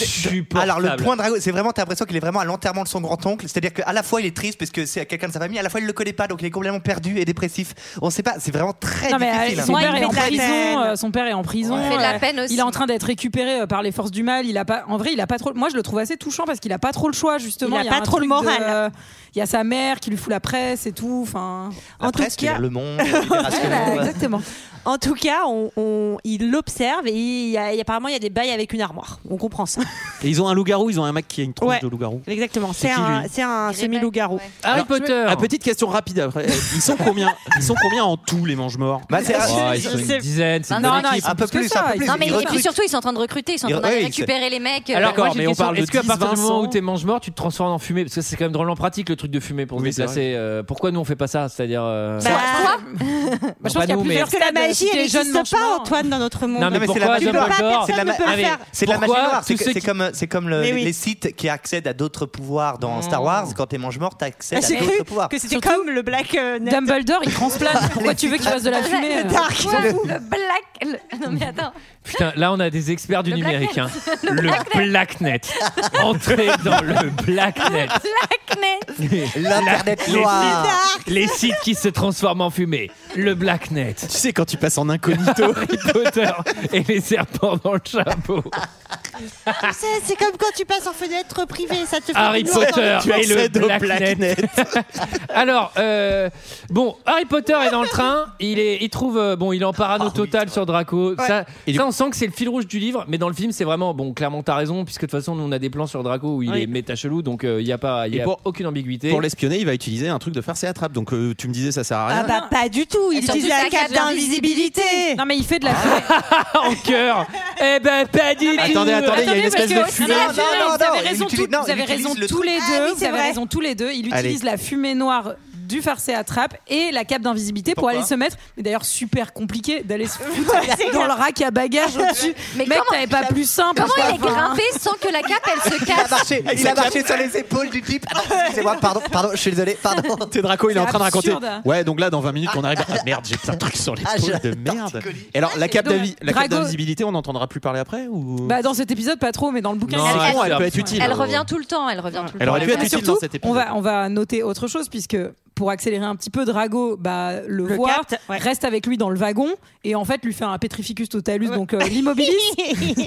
A: insupportable.
F: Alors le point Drago, c'est vraiment t'as l'impression qu'il est vraiment à l'enterrement de son grand oncle, c'est-à-dire qu'à la fois il est triste parce que c'est quelqu'un de sa famille, à la fois il le connaît pas, donc il est complètement perdu et dépressif. On sait pas, c'est vraiment très
I: Non, mais
F: difficile.
I: euh,
F: hein.
I: son,
E: Moi, il
I: père
E: me
I: est
E: fait
I: en
E: de la
I: prison,
E: peine.
I: euh, son père est en prison.
J: Il fait de la
I: euh,
J: peine aussi.
I: Il est en train d'être récupéré euh, par les forces du mal. Il a pas, en vrai, il a pas trop. Moi, je le trouve assez touchant parce qu'il a pas trop le choix justement.
E: Il a
I: y
E: pas
I: un
E: trop le
I: truc de-
E: moral.
I: euh, Il y a sa mère qui lui fout la presse et tout. Enfin,
F: La
E: en tout
F: presse, il y a
E: cas-
F: le monde, Libération, euh,
I: exactement.
E: En tout cas, on, on- il l'observe et il y a- et apparemment il y a des bails avec une armoire. On comprend ça.
K: Et ils ont un loup-garou, ils ont un mec qui a une tronche
E: Ouais.
K: de loup-garou.
E: Exactement,
K: C'est
E: c'est
K: qui,
E: un,
K: lui
E: Ah, c'est un semi-loup-garou.
K: Alors, je- ah, petite question rapide après. Ils sont combien Ils sont combien en tout les mange morts
F: Bah,
A: Oh,
F: c'est-
A: Ah,
K: Ils sont
F: c'est-
K: une dizaine, c'est
J: Non,
K: une
J: non,
K: bonne
J: non,
K: équipe.
F: ils sont Un peu plus que plus, ça, un peu ils- plus.
J: Non, mais
F: Ils
J: et puis
F: recrutent.
J: surtout, ils sont en train de recruter, ils sont en
F: Ils-
J: train d'aller
F: ouais, ils-
J: récupérer les mecs. euh,
A: Alors,
K: D'accord,
A: moi, j'ai
K: mais
A: une
K: on
A: question.
K: parle de
A: Est-ce qu'à
K: 10,
A: partir du
K: 20
A: moment où
K: cents
A: t'es mange mort, tu te transformes en fumée Parce que c'est quand même drôlement pratique le truc de fumer pour se
K: Oui, c'est
A: déplacer. euh, pourquoi nous on fait pas ça C'est-à-dire. euh,
E: Bah,
A: non,
I: je pense
A: pas
I: qu'il y a
A: nous, mais-
I: plusieurs
E: Parce que la
I: stades, si
E: magie,
I: t'es
E: elle
I: jeune,
E: n'existe
I: mange
E: pas,
I: mort.
E: Antoine, dans notre monde.
A: Non, mais
F: mais c'est
A: pourquoi
F: la- tu
A: Jean
F: peux
A: Paul
F: pas,
A: Gore
E: personne ne peut le
A: Ah, mais
E: faire.
F: C'est de la magie
A: pourquoi
F: noire. C'est
A: tous
F: que-
A: ceux
F: c'est
A: qui-
F: comme, c'est comme le-
E: Mais oui.
F: les sites qui accèdent à d'autres pouvoirs dans Star Wars. Quand t'es mange-mort, t'accèdes
E: J'ai
F: à d'autres
E: cru
F: pouvoirs.
E: que c'était comme le Black euh, Net.
I: Dumbledore, il transplane. Pourquoi tu veux qu'il fasse de la fumée
E: Le Dark.
J: Quoi Le black. le- Non, mais attends.
A: Putain, là on a des experts du
J: Le
A: numérique. hein. Le Blacknet. Entrez dans le Blacknet.
J: Blacknet.
F: L'internet
A: Les
F: noir.
A: sites, les sites qui se transforment en fumée. Le Blacknet.
K: Tu sais, quand tu passes en incognito.
A: Harry Potter et les serpents dans le chapeau.
E: C'est c'est comme quand tu passes en fenêtre privée, ça te fait
A: Harry
E: une lourde
A: Potter
E: envie.
A: et le Blacknet. Alors, euh, bon, Harry Potter est dans le train. Il, est, il trouve, euh, bon, il est en
K: Ah,
A: parano total sur Draco. Ça, ça, on sent que c'est le fil rouge du livre, mais dans le film, c'est vraiment, bon, clairement, t'as raison, puisque de toute façon, nous, on a des plans sur Draco où il
E: Oui.
A: est méta chelou, donc euh, il n'y a pas, il y
K: Et
A: a
K: pour-
A: aucune ambiguïté.
K: Pour l'espionner, il va utiliser un truc de farce et attrape. Donc euh, tu me disais, ça sert à
E: Ah
K: rien.
E: bah pas du tout, il
J: Surtout
E: utilise
J: ça,
E: la cape
J: cape d'invisibilité.
E: d'invisibilité.
I: Non mais il fait de la
F: Ah.
I: Ah, fumée.
A: en cœur. Eh ben, pas du tout.
K: Attendez, attendez, il y a une
I: parce
K: espèce
I: que
K: de
I: c'est
K: fumée.
I: la fumée,
F: Non, non,
I: vous avez
F: non,
I: raison,
F: il utilise-
I: tout-
F: non,
I: vous
F: il
I: avez
F: utilise
I: raison
F: le
I: tous les deux.
E: Ah oui,
I: vous
E: c'est
I: avez
E: vrai.
I: raison tous les deux. Il
K: Allez.
I: utilise la fumée noire du farce et attrape et la cape d'invisibilité pour
F: Pourquoi
I: aller se mettre. Mais d'ailleurs super compliqué d'aller se foutre dans le rack à bagages au-dessus.
J: Mais
I: Mec,
J: comment-
I: t'avais pas plus simple.
J: Comment il est
I: Enfin,
J: grimpé sans que la cape, elle se
F: Il a
J: casse
F: marché, il a marché sur les épaules du type. Ah non, Excusez-moi, pardon, pardon, je suis désolé, pardon.
K: T'es Draco, il est en train de raconter.
I: absurde.
K: Ouais, donc là, dans 20 minutes, on arrive. Ah merde, j'ai plein de trucs sur les
F: Ah,
K: poules
F: j'ai
K: de
F: un
K: merde.
F: torticolis.
K: Et alors, la cape
I: donc,
K: d'avi- la cape
I: Drago-
K: d'invisibilité, on n'entendra plus parler après ou
I: Bah dans cet épisode pas trop, mais dans le bouquin.
K: Non,
I: c'est-
K: elle,
J: elle-
K: elle peut
I: elle-
K: être utile.
J: Elle revient tout le temps, elle revient tout le
K: Elle
J: temps.
K: aurait pu être
I: Mais
K: utile
I: surtout,
K: dans cet épisode.
I: on va, on va noter autre chose puisque pour accélérer un petit peu, Drago bah, le,
E: Le
I: voit,
E: capte, ouais.
I: reste avec lui dans le wagon et en fait lui fait un pétrificus totalus,
E: Ouais.
I: donc euh, l'immobilise.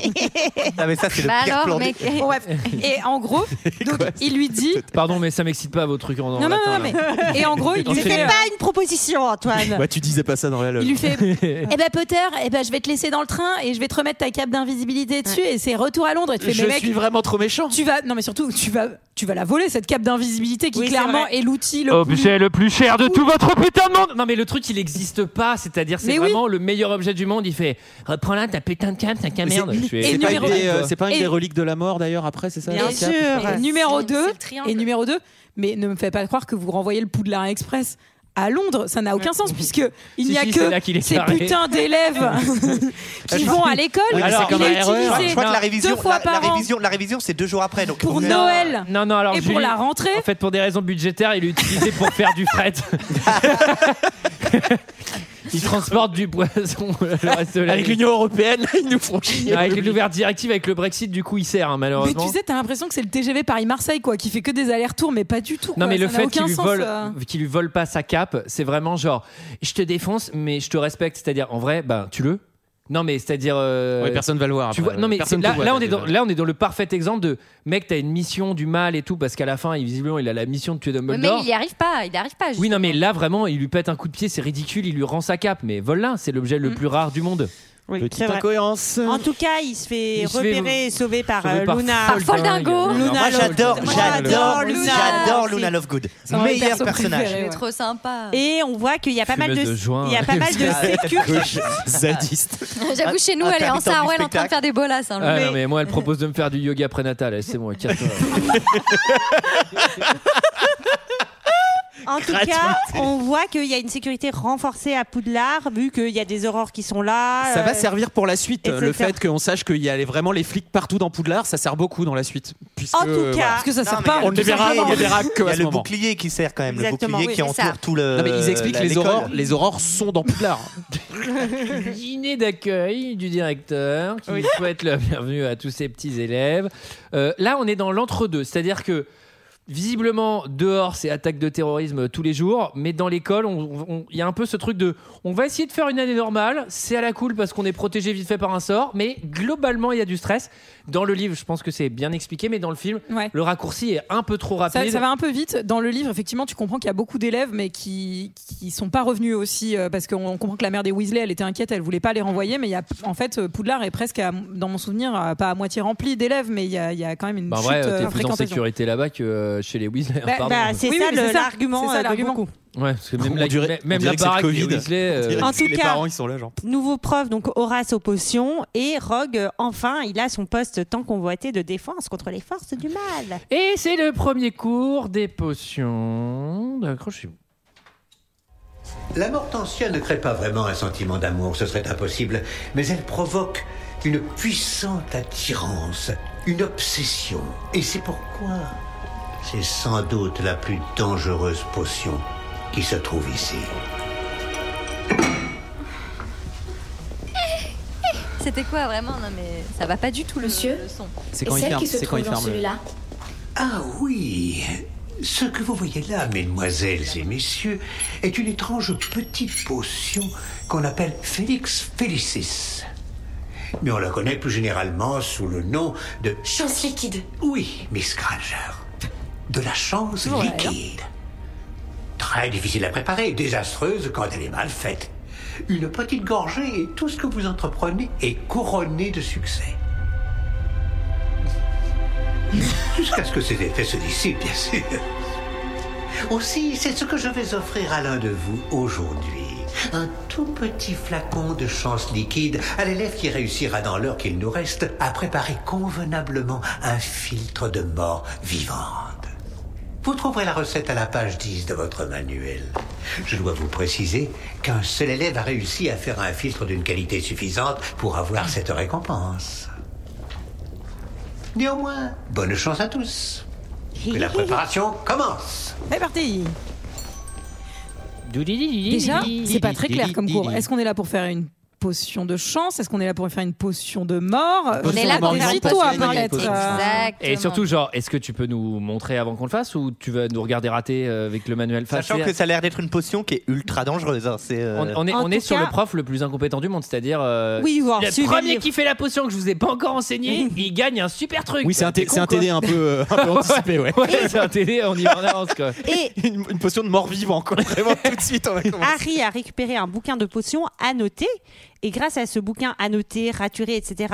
F: Non, mais ça, c'est le
J: Bah
F: pire
J: alors,
F: plan. du-
J: mec.
I: Bon, bref. Et en gros, donc, il lui dit.
A: Pardon, mais ça m'excite pas vos trucs en en
I: Non, non,
A: latin,
I: non,
A: là.
I: mais. Et en gros, il lui
A: Enchaînez.
I: fait.
E: C'était
I: euh,
E: pas une proposition, Antoine.
K: Ouais, tu disais pas ça dans la
I: Il lui fait Eh ben Potter, eh ben je vais te laisser dans le train et je vais te remettre ta cape d'invisibilité dessus et c'est retour à Londres et tu fais
K: Je
I: mais mec,
K: suis vraiment trop méchant.
I: tu vas non mais surtout tu vas tu vas la voler cette cape d'invisibilité qui
E: Oui, c'est
I: clairement
E: vrai.
I: est l'outil le plus
A: Objet Oh, le plus cher de tout votre putain de monde Non mais le truc il existe pas, c'est-à-dire c'est
I: Mais oui.
A: vraiment le meilleur objet du monde, il fait reprends-la ta putain de cam, ta camerde.
K: C'est-
A: Je suis-
I: Et
K: C'est pas, une
I: numéro-
K: des, euh, c'est pas une
I: Et-
K: des reliques de la mort d'ailleurs après, c'est ça
E: Bien
K: la cape
E: sûr.
I: Et numéro
J: C'est-
I: 2
J: c'est le triangle.
I: et numéro 2 mais ne me faites pas croire que vous renvoyez le Poudlard Express à Londres, ça n'a aucun sens puisque il
A: Si,
I: n'y a
A: si, c'est là qu'il
I: que
A: est
I: ces
A: carré.
I: putains d'élèves qui vont à l'école.
K: Oui, mais c'est
I: il
K: comme
I: est
A: E,
K: un RER.
F: Je crois-
I: utilisé
F: Je crois
A: hein.
F: que la révision,
I: deux fois
F: la, la
I: par an
F: révision, la révision, c'est deux jours après. Donc
I: pour
F: on est-
I: Noël
A: Non, non, alors
I: et pour
A: Julie,
I: la rentrée.
A: En fait, pour des raisons budgétaires, il est utilisé pour faire du fret. il transporte du poisson le reste de l'année.
K: Avec l'Union Européenne, là, ils nous font chier.
A: Avec les nouvelles directives, avec le Brexit, du coup, il sert, hein,
I: Mais
A: malheureusement.
I: tu sais, t'as l'impression que c'est le TGV Paris-Marseille, quoi, qui fait que des allers-retours, mais pas du tout.
A: non
I: quoi.
A: mais
I: Ça
A: le
I: n'a
A: fait
I: aucun
A: qu'il lui
I: sens,
A: vole,
I: euh.
A: qu'il lui vole pas sa cape, c'est vraiment genre, je te défonce, mais je te respecte. C'est-à-dire, en vrai, ben, tu le. Non mais c'est-à-dire. euh,
K: Ouais, personne va le voir.
A: Tu
K: après.
A: vois, non mais
K: Personne
A: c'est-
K: te
A: là,
K: voit,
A: là, on
K: t'as
A: est dans,
K: déjà.
A: là on est dans le parfait exemple de mec t'as une mission du mal et tout parce qu'à la fin il- visiblement il a la mission de tuer
J: Oui, Mais
A: Dumbledore.
J: il n'y arrive pas, il n'y arrive pas.
A: Oui non mais là vraiment il lui pète un coup de pied c'est ridicule il lui rend sa cape mais voilà c'est l'objet le
J: Mm.
A: plus rare du monde.
E: Oui,
K: Petite
E: c'est vrai.
K: incohérence. euh,
E: En tout cas, il se fait
A: Il se fait-
E: repérer et sauver par
A: Sauvé
E: euh,
A: par
E: Luna.
J: Par Foldingo.
A: Foldingo.
E: Luna
F: Moi,
E: Lovegood.
F: j'adore,
E: Moi,
F: j'adore,
J: Luna.
F: j'adore
J: aussi.
F: Luna Lovegood.
I: C'est mon
F: Meilleur
I: perso
F: personnage.
I: préféré.
J: Il est
I: ouais.
J: trop sympa.
E: Et on voit qu'il y a pas mal de,
A: Fumeuse de joint.
E: il y a pas mal de sécu.
K: Gauche, zadiste.
J: J'avoue, chez nous,
F: un
J: elle est
F: intermittent
J: en
F: Ah, du
J: Sarwell en train
F: spectacle.
J: de faire des bolas. hein, le
A: Ah
J: mec.
A: non mais moi elle propose de me faire du yoga prénatal Eh, c'est bon casse-toi.
E: En tout cas, on voit qu'il y a une sécurité renforcée à Poudlard vu qu'il y a des aurores qui sont là.
K: Ça
E: euh,
K: va servir pour la suite. euh,
E: Et
K: Le
E: c'est ça.
K: fait qu'on sache qu'il y a les- vraiment les flics partout dans Poudlard, ça sert beaucoup dans la suite. Puisque,
E: En tout
K: euh,
E: cas,
I: Parce que ça
F: Non,
I: sert
F: mais
I: pas.
F: il y a
K: On ne les verra, on ne les verra que
F: Il y
K: à
F: a
K: ce
F: le
K: moment.
F: bouclier qui sert quand même, le
E: Exactement,
F: bouclier
E: oui,
F: qui
J: c'est ça.
F: entoure tout le.
K: Non, mais ils expliquent
E: Euh,
F: la-
K: les
F: l'école.
K: aurores. Les aurores sont dans Poudlard.
A: Dîner d'accueil du directeur qui souhaite la bienvenue à tous ses petits élèves. Euh, là on est dans l'entre-deux c'est-à-dire que Visiblement, dehors, c'est attaque de terrorisme tous les jours, mais dans l'école, on- on- il y a un peu ce truc de on va essayer de faire une année normale, c'est à la cool parce qu'on est protégé vite fait par un sort, mais globalement, il y a du stress. Dans le livre, je pense que c'est bien expliqué, mais dans le film,
I: Ouais.
A: le raccourci est un peu trop rapide.
I: Ça, ça va un peu vite. Dans le livre, effectivement, tu comprends qu'il y a beaucoup d'élèves, mais qui qui sont pas revenus aussi euh, parce qu'on comprend que la mère des Weasley, elle était inquiète, elle voulait pas les renvoyer, mais il y a en fait euh, Poudlard est presque, à- dans mon souvenir, à- pas à moitié rempli d'élèves, mais il y a, il y a quand même une
A: Bah, en
I: chute
A: vrai,
I: euh,
A: t'es
I: en
A: plus en
I: fréquentation.
A: sécurité là-bas que euh, chez les Weasley.
I: Bah,
A: pardon.
I: bah, c'est Oui, ça, oui, le- mais c'est ça. l'argument, C'est ça, euh, de l'argument. beaucoup.
A: Ouais, parce que même
K: On
A: la,
K: dirait-
A: même-
K: on
A: même
K: dirait
A: la
K: que c'est le
A: baraque
K: Covid.
A: des Weasley. euh,
K: On dirait
E: En
K: que
E: tout
K: les
E: cas-
K: parents, ils sont là, genre.
E: Nouveau prof, donc Horace aux potions, et Rogue, euh, enfin, il a son poste tant convoité de défense contre les forces du mal.
A: Et c'est le premier cours des potions. Accrochez-vous.
L: La Mortensia ne crée pas vraiment un sentiment d'amour, ce serait impossible, mais elle provoque une puissante attirance, une obsession. Et c'est pourquoi c'est sans doute la plus dangereuse potion qui se trouve ici.
J: C'était quoi vraiment Non mais ça va pas du tout le, le son.
L: C'est quand Et il celle ferme, qui se c'est quand il trouve dans ferme le- celui-là Ah oui Ce que vous voyez là, mesdemoiselles et messieurs, est une étrange petite potion qu'on appelle Félix Felicis. Mais on la connaît plus généralement sous le nom de... Chance liquide. Oui, Miss Granger. De la chance
M: Toujours elle, hein.
L: liquide. Très difficile à préparer, désastreuse quand elle est mal faite. Une petite gorgée et tout ce que vous entreprenez est couronné de succès. Jusqu'à ce que ces effets se dissipent, bien sûr. Aussi, c'est ce que je vais offrir à l'un de vous aujourd'hui. Un tout petit flacon de chance liquide à l'élève qui réussira dans l'heure qu'il nous reste à préparer convenablement un filtre de mort vivante. Vous trouverez la recette à la page 10 de votre manuel. Je dois vous préciser qu'un seul élève a réussi à faire un filtre d'une qualité suffisante pour avoir cette récompense. Néanmoins, bonne chance à tous. Que la préparation commence.
I: C'est parti. Déjà, c'est pas très clair comme cours. Est-ce qu'on est là pour faire une potion de chance Est-ce qu'on est là pour faire une potion de mort
A: On est là pour faire une potion
I: toi
J: hein,
A: de mort.
J: euh,
I: peut-être. euh,
J: Exactement.
A: Et surtout, genre, est-ce que tu peux nous montrer avant qu'on le fasse ou tu vas nous regarder rater euh, avec le manuel Enfin,
F: Sachant
A: c'est-
F: que ça a l'air d'être une potion qui est ultra dangereuse. hein, c'est, euh,
A: On, on est,
F: En
A: on est
F: tout
A: sur
F: cas-
A: le prof le plus incompétent du monde, c'est-à-dire euh,
F: Oui, ou alors,
A: le
F: suivez le
A: premier
F: livre.
A: qui fait la potion que je vous ai pas encore enseignée, il gagne un super truc.
K: Oui, c'est un, T-
A: T'es con,
K: c'est un
A: quoi.
K: TD un peu, euh, un peu anticipé, ouais.
A: Ouais, c'est un TD, on y va en avance, quoi.
K: une, une potion de mort-vivant, quoi. Vraiment, tout de suite,
E: Ah
K: on va commencer.
E: Harry a récupéré un bouquin de potions annoté, et grâce à ce bouquin annoté, raturé, etc.,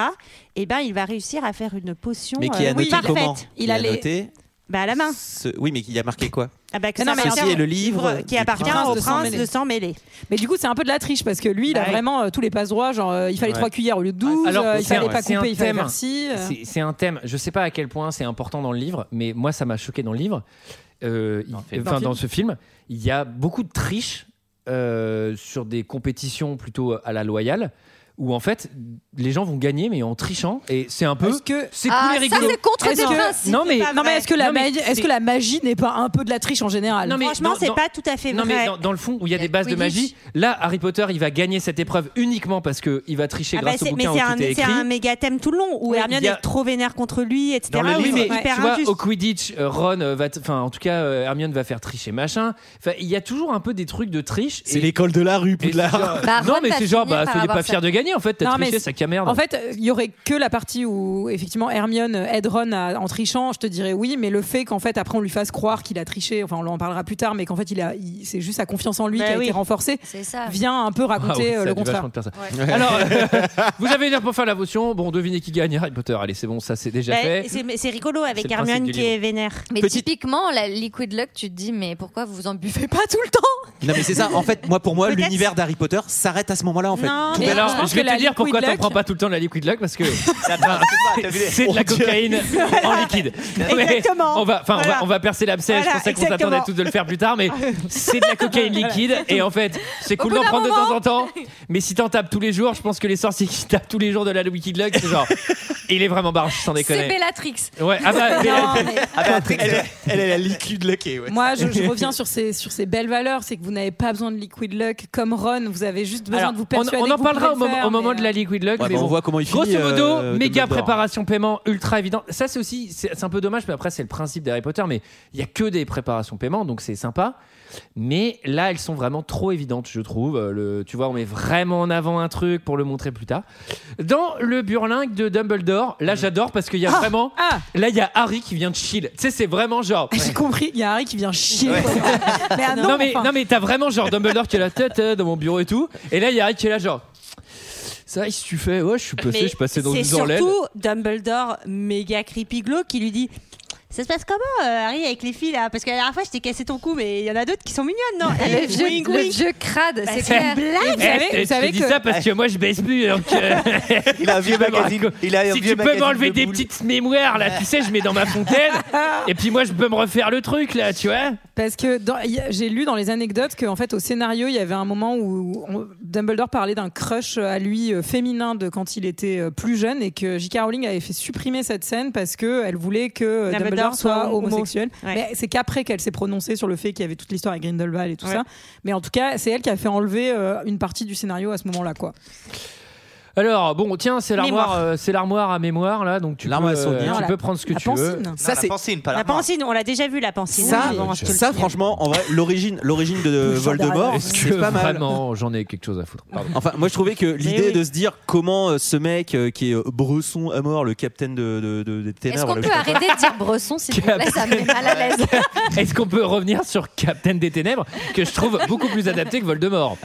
E: eh ben, il va réussir à faire une potion
K: Mais qui est
E: euh,
K: annoté
E: parfaite.
K: comment
E: Il,
K: Qui est
E: a les-
K: annoté
E: Bah, à la main.
K: Ce- Oui, mais il y a marqué quoi
E: Ah bah, que
I: Non,
E: ça
I: mais
E: soit
I: ceci
E: un
I: est le livre
E: qui
I: du
E: appartient
I: prince
E: au
I: de
E: prince
I: Sang-Mêlé.
E: de sang mêlé.
I: Mais du coup, c'est un peu de la triche parce que lui, il a
E: Bah ouais.
I: vraiment euh, tous les passe droits. Genre, euh, il fallait
A: Ouais.
I: trois cuillères au lieu de 12,
A: Alors,
I: euh, il
A: c'est
I: fallait
A: un-
I: pas
A: c'est un
I: couper, il fallait
A: thème.
I: faire ci. euh.
A: C'est- C'est un thème. Je sais pas à quel point c'est important dans le livre, mais moi ça m'a choqué dans le livre. Euh, il-
I: film.
A: Enfin,
I: Dans le
A: dans
I: film.
A: ce film, il y a beaucoup de triche euh, sur des compétitions plutôt à la loyale. Où en fait, les gens vont gagner, mais en trichant. Et c'est un peu.
I: Est-ce que-
A: C'est
I: Ah,
A: cool et
I: ça,
A: rigolo.
I: c'est contre
A: Est-ce
I: tes
A: que-
I: principes,
A: Non, mais,
I: c'est pas Non, mais vrai. est-ce que la magie- est-ce
A: c'est-
I: que la magie n'est pas un peu de la triche en général
A: Non, mais
E: Franchement,
A: dans-
E: c'est
A: dans-
E: pas tout à fait
A: Non, mais
E: vrai.
A: dans, dans le fond, où il y a des bases de
E: Quidditch.
A: magie, là, Harry Potter, il va gagner cette épreuve uniquement parce qu'il va tricher
E: Ah bah,
A: grâce
E: c'est-
A: au
E: mais
A: bouquin où
E: c'est un,
A: tout est
E: c'est
A: écrit.
E: un méga thème tout le long où
A: Oui,
E: Hermione
A: il y a-
E: est trop vénère contre lui, etc.
A: Dans le
E: où
A: livre,
E: c'est
A: mais
E: hyper
A: tu vois,
E: injuste.
A: au Quidditch, euh, Ron euh, va, t- enfin, en tout cas, euh, Hermione va faire tricher machin. Enfin, il y a toujours un peu des trucs de triche.
K: C'est l'école de la rue, Poudlard.
A: Bah, non,
I: Ron
A: mais
I: va
A: c'est genre,
I: finir
A: bah,
I: par
A: soyez
I: avoir
A: pas
I: ça.
A: fier de gagner en fait, t'as
I: Non, mais
A: triché,
I: c'est-
A: ça merde.
I: En fait, euh, il y aurait que la partie où effectivement Hermione aide Ron à- en trichant, je te dirais oui, mais le fait qu'en fait après on lui fasse croire qu'il a triché, enfin on en parlera plus tard, mais qu'en fait il a, il- c'est juste sa confiance en lui
A: Bah
I: qui a
A: oui. Ah.
I: été renforcée,
J: ça.
I: vient un peu
A: Waouh,
I: raconter
A: ça
I: euh,
A: a
I: le
A: dû
I: contraire.
A: vachement de personnes. Alors, euh, vous avez une heure pour faire la motion. Bon, devinez qui gagne Harry Potter. Allez, c'est bon, ça c'est déjà
E: Bah,
A: fait.
E: c'est- mais c'est rigolo
A: C'est
E: avec
A: le principe
E: Hermione
A: du
E: qui
A: livre.
E: est vénère.
J: Mais typiquement, la Liquid Luck, tu te dis, mais pourquoi vous en buvez pas tout le temps
K: Non, mais c'est ça. En fait, moi, pour moi, l'univers d'Harry Potter s'arrête à ce moment-là, en fait.
J: Non,
K: Tout
J: mais
K: à l'heure,
J: je pense
A: Je vais te dire pourquoi t'en
K: t'en
A: prends pas tout le temps de la liquid luck parce que c'est de
K: On
A: la
K: dirait-
A: cocaïne en liquide. Ouais.
K: Exactement.
A: On va, enfin, on va-
K: Voilà.
A: on va percer l'abcès.
K: Voilà,
A: je pensais qu'on
K: exactement.
A: s'attendait tous de le faire plus tard, mais c'est de la cocaïne liquide. Et en fait, c'est
K: Au
A: cool
K: bout
A: d'en
K: d'un
A: prendre de
K: moment.
A: temps en temps. Mais si t'en tapes tous les jours, je pense que les sorciers qui tapent tous les jours de la liquid luck, c'est genre, Il est vraiment barge, sans
J: C'est
A: déconner.
J: Bellatrix.
A: Ouais, ah bah,
I: Non,
A: Bella-
I: mais-
A: Ah bah, Trix,
K: Elle, elle est la liquide lucky, ouais.
I: Moi, je, je reviens sur ces, sur ces belles valeurs, c'est que vous n'avez pas besoin de liquid luck comme Ron, vous avez juste besoin
A: Alors,
I: de vous
A: on,
I: persuader.
A: on
I: que
A: en
I: vous
A: parlera au,
I: pouvez le
A: moment-
I: faire,
A: au moment
I: mais, euh,
A: de la Liquid Luck.
K: Ouais,
A: mais
K: bah, on
A: bon.
K: voit comment il
A: Grosso
K: finit,
A: modo,
K: euh,
A: méga
K: Dumbledore.
A: préparation paiement ultra évident. Ça, c'est aussi, c'est c'est un peu dommage, mais après, c'est le principe d'Harry Potter. Mais il y a que des préparations paiement, donc c'est sympa. Mais là, elles sont vraiment trop évidentes, je trouve. Euh, Le, tu vois, on met vraiment en avant un truc pour le montrer plus tard. Dans le burlingue de Dumbledore, là, j'adore parce qu'il y a vraiment. Là, il y a Harry qui vient de chill. Tu sais, c'est vraiment genre.
I: euh, J'ai compris, il y a Harry qui vient chier. quoi. Mais ah
A: Non, mais, non, mais t'as vraiment genre Dumbledore qui est la tête euh, dans mon bureau et tout. Et là, il y a Harry qui est là, genre. Ça, qu'est-ce que tu fais Ouais, je suis passé, je suis passé dans
E: c'est
A: une orlènes.
E: surtout Dumbledore méga creepy glauque qui lui dit ça se passe comment euh, Harry avec les filles là parce que la dernière fois je t'ai cassé ton cou mais il y en a d'autres qui sont mignonnes non
J: Le
E: Eh,
J: vieux-
E: wink,
J: le
E: wink.
J: vieux crade,
E: Bah,
J: c'est
E: c'est
J: clair.
E: une
A: Eh,
E: blague.
A: je
E: savez-
A: te-
E: vous
A: je
E: savez
A: te dis
E: que-
A: ça parce que moi je baisse plus. donc, euh,
F: Il a un vieux
A: tu peux me
F: magazine-
A: raconter-
F: il a
A: si
F: un vieux
A: tu peux
F: magazine
A: m'enlever
F: de
A: des
F: boules.
A: petites mémoires là, tu sais, je mets dans ma fontaine. et puis moi, je peux me refaire le truc là, tu vois.
I: Parce que dans- y a- j'ai lu dans les anecdotes qu'en fait au scénario il y avait un moment où on- Dumbledore parlait d'un crush à lui euh, féminin de quand il était euh, plus jeune et que J.K. Rowling avait fait supprimer cette scène parce que elle voulait que euh, Dumbledore,
E: Dumbledore soit
I: soit
E: homo.
I: homosexuel.
E: Ouais.
I: Mais c'est qu'après qu'elle s'est prononcée sur le fait qu'il y avait toute l'histoire avec Grindelwald et tout ça. Mais en tout cas c'est elle qui a fait enlever euh, une partie du scénario à ce moment-là quoi.
A: Alors bon, tiens, c'est l'armoire,
I: Mémoire.
A: euh, c'est l'armoire à mémoire là, donc tu peux,
K: L'armoire à
A: euh,
K: souvenirs.
A: tu
I: la-
A: peux prendre ce que
I: la
A: tu veux.
I: pancine.
K: Ça,
F: la
K: c'est-
F: pancine, pas
E: la
F: l'armoire.
E: pansine on l'a déjà vu la pansine
K: Ça,
E: Bon, je te le
K: ça
E: signale.
K: franchement, en vrai, l'origine, l'origine de euh, Voldemort,
A: Est-ce que
K: c'est pas mal.
A: vraiment j'en ai quelque chose à foutre Pardon.
K: Enfin, moi je trouvais que l'idée
E: oui.
K: de se dire comment euh, ce mec euh, qui est euh, bresson à mort, le capitaine de, de, de- des ténèbres,
J: Est-ce
K: là,
J: qu'on
K: je
J: peut
K: sais pas quoi.
J: arrêter de dire Bresson, s'il vous plaît Ça me met mal à l'aise.
A: Est-ce qu'on peut revenir sur Captain des Ténèbres que je trouve beaucoup plus adapté que Voldemort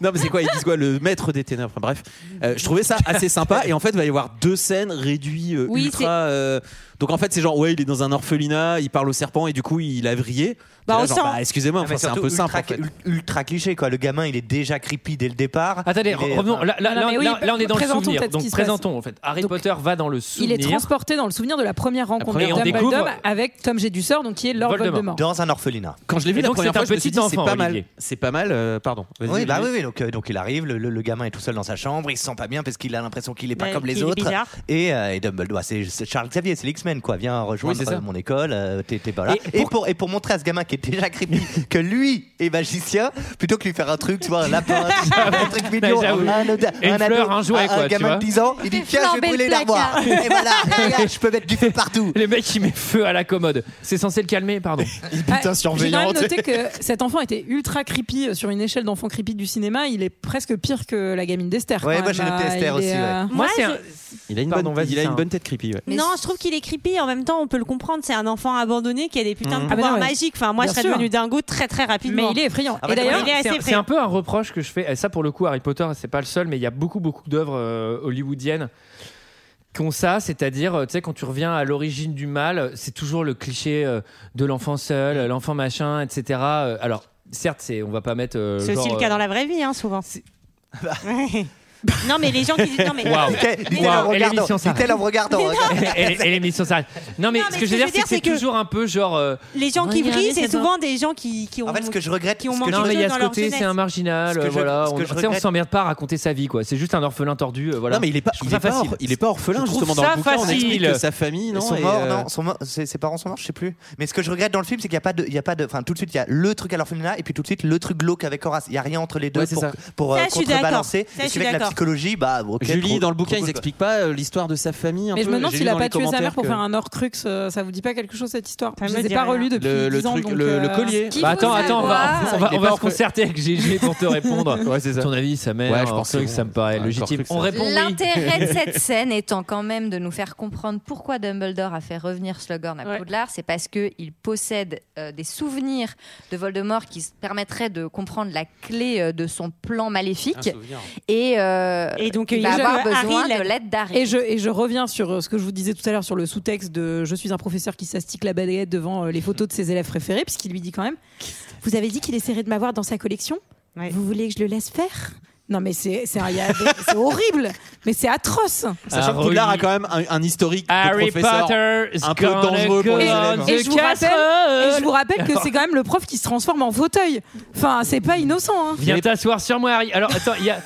K: Non, mais c'est quoi Ils disent quoi Le maître des ténèbres. Enfin, bref, Euh, je trouvais ça assez sympa. Et en fait, il va y avoir deux scènes réduites euh,
J: Oui, c'est-
K: ultra. euh, Donc en fait, c'est genre, ouais, il est dans un orphelinat, il parle au serpent et du coup, il a vrillé.
E: Bah,
K: T'es là,
E: on
K: genre,
E: sent.
K: bah, excusez-moi,
F: Ah, mais
K: enfin, c'est un
F: surtout
K: peu simple.
F: ultra,
K: en fait.
F: ul- ultra cliché quoi. Le gamin il est déjà creepy dès le départ.
A: Attendez,
F: Il
A: re-
F: est-
A: revenons. Là, là,
I: Non,
A: là,
I: mais oui,
A: là- là, on est dans le
I: présentons
A: souvenir.
I: peut-être ce
A: Donc
I: qui se passe.
A: présentons en fait. Harry Potter va dans le
I: Il
A: souvenir.
I: est transporté dans le souvenir de la première rencontre
K: première
I: de
A: rencontre.
I: Dumbledore
A: On découvre-
I: avec Tom Jedusor donc qui est Lord
A: Voldemort.
I: Voldemort.
F: dans un orphelinat.
K: Quand je l'ai vu
A: Et
K: la
A: donc,
K: première
A: c'est un
K: fois, je me suis
A: petit
K: dit, c'est
A: enfant,
K: pas mal.
A: Olivier.
K: C'est pas mal, euh, pardon. Vas-y,
F: Oui, bah oui,
K: Olivier.
F: oui. Donc, euh, donc il arrive, le, le- le gamin est tout seul dans sa chambre, il se sent pas bien parce qu'il a l'impression qu'il est pas
E: Ouais,
F: comme les
E: qu'il est
F: autres.
E: bizarre.
F: Et, euh, et Dumbledore, c'est c'est Charles Xavier, c'est l'X-Men quoi. Viens rejoindre
K: Oui, c'est ça.
F: euh, mon école, euh, t'es t'es pas là.
A: Et
F: Et, pour, et pour montrer à ce gamin qui est déjà creepy que lui est magicien, plutôt que lui faire un truc, tu vois, un lapin, tu vois, un truc mignon,
A: Ouais, j'avoue.
F: un, ado-
A: Et une
F: un ado,
A: fleur, un jouet, quoi, tu
F: gamin
A: vois.
F: de 10 ans, il dit
J: fait
F: tiens, je
J: flamber
F: vais
J: le
F: brûler l'armoire.
J: placard.
F: Et voilà, et regarde, je peux mettre du feu partout.
A: Les mecs, ils mettent feu à la commode. C'est censé le calmer, pardon.
K: bah
I: Ah, J'ai quand même noté que cet enfant était ultra creepy euh, sur une échelle d'enfant creepy du cinéma. Il est presque pire que la gamine d'Esther.
F: Ouais,
I: quand
F: moi,
I: même.
F: j'ai noté
I: Ah,
F: Esther
I: il est,
F: aussi, ouais.
I: euh,
A: Moi, c'est
E: je-
A: un-
K: Il a une
A: Pardon,
K: bonne
A: vas-y,
K: il a
A: c'est
K: une
A: un-
K: bonne tête creepy, ouais.
J: Mais
E: non, je trouve qu'il est creepy. En même temps, on peut le comprendre. C'est un enfant abandonné qui a des putains de
K: Mhm.
I: Ah bah
E: pouvoirs
I: non, ouais.
E: magiques. Enfin, moi,
I: Bien
E: je serais
I: sûr.
E: devenu dingo très très
I: euh, Mais
E: rapidement.
I: il est effrayant.
F: Ah bah,
I: Et d'ailleurs,
E: il est assez
A: C'est un-
E: frais.
A: c'est un peu un reproche que je fais. Et ça, pour le coup, Harry Potter, c'est pas le seul, mais il y a beaucoup, beaucoup d'œuvres euh, hollywoodiennes qui ont ça. C'est-à-dire, euh, tu sais, quand tu reviens à l'origine du mal, euh, c'est toujours le cliché euh, de l'enfant seul, euh, l'enfant machin, etc. Euh, Alors, certes, c'est, on va pas mettre. euh,
E: C'est aussi
A: genre,
E: le cas
A: euh,
E: dans la vraie vie, hein, souvent.
A: c'est-
E: Ouais. non, mais les gens qui disent non, mais.
A: Waouh.
F: Dit-elle dit-elle
A: Waouh,
F: en
A: et
F: regardant.
A: l'émission s'arrête.
F: dit-elle en regardant. regarde.
A: et, euh, et- et l'émission s'arrête. Non, mais,
E: Non,
A: ce que je veux dire, c'est que c'est toujours un peu genre. euh,
E: Les gens qui
A: Regardez,
E: vrillent, c'est
A: c'est
E: souvent des gens qui, qui ont.
F: En fait, ce que je regrette,
E: Qui ont
F: ce que
E: manqué
F: je
A: non, mais il y a
E: dans
A: ce
E: leur
A: côté, c'est
E: jeunesse.
A: un marginal.
F: Ce que
A: euh,
F: je-
A: voilà,
F: ce
A: on,
F: que
A: tu
F: je
A: sais, on
F: regrette-
A: s'emmerde pas à raconter sa vie, quoi. C'est juste un orphelin tordu. euh, voilà.
K: Non, mais il est pas,
A: Je trouve
K: il est
A: ça
K: pas,
A: facile.
K: or- il est pas orphelin
A: Je trouve
K: justement dans
A: ça
K: le bouquin. On
A: facile.
K: explique que sa famille, non
F: Ils sont
K: et,
F: morts,
K: euh,
F: non sont morts- ses, ses parents sont morts, je sais plus. Mais ce que je regrette dans le film, c'est qu'il n'y a pas de, il y a pas de, enfin tout de suite il y a le truc à l'orphelinat et puis tout de suite le truc glauque avec Horace. Il y a rien entre les deux
K: Ouais, c'est
F: pour,
K: ça.
F: pour euh,
E: Ça, je suis
F: contrebalancer.
E: d'accord. Ça, je
F: Et c'est
E: suis
F: vrai que la
E: d'accord.
F: psychologie, bah ok.
K: Julie,
F: trop-
K: dans le
F: trop
K: bouquin,
F: cool,
K: ils
F: quoi.
K: expliquent pas euh, l'histoire de sa famille. Un
I: mais je
K: peu.
I: me demande
K: J'ai
I: s'il
K: lu
I: a
K: dans
I: pas
K: les
I: tué sa mère
K: commentaires
I: pour
K: que-
I: faire un Horcrux. euh, Ça vous dit pas quelque chose cette histoire
E: Ça
I: Je
E: me
I: les ai
E: dit
I: pas
E: rien.
I: relus depuis
K: Le-
I: 10
K: le
I: ans.
K: truc-
I: donc,
K: le- le
I: euh,
K: collier.
J: Qui
A: Bah,
J: vous
A: attends,
J: a
A: attends, on va,
J: voir
A: on va,
K: Il est
A: on va
K: pas
A: se concerter avec GG pour te répondre.
K: Ouais, c'est ça.
A: Ton avis, sa mère,
K: Ouais, je
A: un
K: pense
A: truc,
K: que c'est
A: ça
K: bon.
A: me paraît
K: Ouais,
A: légitime.
K: encore
A: On
K: que ça.
A: répond oui.
J: L'intérêt de cette scène étant quand même de nous faire comprendre pourquoi Dumbledore a fait revenir Slughorn à
E: Ouais.
J: Poudlard, c'est parce qu'il possède euh, des souvenirs de Voldemort qui se permettraient de comprendre la clé euh, de son plan maléfique et, euh,
E: Et donc,
J: il
E: il
J: va
E: je-
J: avoir
E: Harry
J: besoin
E: l'aide.
J: de l'aide d'Harry.
I: Et je, et je reviens sur euh, ce que je vous disais tout à l'heure sur le sous-texte de Je suis un professeur qui s'astique la baguette devant euh, les photos de ses élèves préférés, puisqu'il lui dit quand même Vous avez dit qu'il essaierait de m'avoir dans sa collection
E: Ouais.
I: Vous voulez que je le laisse faire Non, mais c'est c'est un- il y a des- c'est horrible Mais c'est atroce
K: Sachant
A: Ah,
K: que Poudlard
A: Rowling.
K: a quand même un, un historique
A: Harry
K: de professeur.
A: Potter is
K: un peu
A: gonna
K: dangereux pour les
A: go
K: élèves.
A: on
I: Et
A: the
I: je, vous rappelle, et je
A: casserole.
I: vous rappelle que c'est quand même le prof qui se transforme en fauteuil. Enfin, c'est pas innocent. hein.
A: Viens t'asseoir sur moi, Harry. Alors, attends, il y a.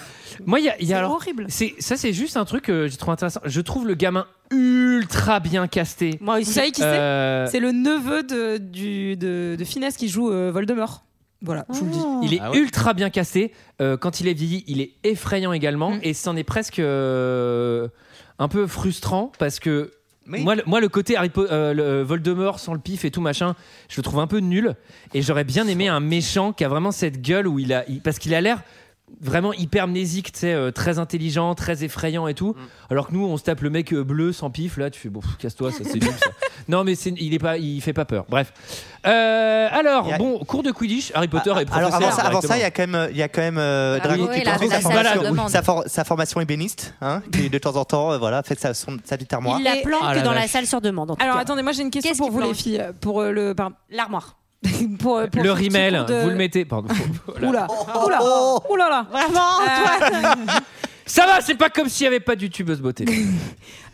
A: Moi, il y a, il y a
I: C'est
A: alors,
I: horrible.
A: c'est- ça, c'est juste un truc que je trouve intéressant. Je trouve le gamin ultra bien casté.
I: Moi Vous savez qui
A: Euh,
I: c'est C'est le neveu de, du, de, de Finesse qui joue euh, Voldemort. Voilà, je vous le dis.
A: Il
K: Ah
A: est ultra bien casté. Euh, quand il est vieilli, il est effrayant également.
I: Mm.
A: Et c'en est presque euh, un peu frustrant parce que moi, le, moi, le côté Harry Po- euh, le Voldemort sans le pif et tout machin, je le trouve un peu nul. Et j'aurais bien aimé un méchant qui a vraiment cette gueule où il a. il- parce qu'il a l'air vraiment hyper amnésique, tu sais, euh, très intelligent, très effrayant et tout.
F: Mm.
A: Alors que nous, on se tape le mec euh, bleu sans pif, là, tu fais bon, pff, casse-toi, ça c'est nul ça. Non, mais c'est- il est pas, il fait pas peur. Bref. Euh, alors, bon, cours de Quidditch, Harry Potter est professeur.
F: Ah, Alors avant ça, avant ça, il y
A: directement.
F: a quand même, il y a quand même euh,
A: Ah
F: Drago
A: oui,
F: qui
A: oui, la-
F: poursuit
A: la-
F: sa
A: la- la
F: formation,
A: demande.
F: sa, for- sa formation ébéniste, hein, qui de temps en temps, euh, voilà, fait sa, son- sa petite armoire.
E: Il la planque dans la salle sur demande.
I: Alors attendez, moi j'ai une question pour vous les filles, euh, pour euh, le pardon.
E: l'armoire.
I: pour, euh, pour
A: le
I: ce petit
A: rimel,
I: cours de-
A: vous le mettez. Pardon. Voilà.
I: Oula, oula,
E: Oh.
I: Euh, oula là. Vraiment Antoine
A: Ça va, c'est pas comme s'il n'y avait pas du tubeuse beauté.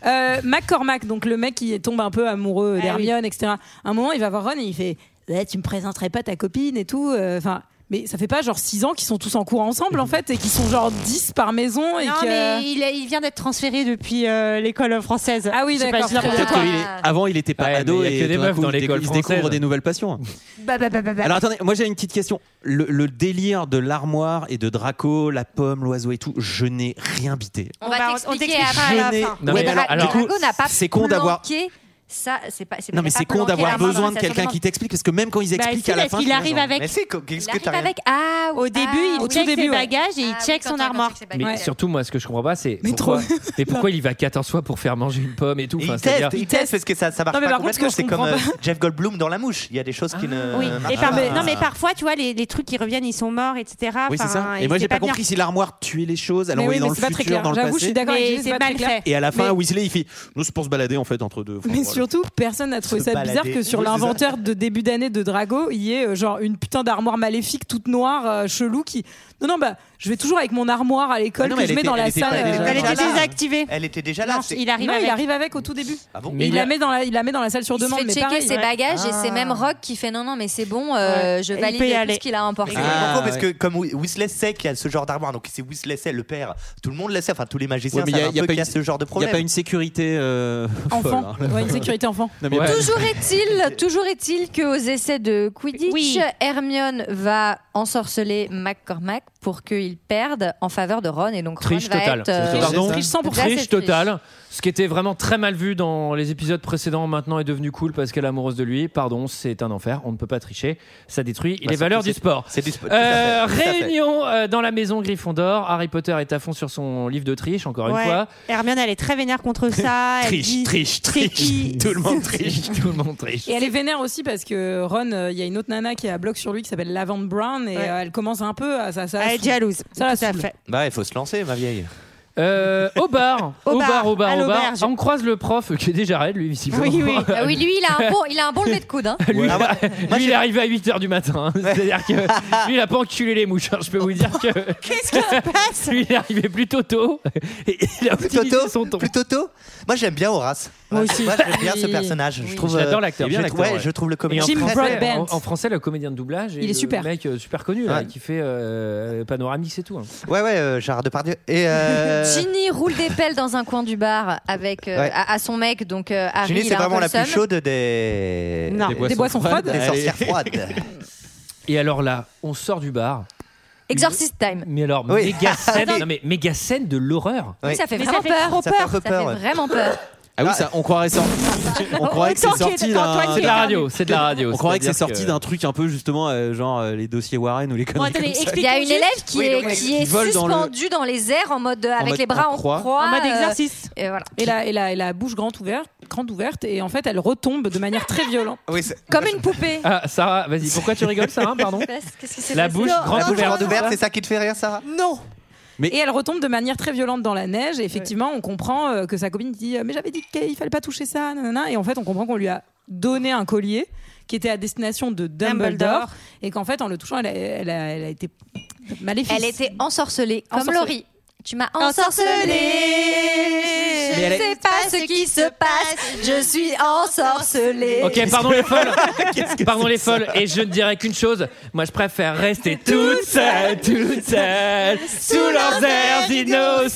I: Euh, McCormack, donc le mec qui tombe un peu
E: Eh
I: amoureux d'Hermione, etc. À un moment, il va voir Ron et il fait Ouais, Tu me présenterais pas ta copine et tout. euh, Enfin. mais ça fait pas genre 6 ans qu'ils sont tous en cours ensemble en fait et qu'ils sont genre 10 par maison et
E: Non,
I: que-
E: mais il, est- il vient d'être transféré depuis euh, l'école française.
I: Ah oui,
E: Je sais
I: d'accord.
E: pas, je dis n'importe
K: Peut-être
E: quoi.
K: qu'il est- Avant, il était pas
A: Ouais, mais
K: ado
A: il y a
K: et
A: que des
K: tout d'un
A: meufs
K: coup,
A: dans
K: il dé-
A: l'école
K: il se
A: française.
K: découvre des nouvelles passions.
E: Bah, bah, bah, bah, bah.
K: Alors attendez, moi j'ai une petite question. Le, le délire de l'armoire et de Draco, la pomme, l'oiseau et tout, je n'ai rien bité.
J: On, va t'expliquer
K: Je
J: après à
K: n'ai-
J: la fin.
K: Non, mais
J: Dra-
K: alors- alors-
J: bah, Drago n'a pas
K: c'est con d'avoir-
J: planqué Ça, c'est pas.
K: Non mais
J: pas
K: c'est con
J: planqué
K: d'avoir
J: la main dans
K: besoin
J: la
K: de quelqu'un
J: salle
K: qui t'explique parce que même quand ils expliquent
E: si,
K: à la
E: parce
K: fin,
E: Bah, qu'il
K: tu
E: arrive
K: vois, genre,
E: avec- Mais c'est
F: qu'est-ce
J: demande. Il arrive avec ah
E: Au début, Ah, il
J: oui.
E: check ses
I: début, ouais.
E: bagages et il check son armoire.
J: Bah,
A: Mais surtout, moi, ce que je comprends pas, c'est pourquoi, mais pourquoi il va 14 fois pour faire manger une pomme et tout.
F: Et
A: Enfin,
F: il teste,
A: c'est-à-dire-
F: il teste parce que ça, ça marche
A: Non, mais
F: pas
A: par contre, ce que
F: complètement.
A: je
F: C'est comme
A: comprends
F: euh, Jeff Goldblum dans La Mouche. Il y a des choses qui ne.
E: Ah Oui.
F: marchent
E: Et par-
F: pas.
E: non, mais parfois, tu vois, les, les trucs qui reviennent, ils sont morts, etc.
K: Oui, c'est
E: Enfin,
K: ça.
E: hein, il
K: Et moi,
E: sait
K: j'ai pas,
E: bien.
K: compris si l'armoire tuait les choses, elle
E: Mais
K: envoyait
E: oui, mais
K: dans le
E: c'est pas
K: futur,
E: très clair.
K: dans le
I: J'avoue,
K: passé.
I: je suis d'accord avec
E: Mais
I: Julie,
E: c'est
I: pas
E: mal
I: très clair.
E: fait.
K: Et à la fin,
I: Mais-
K: Weasley, il fait Nous, c'est pour se balader en fait entre deux. Enfin,
I: Mais
K: voilà.
I: surtout, personne n'a trouvé
K: Se
I: ça bizarre
K: balader.
I: que sur
K: Oui, c'est ça.
I: l'inventaire de début d'année de Drago, il y ait euh, genre une putain d'armoire maléfique toute noire, euh, chelou, qui. Non, non, bah, je vais toujours avec mon armoire à
F: Ah
I: l'école
F: non,
I: que
F: mais
I: je
F: elle
I: mets dans
F: était-
I: la
F: elle était
I: salle.
F: pas- elle était
I: euh,
F: déjà là.
E: désactivée.
F: Elle était déjà là.
E: Non,
F: c'est-
E: il arrive
I: Non, il
E: avec.
I: arrive avec au tout début.
F: Ah bon
I: il, la met dans la, il la met dans la salle sur
J: Il se
I: demande,
J: fait
I: mais
J: checker
I: pareil.
J: ses bagages et
F: Ah.
J: c'est même Rock qui fait non, non, mais c'est bon, euh,
E: Ouais.
J: je
E: Il peut
J: valide
E: y
J: tout
E: aller.
J: ce qu'il a
F: Mais
K: Ah,
J: emporté.
F: c'est pas faux, parce
K: ouais.
F: que comme Whi- Weasley sait qu'il y a ce genre d'armoire, donc c'est Weasley sait, le père, tout le monde le sait, enfin tous les magiciens
K: Ouais, mais il y a-
F: savent
K: il y a
F: un peu
K: pas
F: qu'il y a
K: une-
F: ce genre de
K: Il n'y
F: problème.
K: a pas une sécurité euh,
I: Enfant.
K: folle, hein.
I: Ouais, une sécurité enfant.
K: Non, mais
A: Ouais.
K: pas-
J: Toujours est-il, toujours est-il que aux essais de Quidditch,
E: Oui.
J: Hermione va ensorceler McCormack pour qu'il perde en faveur de Ron et donc Ron
A: Triche
J: va
A: totale.
J: être euh,
A: Pardon
I: Triche 100%.
J: Là, c'est
A: Triche totale. Ce qui était vraiment très mal vu dans les épisodes précédents, maintenant est devenu cool parce qu'elle est amoureuse de lui. Pardon, c'est un enfer. On ne peut pas tricher. Ça détruit
F: Bah,
A: les
F: c'est-
A: valeurs du
F: c'est-
A: sport.
F: C'est du sport.
A: Euh,
F: tout à fait, tout à fait.
A: réunion euh, dans la maison Gryffondor. Harry Potter est à fond sur son livre de triche, encore une
E: Ouais.
A: fois.
E: Hermione, elle est très vénère contre ça. elle dit,
K: triche,
E: C'est qui
K: Tout le monde triche.
A: Tout le monde triche.
I: Et elle est vénère aussi parce que Ron, euh, il y a une autre nana qui a bloc sur lui qui s'appelle Lavande Brown et
E: Ouais.
I: euh, elle commence un peu à ça. ça
E: Elle est jalouse.
I: Ça la
E: Tout à
I: saoule.
E: fait.
F: Bah, il faut se lancer, ma vieille.
A: Euh, au bar,
E: Au
A: au bar,
E: bar,
A: au bar,
E: à
A: au bar.
E: l'auberge.
A: On croise le prof qui est déjà raide, lui, visiblement.
E: Oui, oui.
J: Ah oui, lui, il a un bon, il a un bon lever de coude. hein.
A: Lui,
F: Ah, moi- moi,
A: lui, il
F: j'ai-
A: est arrivé à 8h du matin. hein. C'est-à-dire que lui, il a pas enculé les mouches. hein. Je peux vous dire que. Qu'est-ce qui se passe Lui, il est arrivé plus tôt tôt. Et il a optimisé
F: Toto
A: son ton.
F: Plus Toto Moi j'aime bien Horace.
I: Moi aussi.
F: Moi j'aime bien ce
I: Oui.
F: personnage. Je trouve.
A: J'adore
F: euh,
A: l'acteur,
F: je
A: bien
F: trouve-
A: l'acteur,
F: ouais,
A: ouais.
F: je trouve le
A: Et
F: comédien.
A: en,
I: Jim
A: français,
I: Broadbent.
A: en- en français, le comédien de doublage. et
I: Il est
A: le
I: super.
A: mec euh, super connu, là,
F: Ouais.
A: qui fait euh, Panoramix et tout. hein.
F: Ouais ouais, euh, Gérard Depardieu. Et euh,
J: Ginny roule des pelles dans un coin du bar avec euh,
F: Ouais.
J: à, à son mec, donc euh, Harry.
F: Ginny,
J: il
F: c'est
J: a un
F: vraiment
J: peu
F: la
J: le
F: plus
J: seum.
F: chaude des.
E: Non.
I: Des boissons froides.
F: Des
K: Allez.
F: sorcières froides.
A: Et alors là, on sort du bar.
J: Exorcist time.
A: Mais alors,
F: Oui.
A: méga, scène,
F: Allez.
A: non, mais méga scène de l'horreur.
J: Oui,
F: Oui.
J: Ça fait
E: Mais
J: vraiment
E: ça fait
J: peur.
E: trop
F: Ça fait un peu
J: Ça
F: peur,
J: fait
F: ouais.
J: vraiment peur.
K: Ah oui, ça, on croirait ça. On croirait que c'est
E: Antoine qui est-
K: sorti
E: Antoine
K: d'un.
E: qui
A: C'est de la radio, c'est de la radio.
K: On croirait que c'est
A: C'est-à-dire
K: sorti d'un truc un peu justement euh, genre euh, les dossiers Warren ou les
E: Bon,
K: conneries.
E: attendez,
K: comme ça.
J: Il y a
E: expliquez-nous
J: une
E: juste
J: élève qui
K: Oui,
J: est,
K: donc,
J: qui
K: ils
J: est
K: volent dans le-
J: suspendue dans, les airs en mode euh, avec
K: mode
J: les bras
K: en
J: en croix.
K: croix.
E: En mode
J: euh,
E: exercice.
J: et voilà.
I: Et la, et la, et la bouche grande ouverte, grande ouverte, et en fait, elle retombe de manière très violente.
F: Oui, c'est-
J: Comme une poupée.
A: Ah, Sarah, vas-y, pourquoi tu rigoles, Sarah Pardon
J: Qu'est-ce que c'est
A: La
J: passé
A: bouche grande
F: La bouche
A: ouverte.
F: grande ouverte, c'est ça qui te fait rire, Sarah
E: Non.
I: Et elle retombe de manière très violente dans la neige. Et effectivement, on comprend euh, que sa copine dit euh, Mais j'avais dit qu'il fallait pas toucher ça, nanana. Et en fait, on comprend qu'on lui a donné un collier qui était à destination de Dumbledore.
E: Dumbledore.
I: Et qu'en fait, en le touchant, elle a, elle a- elle a été maléfique.
J: Elle était ensorcelée, comme
I: Ensorcelée.
J: Laurie. Tu m'as ensorcelée. Je
K: Mais elle
J: ne
K: est-
J: sais pas ce qui se passe, je suis ensorcelée.
A: Ok, pardon les folles. pardon les folles. Et je ne dirais qu'une chose. Moi, je préfère rester toute seule, toute seule, sous leurs airs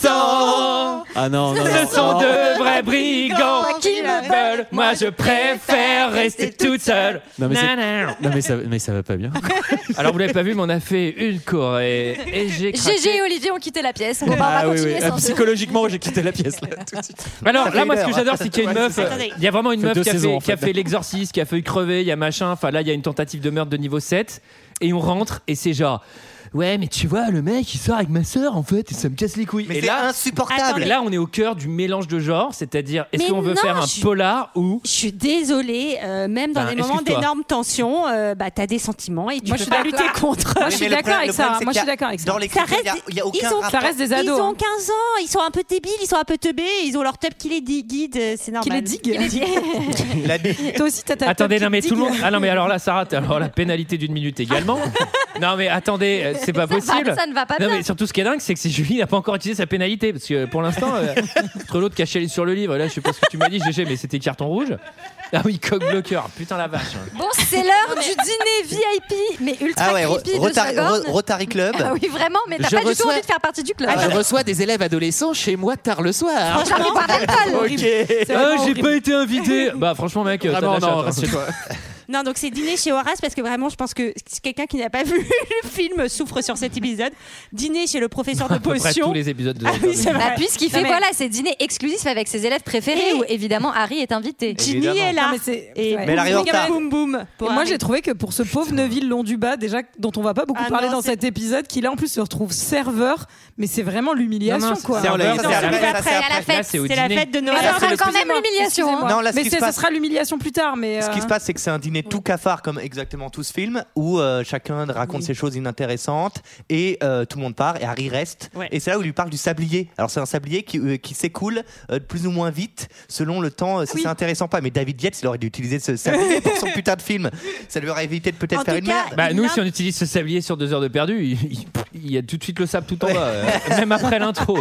A: innocents.
K: Ah non, non, non.
A: Ce sont de vrais brigands qui me veulent. Moi, je préfère rester toute seule.
K: Non, mais, c'est-
A: Nanana.
K: non, mais ça, mais ça va pas bien.
A: Alors, vous l'avez pas vu, mais on a fait une choré. Et j'ai craqué.
J: GG et Olivier ont quitté la pièce. On va
K: Ah
J: pas
K: oui,
J: continuer
K: oui.
J: sans eux.
K: Psychologiquement, j'ai quitté la pièce. Là, tout de suite.
F: Ah,
A: Alors là, moi, ce que j'adore, c'est qu'il y a une
K: Ouais,
A: meuf.
K: c'est ça.
A: euh, Il y a vraiment une
K: Fait
A: meuf
K: deux
A: qui a
K: saisons,
A: fait,
K: en
A: qui a
K: fait.
A: fait l'exorciste, qui a failli crever, il y a machin. Enfin là, il y a une tentative de meurtre de niveau 7. Et on rentre et c'est genre. Ouais, mais tu vois, le mec, il sort avec ma soeur en fait, et ça me casse les couilles. et
F: c'est
A: là,
F: insupportable.
A: Et là, on est au cœur du mélange de genres, c'est-à-dire, est-ce
E: Mais
A: qu'on veut
E: non,
A: faire un
E: je-
A: polar ou.
E: Je suis désolée, euh, même dans
A: Ben,
E: des moments
A: excuse-toi.
E: d'énorme tension, euh, bah, t'as des sentiments et tu
I: Moi, je
E: peux
I: suis
E: pas
I: d'accord.
E: lutter contre.
I: Moi, je suis d'accord avec ça. Moi, je suis d'accord avec ça.
E: Dans les ça reste,
I: il y
E: ils
I: a aucun
E: ont,
I: rapport. Ça reste des ados,
E: Ils ont
I: hein.
E: 15 ans, ils sont un peu débiles, ils sont un peu teubés, ils ont leur tub qui les di- guide, euh, c'est normal.
I: les digue.
F: La-
I: Toi aussi, t'as ta
A: Attendez,
I: ta
A: non mais
I: petite
A: tout le monde.
I: digue.
A: Ah non mais alors là, Sarah, t'as alors la pénalité d'une minute également. non mais attendez, euh, c'est pas
J: Ça va-
A: possible.
J: ça ne va pas
A: Non
J: bien.
A: mais surtout, ce qui est dingue, c'est que si Julie n'a pas encore utilisé sa pénalité, parce que pour l'instant, euh, entre l'autre caché sur le livre, là, je sais pas ce que tu m'as dit, GG, mais c'était carton rouge. Ah oui, coq bloqueur, putain la vache. hein.
J: Bon, c'est l'heure du dîner VIP, mais ultra
F: Ah ouais, re-
J: creepy de
F: Rotary,
J: Sagorn.
F: Ro- Rotary Club.
J: Ah oui, vraiment, mais
K: Je
J: t'as pas du tout
K: reçois-
J: envie de faire partie du
F: Ah,
J: club.
K: Je reçois des élèves adolescents chez moi tard le soir.
J: Ah, Franchement, t'as pas le col.
A: Ah, j'ai pas été invité. Bah franchement, mec, euh, t'as de
K: Vraiment,
A: la
K: non,
A: chatte, hein.
K: reste chez toi.
E: Non, donc c'est dîner chez Horace parce que vraiment, je pense que si quelqu'un qui n'a pas vu le film souffre sur cet épisode. Dîner chez le professeur de
A: À peu près
E: potion.
A: tous les épisodes de
E: Ah oui, c'est
J: Bah,
E: vrai.
J: puisqu'il fait
E: Non, mais-
J: voilà ces dîners exclusifs avec ses élèves préférés,
E: Et-
J: où évidemment Harry est invité.
E: Ginny est là.
I: Non, mais c'est-
E: Et
I: ouais.
F: Mais elle arrive en retard.
E: boum boum.
I: Et moi, j'ai trouvé que pour ce pauvre Neville Londuba, déjà dont on va pas beaucoup
E: Ah
I: parler
E: non,
I: dans
E: c'est-
I: cet épisode, qui là en plus se retrouve serveur, mais c'est vraiment l'humiliation
A: Non, non,
I: quoi.
A: c'est-
F: là,
A: Non,
F: ça, c'est
A: c'est
F: à la-
A: après,
F: ça, c'est
J: à la
F: après.
J: fête.
A: Là, c'est au
E: C'est la
A: dîner.
E: fête
I: Ah,
E: de
J: Alors,
E: Noël.
J: c'est quand même l'humiliation. hein.
I: Excusez-moi.
F: Non, là, ce
I: mais
F: qui
I: c'est-
F: se
I: ce
F: passe-
I: sera l'humiliation plus tard. Mais
F: Ce qui
I: euh,
F: se passe, c'est que c'est un dîner tout cafard, comme exactement tout ce film, où euh, chacun raconte ses choses inintéressantes et euh, tout le monde part et Harry reste.
E: Ouais.
F: Et c'est là où il lui parle du sablier. Alors, c'est un sablier qui, euh, qui s'écoule euh, plus ou moins vite selon le temps, euh, si
I: Oui.
F: c'est intéressant ou pas. Mais David Yates, il aurait dû utiliser ce sablier pour son putain de film. Ça lui aurait évité de peut-être
E: En
F: faire
E: tout
F: une
E: cas,
F: merde.
A: Bah
E: Il
A: nous,
E: a-
A: si on utilise ce sablier sur deux heures de perdu, il, il- il y a tout de suite le sable tout en bas, euh, même après l'intro.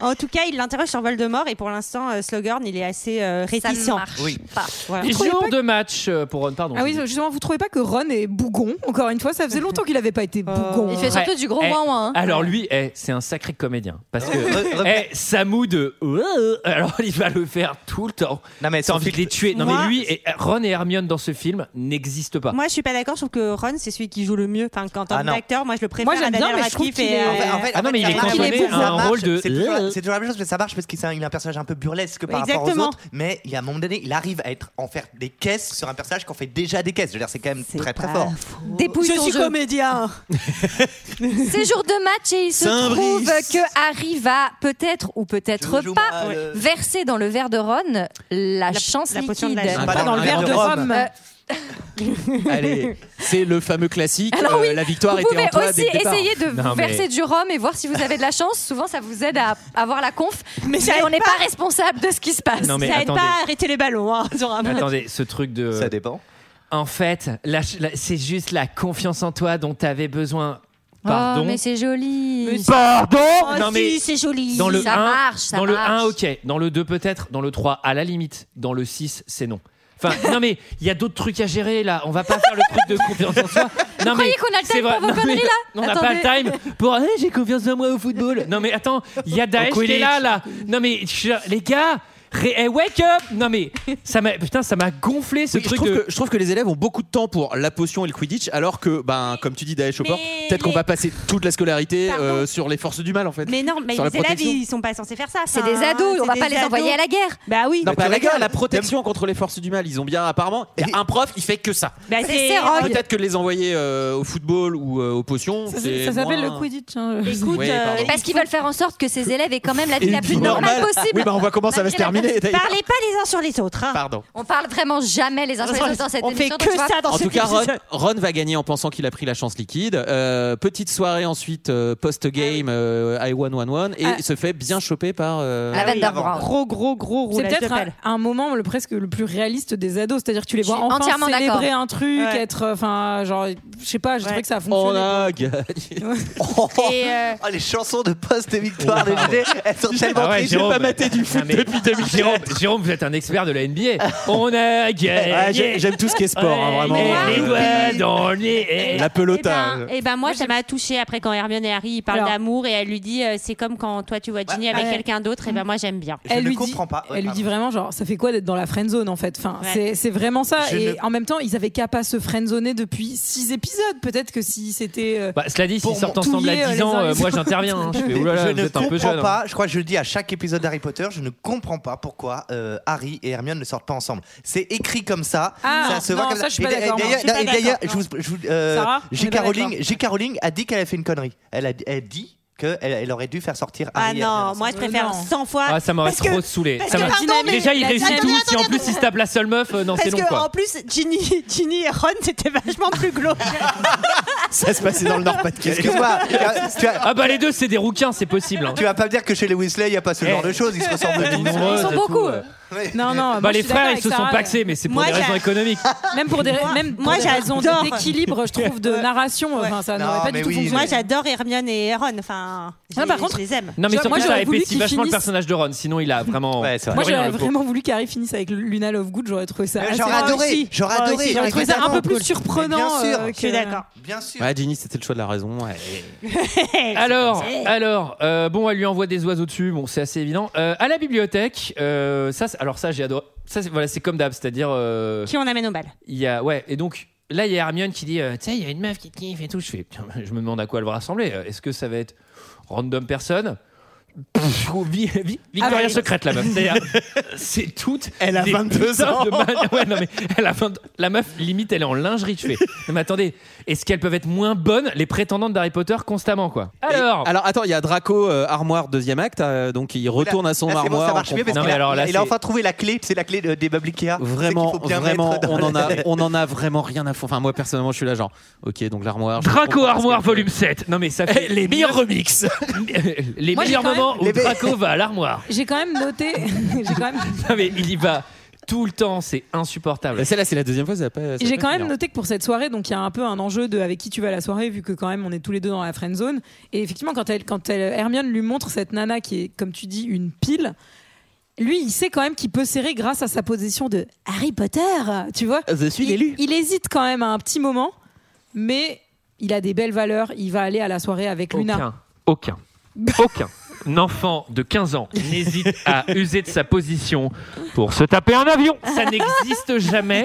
E: En tout cas, il l'interroge sur Voldemort et pour l'instant, euh, Slughorn, il est assez euh,
J: Ça ne
E: réticent.
J: marche
F: Oui.
J: pas.
E: Voilà.
A: Et
I: trouvez
A: jour
I: pas
A: de match euh, pour Ron, pardon.
I: Ah oui,
A: je dis.
I: justement, vous trouvez pas que Ron est bougon Encore une fois, ça faisait longtemps qu'il avait pas été
E: Euh,
I: bougon.
J: Il fait surtout
A: Ouais.
J: du gros
A: Eh,
J: ouin ouin. hein.
A: Alors lui, eh, c'est un sacré comédien. Parce que
F: Re- re-
A: eh, Samu de... euh, Alors il va le faire tout le temps.
F: Non, mais
A: T'as
F: son
A: envie de
F: film-
A: les tuer. Non
E: Moi-
A: mais lui, et Ron et Hermione dans ce film n'existent pas.
E: Moi, je suis pas d'accord. Je trouve que Ron, c'est celui qui joue le mieux. Enfin, en tant
F: Ah, non.
E: qu'acteur, moi, je le préfère.
I: Moi, j'aime
E: à
I: bien,
E: Daniel
I: mais je trouve
E: Radcliffe
I: qu'il
E: et,
I: est-
E: euh,
F: En fait- en fait,
A: Ah non, mais il
F: ça
A: est
F: marche.
A: cantonné
F: Ça
A: à un
F: marche.
A: rôle de-
F: C'est toujours, la- c'est toujours la même chose, mais ça marche parce qu'il c'est un- il a un personnage un peu burlesque par
E: Exactement.
F: rapport aux autres. Mais il y a un moment donné, il arrive à être en faire des caisses sur un personnage qu'on fait déjà des caisses. Je veux dire, c'est quand même très très fort.
J: Dépouille
E: Je
J: son
E: suis
J: jeu.
E: comédien.
J: C'est jour de match et il se trouve que Harry va peut-être ou peut-être
F: Je joue
J: pas
F: mal, euh,
J: verser dans le verre de Ron la, chance
E: la potion de
J: liquide.
E: la
F: Ah,
E: chance.
I: Pas dans le verre
F: verre
I: hein, de
F: de Rome.
I: Rome.
J: Euh,
K: bah, Allez, c'est le fameux classique.
J: Alors oui,
K: euh, la victoire
J: vous
K: était
J: pouvez
K: en toi
J: aussi
K: dès le départ.
J: essayer de
A: Non, mais-
J: verser du rhum et voir si vous avez de la chance. Souvent, ça vous aide à avoir la conf. Mais,
E: ça aide
J: on n'est
E: pas.
J: pas responsable de ce qui se passe.
A: Non, mais
E: ça aide
A: attendez.
E: pas à arrêter les ballons. hein, sur un-
A: Attendez, ce truc de...
F: Ça dépend.
A: En fait, la ch- la- c'est juste la confiance en toi dont t'avais besoin.
J: Oh,
A: Pardon.
J: mais c'est joli.
A: Pardon
E: Oh,
A: Non mais
E: si, c'est joli.
A: dans le
J: Ça
A: 1,
J: marche, ça
A: dans le
J: marche.
A: 1 OK, dans le 2 peut-être, dans le 3 à la limite, dans le 6 c'est non. Enfin non mais il y a d'autres trucs à gérer là, on va pas faire le truc de confiance en soi. Non mais
J: croyez qu'on a le
A: c'est
J: time
A: vrai.
J: pour vos
A: Non, mais-
J: conneries, là
A: On n'a pas le
J: Attendez.
A: time pour Eh, j'ai confiance en moi au football. Non mais attends, il y a Daesh qui est là là. Non mais je- les gars, ré- eh, wake up. Non mais ça m'a putain ça m'a gonflé ce
K: Oui, je,
A: truc
K: trouve
A: de
K: que, je trouve que les élèves ont beaucoup de temps pour la potion et le quidditch, alors que, ben, comme tu dis, Daesh au port,
E: Mais
K: peut-être qu'on
E: les-
K: va passer toute la scolarité
E: Pardon.
K: euh, sur les forces du mal en fait.
E: Mais non, mais
K: Sur la
E: les élèves,
K: protection.
E: ils sont pas censés faire ça.
J: C'est
E: Enfin,
J: des ados, on
E: c'est
J: va
E: des
J: pas les
E: ados.
J: envoyer à la guerre.
E: Bah oui.
K: Non,
F: Mais
K: mais
F: tu
K: regarde,
F: rigoles.
K: la protection contre les forces du mal, ils ont bien apparemment. Il y a un prof, il fait que ça.
E: Bah,
J: Mais
E: c'est
J: c'est Rogue.
K: Ah, Peut-être que les envoyer euh, au football ou euh, aux potions.
I: Ça,
K: c'est
I: ça s'appelle
K: moins-
I: le Quidditch. hein.
E: Écoute,
K: Oui,
E: euh,
K: pardon.
J: Parce qu'ils veulent faire en sorte que ces élèves aient quand même la vie
K: Et
J: la
K: puis
J: plus normale
K: normal.
J: possible.
K: Oui, bah on voit comment ça va se
J: Malgré la
K: terminer. d'ailleurs.
E: parlez pas les uns sur les autres. hein.
K: Pardon.
J: On parle vraiment jamais les uns sur les autres dans cette
E: On fait
J: émission. donc
E: que
J: tu vois,
E: ça dans
K: En
E: ce
K: tout cas, Ron, Ron va gagner en pensant qu'il a pris la chance liquide. Euh, petite soirée ensuite euh, post-game euh, I 111 et
I: Ah.
K: il se fait bien choper par. euh,
J: La vanne d'Avran.
E: Gros, gros, gros
I: C'est
E: roulage de
I: peut-être un,
E: pelle.
I: un moment le presque le plus réaliste des ados, c'est-à-dire que tu les
J: Je
I: vois
J: suis
I: enfin
J: entièrement d'accord.
I: célébrer un truc,
E: Ouais.
I: être, euh, enfin, genre, je sais pas, j'ai trouvé
E: Ouais.
I: que
A: Oh,
I: ça a fonctionné.
K: On a gagné.
F: Oh,
E: Et, euh,
F: oh, les chansons de poste et victoire des GD, elles sont tellement
A: Ah ouais,
F: tristes.
A: Jérôme.
K: J'ai pas maté du
A: Non,
K: foot
A: mais-
K: depuis 2015.
A: Jérôme, Jérôme, vous êtes un expert de la NBA. On a gagné.
K: Ah, j'ai- j'aime tout ce qui est sport, hein, vraiment.
A: Les, les doigts dans les.
K: La pelota.
E: Et ben moi, ça m'a touchée après quand Hermione et Harry ils parlent
I: Alors.
E: d'amour et elle lui dit euh, c'est comme quand toi tu vois Ginny avec
I: Ouais.
E: quelqu'un d'autre et ben moi j'aime bien.
I: elle lui dit, elle lui dit vraiment genre ça fait quoi d'être dans la friend zone en fait. Enfin
E: Ouais.
I: c'est- c'est vraiment ça.
A: Je
I: et
A: ne-
I: en même temps ils avaient qu'à pas se friend zoner depuis six épisodes. Peut-être que si c'était. euh,
A: Bah, cela dit, s'ils
I: pour
A: sortent
I: mon-
A: ensemble
I: touiller,
A: à
I: euh,
A: 10
I: les
A: ans,
I: uns
A: euh,
I: les
A: moi
I: autres.
A: j'interviens. hein. Je fais, oulala,
F: je
A: vous
F: ne
A: êtes un peu
F: comprends
A: jeune. hein.
F: pas, je crois que je le dis à chaque épisode d'Harry Potter, je ne comprends pas pourquoi euh, Harry et Hermione ne sortent pas ensemble. C'est écrit comme ça,
I: Ah,
F: ça se voit
I: non,
F: comme
I: ça,
F: ça.
I: je suis
F: Et
I: pas
F: d'a-
I: d'accord,
F: et
I: moi. Je suis pas
F: d'ailleurs- et d'ailleurs, je
I: d'accord,
F: vous, je vous- euh,
I: Sarah, on est
F: J.
I: pas
F: Caroling,
I: d'accord.
F: J. Caroling a dit qu'elle avait fait une connerie. Elle a, elle dit qu'elle elle aurait dû faire sortir
E: Ah
F: Harry et Hermione
E: non,
F: ensemble.
E: moi je préfère
I: non.
E: 100 fois.
A: Ah, ça m'aurait
E: parce que-
A: trop saoulé.
E: parce
A: Ça
E: que,
A: m'a-
E: pardon, mais-
A: Déjà, il
E: la-
A: réussit
E: la-
A: tout.
E: attendez,
A: Si en
E: attendez,
A: plus il se tape la seule meuf, euh, non, c'est
E: Parce
A: long
E: que en
A: quoi.
E: plus, Ginny, Ginny et Ron, c'était vachement plus glauque.
F: Ça se passait dans le Nord-Pas-de-Calais. Excuse-moi, tu as- tu as-
A: Ah bah les deux, c'est des rouquins, c'est possible. hein.
F: tu vas pas me dire que chez les Weasley, il n'y a pas ce
A: Eh.
F: genre de choses, ils se ressemblent
A: Ils sont
I: Ah,
F: tous.
A: nombreux, et tout, euh.
I: Non non.
A: Bah
I: moi, je
A: les
I: suis d'accord
A: frères, ils
I: avec hein,
A: se sont
I: Sarah,
A: paxés, mais c'est pour
E: Moi,
A: des raisons
E: j'ai-
A: économiques.
I: Même pour des, même pour
E: moi,
I: des raisons
E: j'adore.
I: de- d'équilibre, je trouve, de narration, enfin, ça
F: Non,
I: n'aurait pas
F: mais
I: du tout
F: oui,
I: fonctionné.
E: Moi, j'adore Hermione et Ron. Enfin, je
I: Non,
E: les-
I: par contre-
E: je les aime.
A: Non mais
I: Genre,
A: surtout
I: moi,
A: ça
I: j'aurais voulu
A: épaisse
I: qu'il
A: vachement le
I: finisse-
A: personnage de Ron, sinon il a vraiment.
F: Ouais, c'est vrai.
I: Moi,
A: Rien dans
I: j'aurais
A: le pot.
I: vraiment voulu qu'Harry finisse avec Luna Lovegood. J'aurais trouvé ça.
F: Mais
I: assez-
F: J'aurais
I: Ah,
F: adoré,
I: aussi.
F: j'aurais
I: Ah,
F: adoré.
I: aussi, J'aurais trouvé ça un
F: évidemment.
I: peu plus surprenant.
F: Bien sûr.
I: euh,
E: Je suis
I: que-
E: d'accord.
F: Bien
A: Eh
F: sûr.
A: ben,
K: Ouais, Ginny, c'était le choix de la raison. ouais.
A: Alors, alors, euh, bon, elle lui envoie des oiseaux dessus, bon, c'est assez évident. Euh, à la bibliothèque, euh, ça, c'est- alors ça, j'ai adoré. Ça, c'est- voilà, c'est comme d'hab, c'est-à-dire, euh,
E: Qui on amène au bal
A: il y a, ouais, et donc là, il y a Hermione qui dit, euh, tu sais, il y a une meuf qui te kiffe et tout. Je fais, Putain, je me demande à quoi elle va ressembler. Euh, Est-ce que ça va être random personne Pff, ou vi- vi- Victoria
I: Ah ouais.
A: secrète la meuf. C'est-à-dire, c'est toute.
F: Elle a
A: des
F: 22
A: putains
F: ans.
A: de man- Ouais, non, mais elle a 20 La meuf, limite, elle est en lingerie. Je fais. Non, Mais attendez, est-ce qu'elles peuvent être moins bonnes les prétendantes d'Harry Potter constamment quoi
K: Et-
A: Alors.
K: alors attends, il y a Draco euh, armoire deuxième acte, euh, donc il retourne à son
F: Là, c'est bon,
K: armoire.
F: ça
K: on
F: marche mieux parce
A: Non,
K: comprend-
A: mais
F: qu'il a-
A: alors là,
F: il a
A: c'est-
F: enfin trouvé la clé, c'est la clé euh, des meubles Ikea.
K: Vraiment,
F: C'est qu'il faut bien
K: vraiment,
F: mettre dans
K: on en a,
F: la-
K: on en a vraiment rien à fond. Enfin, moi personnellement, je suis là genre, ok, donc l'armoire. je
A: Draco
K: comprends pas ce
A: Armoire
K: qu'elle fait.
A: Volume 7. Non mais ça fait les meilleurs remix. les
I: Moi, j'ai
A: meilleurs
I: quand même-
A: moments où
F: Les me-
A: Draco va à l'armoire.
I: J'ai quand même noté. j'ai quand même.
A: Non mais il y va tout le temps, c'est insupportable.
K: Et Celle-là, c'est la deuxième fois, ça va pas. ça va
I: J'ai
K: pas hein.
I: quand
K: finir.
I: même noté que pour cette soirée, donc il y a un peu un enjeu de avec qui tu vas à la soirée, vu que quand même on est tous les deux dans la friend zone. Et effectivement, quand elle, quand elle, Hermione lui montre cette nana qui est, comme tu dis, une pile. Lui, il sait quand même qu'il peut serrer grâce à sa position de Harry Potter, tu vois.
F: Euh,
K: Je suis l'élu.
I: Il, il hésite quand même à un petit moment, mais il a des belles valeurs. Il va aller à la soirée avec Luna.
A: Aucun, aucun, aucun enfant de 15 ans n'hésite à user de sa position pour se taper un avion. Ça n'existe jamais.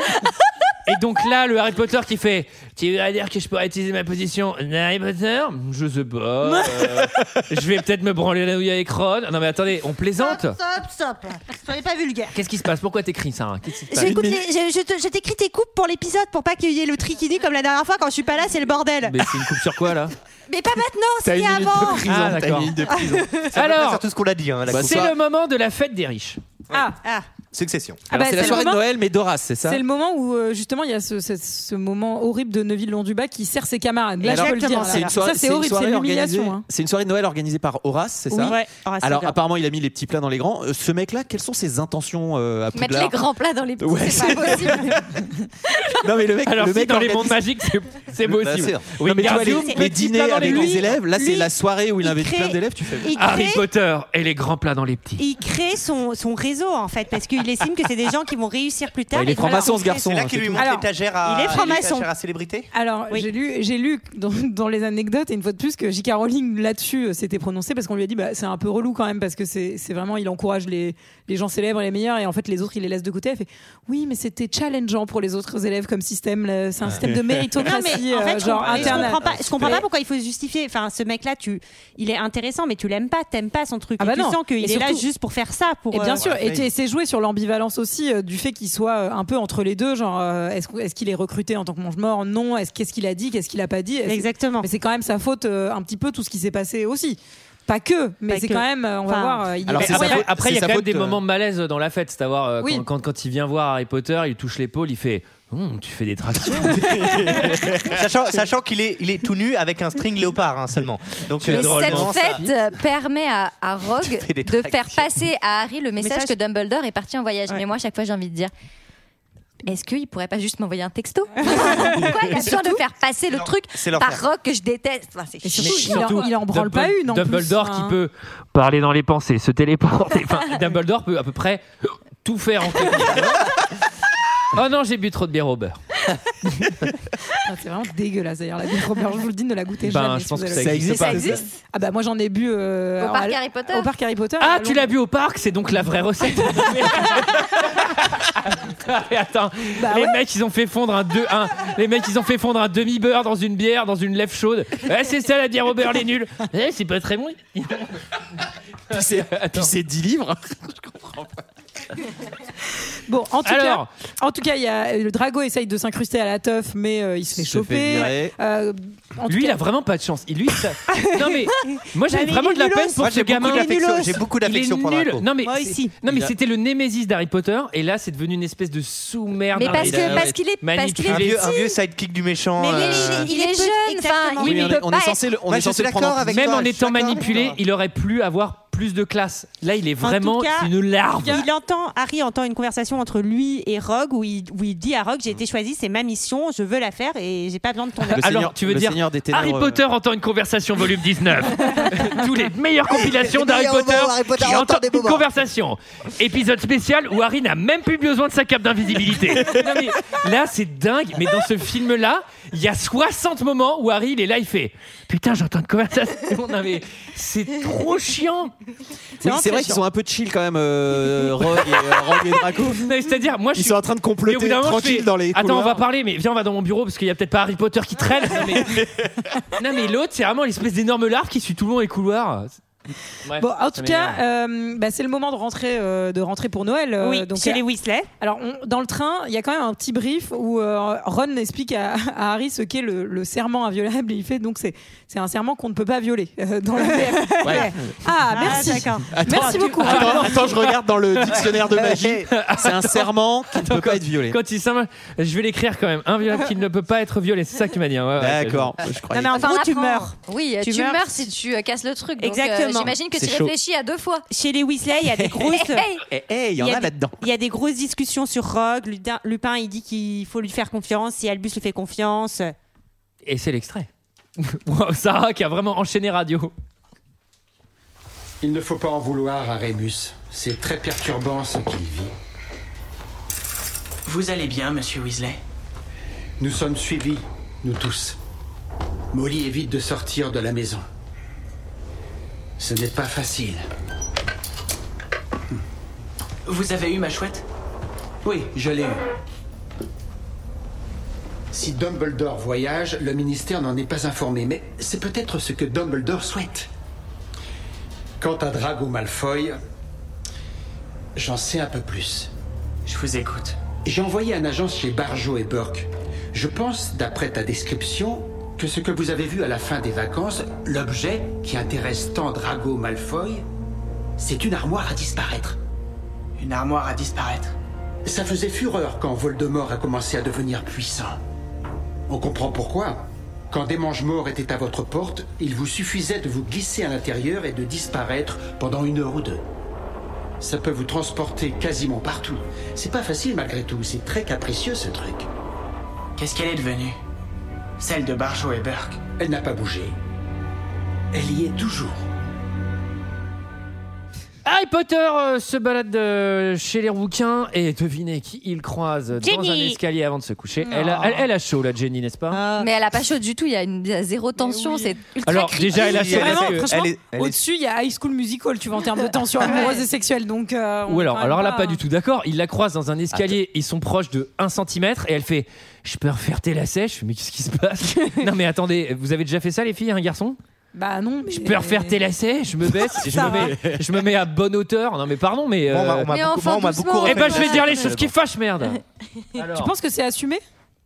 A: Et donc là, le Harry Potter qui fait Tu vas dire que je pourrais utiliser ma position Harry Potter Je sais pas. euh, je vais peut-être me branler la nouille avec Ron. Non mais attendez, on plaisante
E: Stop, stop. Soyez pas vulgaire.
A: Qu'est-ce qui se passe Pourquoi t'écris ça hein Qu'est-ce qui se passe
E: J'écoute les- Je je te- je t'écris tes coupes pour l'épisode pour pas qu'il y ait le triquini comme la dernière fois quand je suis pas là, c'est le bordel.
A: Mais c'est une coupe sur quoi là
E: Mais pas maintenant,
K: T'as
E: c'était
K: une minute de
E: avant.
K: prison.
A: Ah,
K: t'as
A: d'accord.
K: une minute de prison.
F: Ça veut pas
A: Alors-
F: dire tout ce qu'on a dit, hein, la
K: Bah,
F: cour-
A: C'est
K: Bonsoir.
A: le moment de la fête des riches.
I: Ah,
E: Ah,
F: succession.
I: Ah bah,
K: c'est la
I: c'est
K: soirée
I: le
K: de
I: moment-
K: Noël, mais d'Horace, c'est ça
I: C'est le moment où euh, justement il y a ce, ce- ce moment horrible de Neville Londuba qui sert ses camarades. Là, je peux le
E: Exactement,
I: dire.
E: c'est
I: là.
K: une soirée-
I: ça,
K: c'est
I: c'est
K: une
I: horrible,
K: soirée
I: c'est
K: organisée-
I: l'humiliation. hein.
K: C'est une soirée de Noël organisée par Horace, c'est ça
E: Ouais. Oh, Horace
K: Alors
E: Silver.
K: apparemment, il a mis les petits plats dans les grands. Euh, ce mec-là, quelles sont ses intentions euh, à
J: Mettre
K: Poudlard
J: les grands plats dans les petits,
K: Ouais,
J: c'est pas possible.
K: Non mais le mec,
A: Alors
K: le
A: si
K: mec
A: dans les
K: organise-
A: mondes magiques, c'est- c'est
K: Bah, c'est-
A: possible. Oui,
K: non, mais tu vois, les,
A: Garfield, petit
K: les dîners
A: plat dans
K: avec
A: les
K: les
A: loups.
K: élèves, là c'est
E: lui,
K: la soirée où il
E: il
K: invite
E: crée-
K: plein d'élèves, tu fais.
E: il
A: Harry
E: crée,
A: Potter et les grands plats dans les petits.
E: il crée son, son réseau en fait parce qu'il estime que c'est des gens qui vont réussir plus tard.
K: Ouais, il est
E: et qui
K: franc-maçon,
E: vont
K: ce garçon.
F: C'est là
K: hein,
F: qu'il
K: c'est
F: lui
K: tout.
F: montre
I: Alors,
F: l'étagère à,
E: il est franc-maçon.
F: l'étagère à célébrité.
I: Alors,
E: Oui.
I: j'ai lu, j'ai lu dans, dans les anecdotes, et une fois de plus, que J.K. Rowling là-dessus euh, s'était prononcée parce qu'on lui a dit bah, c'est un peu relou quand même, parce que c'est c'est vraiment, il encourage les, les gens célèbres, et les meilleurs, et en fait, les autres, il les laisse de côté. Elle fait oui, mais c'était challengeant pour les autres élèves comme système. le- C'est un système de
E: Non,
I: méritocratie,
E: mais en
I: euh,
E: fait, je
I: genre
E: comprends- je
I: internet.
E: comprends pas, je comprends pas pourquoi il faut se justifier. Enfin, ce mec-là, tu, il est intéressant, mais tu l'aimes pas, t'aimes pas son truc.
I: Ah
E: Et
I: bah
E: tu
I: non.
E: sens qu'il
I: Et
E: est là
I: surtout-
E: juste pour faire ça. Pour,
I: Et
E: euh,
I: bien sûr,
F: voilà.
I: et tu- et c'est joué sur l'ambivalence aussi euh, du fait qu'il soit euh, un peu entre les deux, genre euh, est-ce qu- est-ce qu'il est recruté en tant que mange-mort Non, est-ce qu'est-ce qu'il a dit, qu'est-ce qu'il a pas dit Est-ce-
E: Exactement.
I: Mais c'est quand même sa faute euh, un petit peu tout ce qui s'est passé aussi. Pas que, mais
E: Pas
I: c'est
E: que.
I: quand même, euh, on va
E: Enfin,
I: voir. euh, il y
K: Alors,
I: a-
A: Mais
K: c'est sa
A: après,
K: faute-
A: après, il y
K: c'est
A: a quand
K: sa
A: même
K: faute,
A: des
K: euh.
A: moments de malaise dans la fête, c'est-à-dire euh,
I: Oui.
A: quand, quand- quand il vient voir Harry Potter, il touche l'épaule, il fait Hum, tu fais des tractions.
F: sachant sachant qu'il est, il est tout nu avec un string léopard hein, seulement. Donc,
J: Mais
F: euh,
J: cette
F: drôlement, ça-
J: fête euh, permet à, à Rogue
F: fais des
J: de
F: tractions.
J: faire passer à Harry le message,
E: Message.
J: que Dumbledore est parti en voyage.
E: Ouais.
J: Mais moi, à chaque fois, j'ai envie de dire Est-ce qu'ils pourraient pas juste m'envoyer un texto Pourquoi il y a besoin de faire passer le truc
A: c'est leur
J: par
A: frère.
J: rock que je déteste Enfin, c'est
A: Mais
J: chiant,
A: surtout,
J: quoi.
A: Dumble- Dumbledore
I: hein.
A: qui peut parler dans les pensées, se téléporter. Enfin, Dumbledore peut à peu près tout faire en fait. Oh non, j'ai bu trop de bière au beurre.
I: Ah, C'est vraiment dégueulasse d'ailleurs la bière au beurre. Je vous le dis, ne la goûtez
A: Ben,
I: jamais.
A: je pense
I: si vous
A: que
I: avez
A: ça
I: l'occasion.
A: existe Ça pas. existe
I: Ah bah moi j'en ai bu euh,
J: Au
I: alors,
J: parc
I: à-
J: Harry Potter
I: Au parc Harry Potter.
A: Ah, tu l'as bu au parc, c'est donc la vraie recette. Mais attends,
I: Bah
A: les mecs ils ont fait fondre un deux, un, les mecs ils ont fait fondre un demi beurre dans une bière, dans une lèvre chaude. Eh, c'est ça la bière au beurre les nuls. Eh, c'est pas très bon. puis
K: c'est 10 livres.
I: Bon, en tout
A: Alors.
I: cas, en tout cas, il y a euh, le Drago essaye de s'incruster à la teuf, mais euh, il se fait
A: se
I: choper.
A: fait virer.
I: Euh, en tout
A: Lui, il
I: cas-
A: a vraiment pas de chance. Il- Lui, ça- Non mais moi
I: Bah,
A: j'avais
I: mais
A: vraiment
I: il est
A: de la
I: nulos.
A: peine pour
I: Moi,
A: ce
I: j'ai beaucoup
A: gamin.
I: d'affection- j'ai
F: beaucoup
A: Il est
F: d'affection pour
A: nul.
F: Draco.
A: Non mais
F: Moi
A: c'est-
F: aussi.
A: Non mais
F: Il a-
A: c'était le némésis d'Harry Potter et là c'est devenu une espèce de sous-merde.
J: Mais parce que-
A: intellectuelle,
J: parce qu'il est- parce qu'il est
F: un, vieux, un
J: petit.
F: vieux sidekick du méchant.
J: Mais il est-
F: euh,
J: il est- il est jeune, enfin,
F: Oui,
J: il
F: mais
J: peut
F: on est
J: pas
F: censé
J: être-
F: le- on est
A: je suis
F: censé le prendre
A: d'accord
F: en
A: avec
F: prise.
A: Même
F: toi,
A: en
F: je suis
A: étant
F: d'accord avec
A: manipulé,
F: toi.
A: il aurait pu avoir plus de classe. Là, il est
E: En
A: vraiment
E: tout cas,
A: une larve.
E: Il entend, Harry entend une conversation entre lui et Rogue où il, où il dit à Rogue J'ai été choisi, c'est ma mission, je veux la faire et j'ai pas besoin de ton aide.
A: Alors, tu veux dire Harry
E: euh,
A: Potter entend une conversation volume 19. Tous les meilleures compilations
E: Les
A: d'Harry
E: meilleurs
A: Potter,
E: moments où Harry Potter
A: qui
E: entend
A: entend
E: des
A: une
E: moments.
A: conversation. Épisode spécial où Harry n'a même plus besoin de sa cape d'invisibilité. Non, mais là, c'est dingue, mais dans ce film-là, il y a 60 moments où Harry, il est là, il fait Putain, j'entends une conversation. Non, mais c'est trop chiant.
K: Oui, c'est vrai qu'ils sont un peu chill quand même, euh, Rogue, et, euh, Rogue et Draco.
A: Mais c'est-à-dire, moi, je
K: Ils
A: suis-
K: sont en train de comploter
A: Mais au bout d'un moment,
K: tranquille
A: je fais,
K: dans les
A: Attends, on
K: couloirs.
A: va parler, mais viens, on va dans mon bureau parce qu'il y a peut-être pas Harry Potter qui traîne. Non, mais, Non, mais l'autre, c'est vraiment l'espèce d'énorme larve qui suit tout le long les couloirs. Bref,
I: Bon, en
A: ça
I: tout cas,
A: m'énerve.
I: euh, bah, c'est le moment de rentrer, euh, de rentrer pour Noël. euh,
E: Oui,
I: donc,
E: chez
I: euh,
E: les Weasley.
I: Alors, on- dans le train, il y a quand même un petit brief où euh, Ron explique à, à Harry ce qu'est le, le serment inviolable. Et il fait donc c'est c'est un serment qu'on ne peut pas violer euh, dans la VF.
K: Ouais.
I: Ah,
E: Ah,
I: merci.
E: d'accord.
I: merci beaucoup.
K: Attends, attends, je regarde dans le dictionnaire de magie. C'est un serment qui ne peut pas être violé.
A: Euh, Quand il s'en- je vais l'écrire quand même. Inviolable qu'il ne peut pas être violé. C'est ça que tu m'as dit. hein. Ouais, ouais,
K: D'accord, je crois.
E: Non, mais en
J: Enfin,
E: gros,
J: on
E: tu
J: apprend.
E: meurs.
J: Oui, tu,
E: Tu
J: meurs.
E: meurs.
J: si tu euh, casses le truc. Donc, euh,
E: Exactement.
J: J'imagine que
K: C'est
J: tu
K: chaud.
J: réfléchis à deux fois.
E: Chez les Weasley, il y a des grosses.
K: Eh, eh, il y
E: Il
K: en
E: y a
K: a
E: des-
K: là-dedans.
E: Il y a des grosses discussions sur Rogue. Lupin, Lupin, il dit qu'il faut lui faire confiance. Si Albus lui fait confiance.
A: Et c'est l'extrait. Wow, Sarah qui a vraiment enchaîné radio.
L: Il ne faut pas en vouloir à Rémus. C'est très perturbant ce qu'il vit.
N: Vous allez bien, monsieur Weasley
L: Nous sommes suivis, nous tous. Molly évite de sortir de la maison. Ce n'est pas facile.
N: Vous avez eu ma chouette
L: Oui, je l'ai eu. Si Dumbledore voyage, le ministère n'en est pas informé, mais c'est peut-être ce que Dumbledore souhaite. Quant à Drago Malfoy, j'en sais un peu plus.
N: Je vous écoute.
L: J'ai envoyé un agent chez Barjo et Burke. Je pense, d'après ta description, que ce que vous avez vu à la fin des vacances, l'objet qui intéresse tant Drago Malfoy, c'est une armoire à disparaître.
N: Une armoire à disparaître
L: Ça faisait fureur quand Voldemort a commencé à devenir puissant. On comprend pourquoi. Quand des mange-morts étaient à votre porte, il vous suffisait de vous glisser à l'intérieur et de disparaître pendant une heure ou deux. Ça peut vous transporter quasiment partout. C'est pas facile malgré tout, c'est très capricieux ce truc.
N: Qu'est-ce qu'elle est devenue Celle de Barjo et Burke.
L: Elle n'a pas bougé. Elle y est toujours.
A: Harry Potter euh, se balade euh, chez les rouquins et devinez qui il croise dans un
J: Jenny.
A: escalier avant de se coucher.
J: Non.
A: Elle a, elle- elle a chaud, la Jenny, n'est-ce
I: Ah.
A: pas
J: Mais elle a pas chaud du tout. Il y a, une- il y a zéro tension. C'est ultra
A: Alors,
J: creepy.
A: déjà, elle a chaud.
I: Vraiment,
A: parce que-
I: franchement,
A: elle est- elle est-
I: au-dessus, il y a High School Musical, tu vois, en termes de tension amoureuse et sexuelle. Donc, euh, on
A: Ou
I: est
A: alors,
I: quand même
A: alors là, pas hein. du tout d'accord. Il la croise dans un escalier, ils sont proches de 1 cm et elle fait Je peux refaire tes lacets Je fais, Mais qu'est-ce qui se passe Non, mais attendez, vous avez déjà fait ça, les filles, hein, à un garçon
I: Bah non.
A: Je peux refaire tes lacets Je me baisse, je, me
I: Ça
A: mets, je me mets à bonne hauteur. Non, mais pardon, mais.
F: bah,
A: euh, ben,
F: Moi, on m'a- on m'a Mais beaucoup- enfin, moi, on m'a beaucoup doucement.
A: Eh ben, je vais
F: refait
A: dire les
F: ça.
A: choses qui fâchent, merde
I: Tu penses que c'est assumé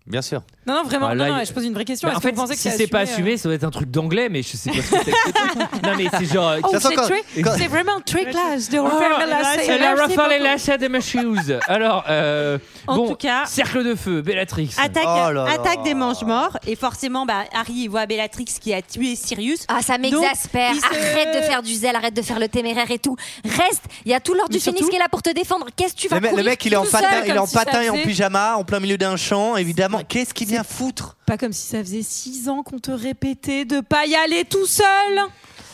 F: bien sûr.
I: Non, non, vraiment,
A: Ah, là,
I: non, non,
A: il-
I: je pose une vraie question.
A: Bah,
I: Est-ce
A: en
I: que
A: fait,
I: vous pensez que
A: si c'est pas assumé,
I: euh,
A: ça doit être un truc d'anglais, mais je sais pas ce que c'est. que- non, mais c'est genre. euh,
I: Oh,
A: ça sent
I: c'est
A: quand-
I: très- c'est vraiment très classe de
A: Oh,
I: refaire la
A: c'est la rafale et l'achat de mes shoes. Alors, euh,
E: En
A: bon,
E: tout cas-
A: cercle de feu, Bellatrix.
E: Attaque, attaque des mange morts et forcément bah, Harry il voit Bellatrix qui a tué Sirius.
J: Ah ça m'exaspère. Arrête de faire du zèle, arrête de faire le téméraire et tout. Reste, il y a tout l'ordre du phénix qui est là pour te défendre. Qu'est-ce que tu vas
F: Le, mec- le
J: courir
F: mec, il est en
J: tout seul
F: patin, il est
J: comme
F: en
J: si ça
F: patin et en
J: faisait-
F: pyjama, en plein milieu d'un champ, évidemment. Qu'est-ce qu'il vient foutre
I: Pas comme si ça faisait 6 ans qu'on te répétait de pas y aller tout seul.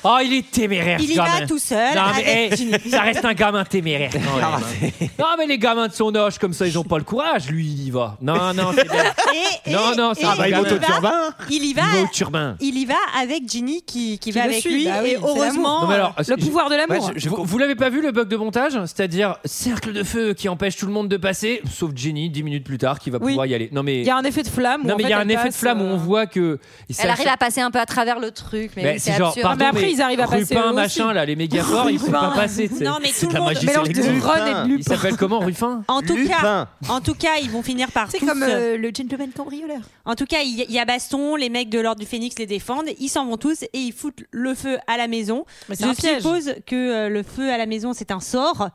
A: Oh, il est téméraire.
I: Il y
A: ce
I: va
A: gamin.
I: tout seul,
A: Non, mais eh.
I: avec-
A: hey, ça reste un gamin téméraire. quand même, hein. non, mais les gamins de son âge, comme ça, ils ont pas le courage. Lui, il y va. Non, non, c'est bien.
E: Et- et-
A: Non, non, c'est
E: et
A: un gamin.
E: il y va- Il y va.
A: Il va au turbin.
E: Il y va avec Ginny qui, qui, va
I: le
E: avec
I: suit,
E: lui
I: bah oui,
E: et
I: c'est
E: heureusement
A: Non, mais alors,
I: Oh,
E: euh,
A: je- je- ouais, je- je-
E: hein.
A: vous vous l'avez pas vu le bug de montage C'est-à-dire cercle de feu qui empêche tout le monde de passer, sauf Jenny, 10 minutes plus tard, qui va
I: Oui.
A: pouvoir y aller. Non, mais
I: Il y a un effet de flamme. où,
A: non,
I: en
A: mais il y a
I: fait,
A: un
I: elle
A: effet de
I: passe, euh,
A: flamme où on voit que.
J: Elle arrive à passer un peu à travers le truc, mais
A: Ben,
J: oui,
A: c'est
J: c'est
A: genre,
J: absurde.
A: pardon, mais Rupin, machin, là, les méga forts, ils ne
J: Rupin.
A: pas passer. tu sais.
J: Non, mais C'est tout de le la monde- magie,
E: mélange c'est de Lupin. Ron et de Lupin.
A: Il s'appelle comment, Ruffin
E: En tout, cas, en tout cas, ils vont finir par.
I: C'est
E: tous,
I: comme, euh,
E: le gentleman cambrioleur. En tout cas, il y, il y a baston, les mecs de l'ordre du Phénix les défendent, ils s'en vont tous et ils foutent le feu à la maison.
I: Mais c'est
E: Je
I: un piège.
E: suppose que euh, le feu à la maison c'est un sort.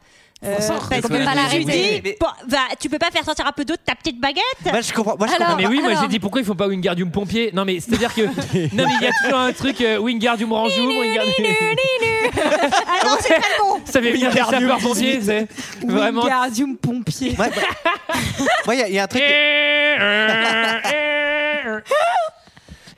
E: euh,
I: sort,
E: parce
I: c'est comme la
E: que tu
I: magie.
E: dis,
I: Mais- mais-
E: bah, bah, tu peux pas faire sortir un peu d'eau de ta petite baguette. Ah,
A: mais oui, moi j'ai dit pourquoi ils font pas Wingardium pompier. Non, mais c'est-à-dire que. non, mais il y a toujours un truc euh, Wingardium Ranjou, Wingardium.
E: Ah non, c'est très bon.
A: Ça fait venir des
F: Wingardium
A: sapeurs pompiers, tu sais. Vraiment. Eh,
I: Wingardium pompier.
F: Moi, il y a- il y, a un truc.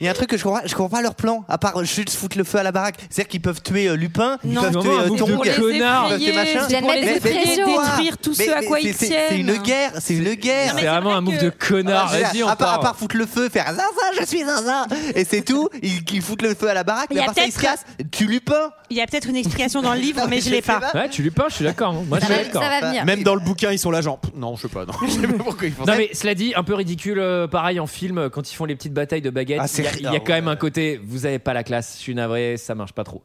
F: Il y a un truc que je comprends, je comprends pas leur plan, à part juste foutre le feu à la baraque. C'est-à-dire qu'ils peuvent tuer euh, Lupin, ils
I: Non.
F: peuvent
I: Non,
F: tuer
I: un
F: euh,
I: groupe de
F: Tonk, ils peuvent
I: connards.
F: tuer machin.
I: Ils viennent mettre des pressions.
F: pourquoi
I: Détruire tous
F: hein. Mais-
I: ceux à
F: mais
I: quoi
F: c'est-
I: ils
F: c'est- C'est
I: tiennent.
F: une guerre, c'est une guerre.
A: C'est vraiment un move de connard.
F: Ah,
A: Vas-y, on
F: à, part, à
A: part.
F: part foutre le feu, faire zinzin, je suis zinzin, et c'est tout. Ils, ils foutent le feu à la baraque,
E: Il y
F: mais à
E: a
F: part ça, ils se
E: peut-être-
F: cassent. Tu Lupin
E: Il y a peut-être une explication dans le livre,
F: Non,
E: mais je l'ai
F: sais
E: pas.
A: Ouais, tu Lupin, je suis d'accord. hein. Moi, je
E: Ça
A: suis
E: va-
A: d'accord.
E: ça va venir.
K: Même dans le bouquin, ils sont la jambe. Non, je sais pas. Non, je sais pas pourquoi ils font
A: Non
K: ça.
A: mais cela dit, un peu ridicule, euh, pareil en film, euh, quand ils font les petites batailles de baguettes,
K: Ah,
A: il
K: c'est
A: y a,
K: ri-
A: il y a
K: ah,
A: quand même un côté, vous avez pas la classe, je suis navré, ça marche pas trop.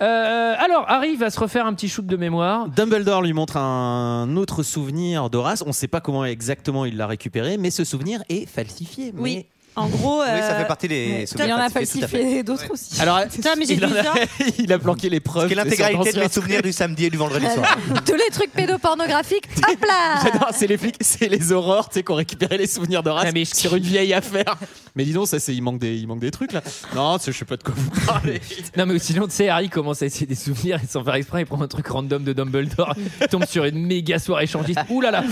A: Euh, alors, Harry va se refaire un petit shoot de mémoire.
K: Dumbledore lui montre un autre souvenir d'Horace. On ne sait pas comment exactement il l'a récupéré, mais ce souvenir est falsifié. mais-
E: Oui. En gros,
K: Oui, ça fait partie des
E: mais-
K: souvenirs
E: Il y en a
K: falsifiés, tout à fait.
E: falsifié
I: d'autres aussi.
K: Alors,
E: Putain, mais j'ai
K: il, en
E: vu
K: a-
E: ça.
K: il a planqué les preuves.
F: Quelle
K: de son
F: intégralité de
K: ancien
F: mes souvenirs du samedi et du vendredi soir
J: Tous les trucs pédopornographiques, hop là
K: J'adore, c'est les flics, c'est les aurores, tu sais, qu'on récupérait les souvenirs de race sur une vieille affaire. Mais dis donc, ça, c'est, il manque des, il manque des trucs, là. Non, c'est- je sais pas de quoi vous parlez.
A: Non mais sinon tu sais Harry commence à essayer des souvenirs et sans faire exprès il prend un truc random de Dumbledore, il tombe sur une méga soirée échangiste. Ouh là là,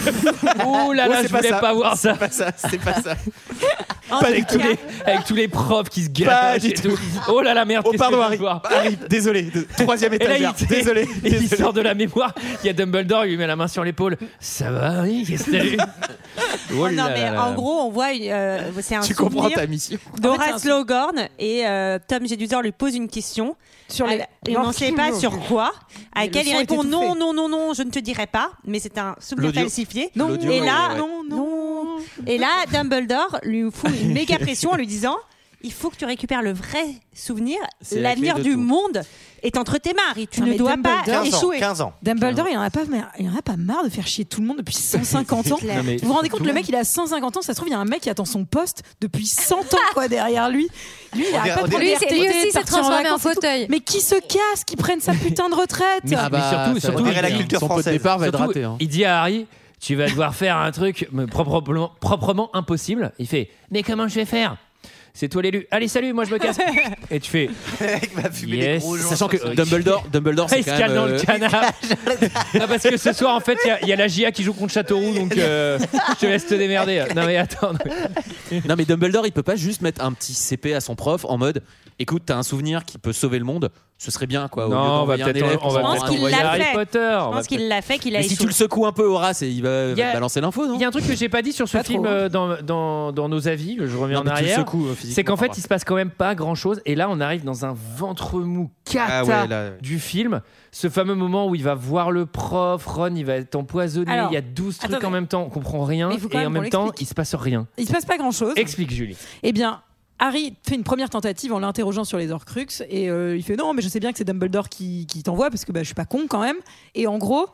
A: ouh là
K: Oh,
A: là,
K: c'est
A: je
K: pas
A: voulais
K: ça.
A: pas voir ça.
K: C'est pas ça, c'est pas ça.
E: euh,
A: Pas avec, tous les,
E: oh
A: avec tous les profs qui se gâchent
K: du
A: et tout. Oh là la merde, oh,
K: pardon, Harry. Harry, désolé, de- troisième
A: Et là,
K: étagère,
A: il-
K: désolé,
A: Et il
K: désolé.
A: sort de la mémoire. Il y a Dumbledore, il lui met la main sur l'épaule. Ça va, oui, qu'est-ce que t'as eu Oh
E: non,
A: là
E: mais
A: là là.
E: en gros, on voit. une, euh, c'est un
K: Tu comprends
E: souvenir
K: ta mission.
E: Dora
K: En fait, c'est un
E: Slowgorn et euh, Tom Jedusor lui pose une question.
I: Sur les-
E: À- Et Ah, bah, on ne sait pas sur quoi. À
I: Mais
E: laquelle
I: le
E: il
I: son
E: répond
I: était tout
E: non,
I: fait.
E: non, non, non, je ne te dirai pas. Mais c'est un souvenir
I: L'audio.
E: falsifié.
I: Non. L'audio,
E: Et là,
I: ouais, ouais.
E: non, non. Et là, Dumbledore lui fout une méga pression en lui disant. Il faut que tu récupères le vrai souvenir.
I: C'est la
E: L'avenir
I: clé de
E: du
I: tout. Oh,
E: monde est entre tes mains, Harry. Tu
I: Non,
E: ne
I: mais
E: dois pas
I: Dumbledore-
E: échouer.
I: Dumbledore, il en a pas, mais il en a pas marre de faire chier tout le monde depuis 150 ans.
E: C'est clair. Non, mais
I: vous vous rendez compte,
E: surtout-
I: le mec, il a 150 ans. Ça se trouve, il y a un mec qui attend son poste depuis 100 ans, quoi, derrière lui. Lui, il
F: On
I: a
F: dirait-
I: pas
F: on
I: de
F: dirait-
J: Lui, c'est- lui
I: RTT,
J: aussi s'est
I: partir
J: transformé en
I: vacances et tout.
J: fauteuil.
I: Mais qui se casse, qui prennent sa putain de retraite
A: Mais,
K: ah bah,
A: mais surtout, surtout,
K: dirait la
A: il-
K: culture Son pot de française. départ va être raté, hein.
A: Il dit à Harry, tu vas devoir faire un truc mais proprement, proprement impossible. Il fait, mais comment je vais faire C'est toi l'élu. Allez, salut, moi je me casse. Et tu fais. Yes.
K: Sachant que
A: Ok.
K: Dumbledore, Dumbledore,
A: Ah,
K: c'est
A: il se
K: quand
A: calme
K: même.
A: dans le
K: euh,
A: canapé. Non, parce que ce soir, en fait, il y a- il y, a la GIA qui joue contre Châteauroux, donc euh, je te laisse te démerder. Non, mais attends. non, mais-
K: Non mais Dumbledore il peut pas juste mettre un petit CP à son prof en mode écoute t'as un souvenir qui peut sauver le monde ce serait bien quoi au
A: Non,
K: lieu
A: on va
K: d'envoyer un
A: peut-être-
K: élève
A: on va
K: qui
A: peut-être
K: s'en va
A: envoyer
K: envoyer
A: Harry
K: un-
A: Potter.
E: Je
I: bah,
E: pense qu'il l'a fait, qu'il a
K: mais si
E: échoué.
K: tu le secoues un peu Horace et il va
A: Il y a-
K: balancer l'info non
A: Il y a un truc que j'ai pas dit sur ce film
E: hein.
A: euh, dans, dans, dans nos avis, je reviens en
K: Non, mais tu le
A: arrière.
K: secoues, euh, physiquement,
A: C'est qu'en fait,
K: enfin,
A: il se passe quand même pas grand chose. Et là, on arrive dans un ventre mou cata
K: Ah ouais, là, ouais.
A: du film. Ce fameux moment où il va voir le prof, Ron, il va être empoisonné.
I: Alors,
A: il y a 12 trucs
I: attends,
A: en
I: mais-
A: même temps, on comprend rien.
I: Mais il faut quand
A: Et en
I: même qu'on
A: même temps, il
I: l'explique.
A: se passe rien.
I: Il se passe pas grand chose.
A: Explique, Julie.
I: Eh bien, Harry fait une première tentative en l'interrogeant sur les Horcruxes et euh, il fait non, mais je sais bien que c'est Dumbledore qui, qui t'envoie parce que bah, je suis pas con quand même. Et en gros,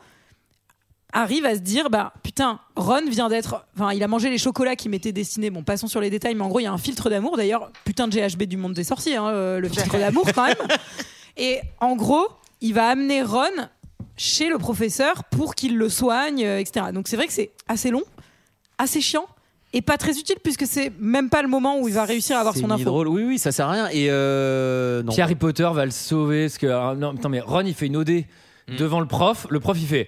I: Harry va se dire bah put- putain, Ron vient d'être. Enfin, il a mangé les chocolats qui m'étaient destinés. Bon, passons sur les détails, mais en gros, il y a un filtre d'amour. D'ailleurs, putain de GHB du monde des sorciers, hein, euh, le filtre d'amour quand même. Et en gros, il va amener Ron chez le professeur pour qu'il le soigne, euh, etc. Donc c'est vrai que c'est assez long, assez chiant et pas très utile puisque c'est même pas le moment où il va réussir à avoir
K: C'est
I: son
K: ni
I: info.
K: drôle. Oui, oui, ça sert à rien. Et euh, non.
A: Puis Harry Potter va le sauver parce que ah, non, putain, mais Ron il fait une OD devant le prof. Le prof il fait.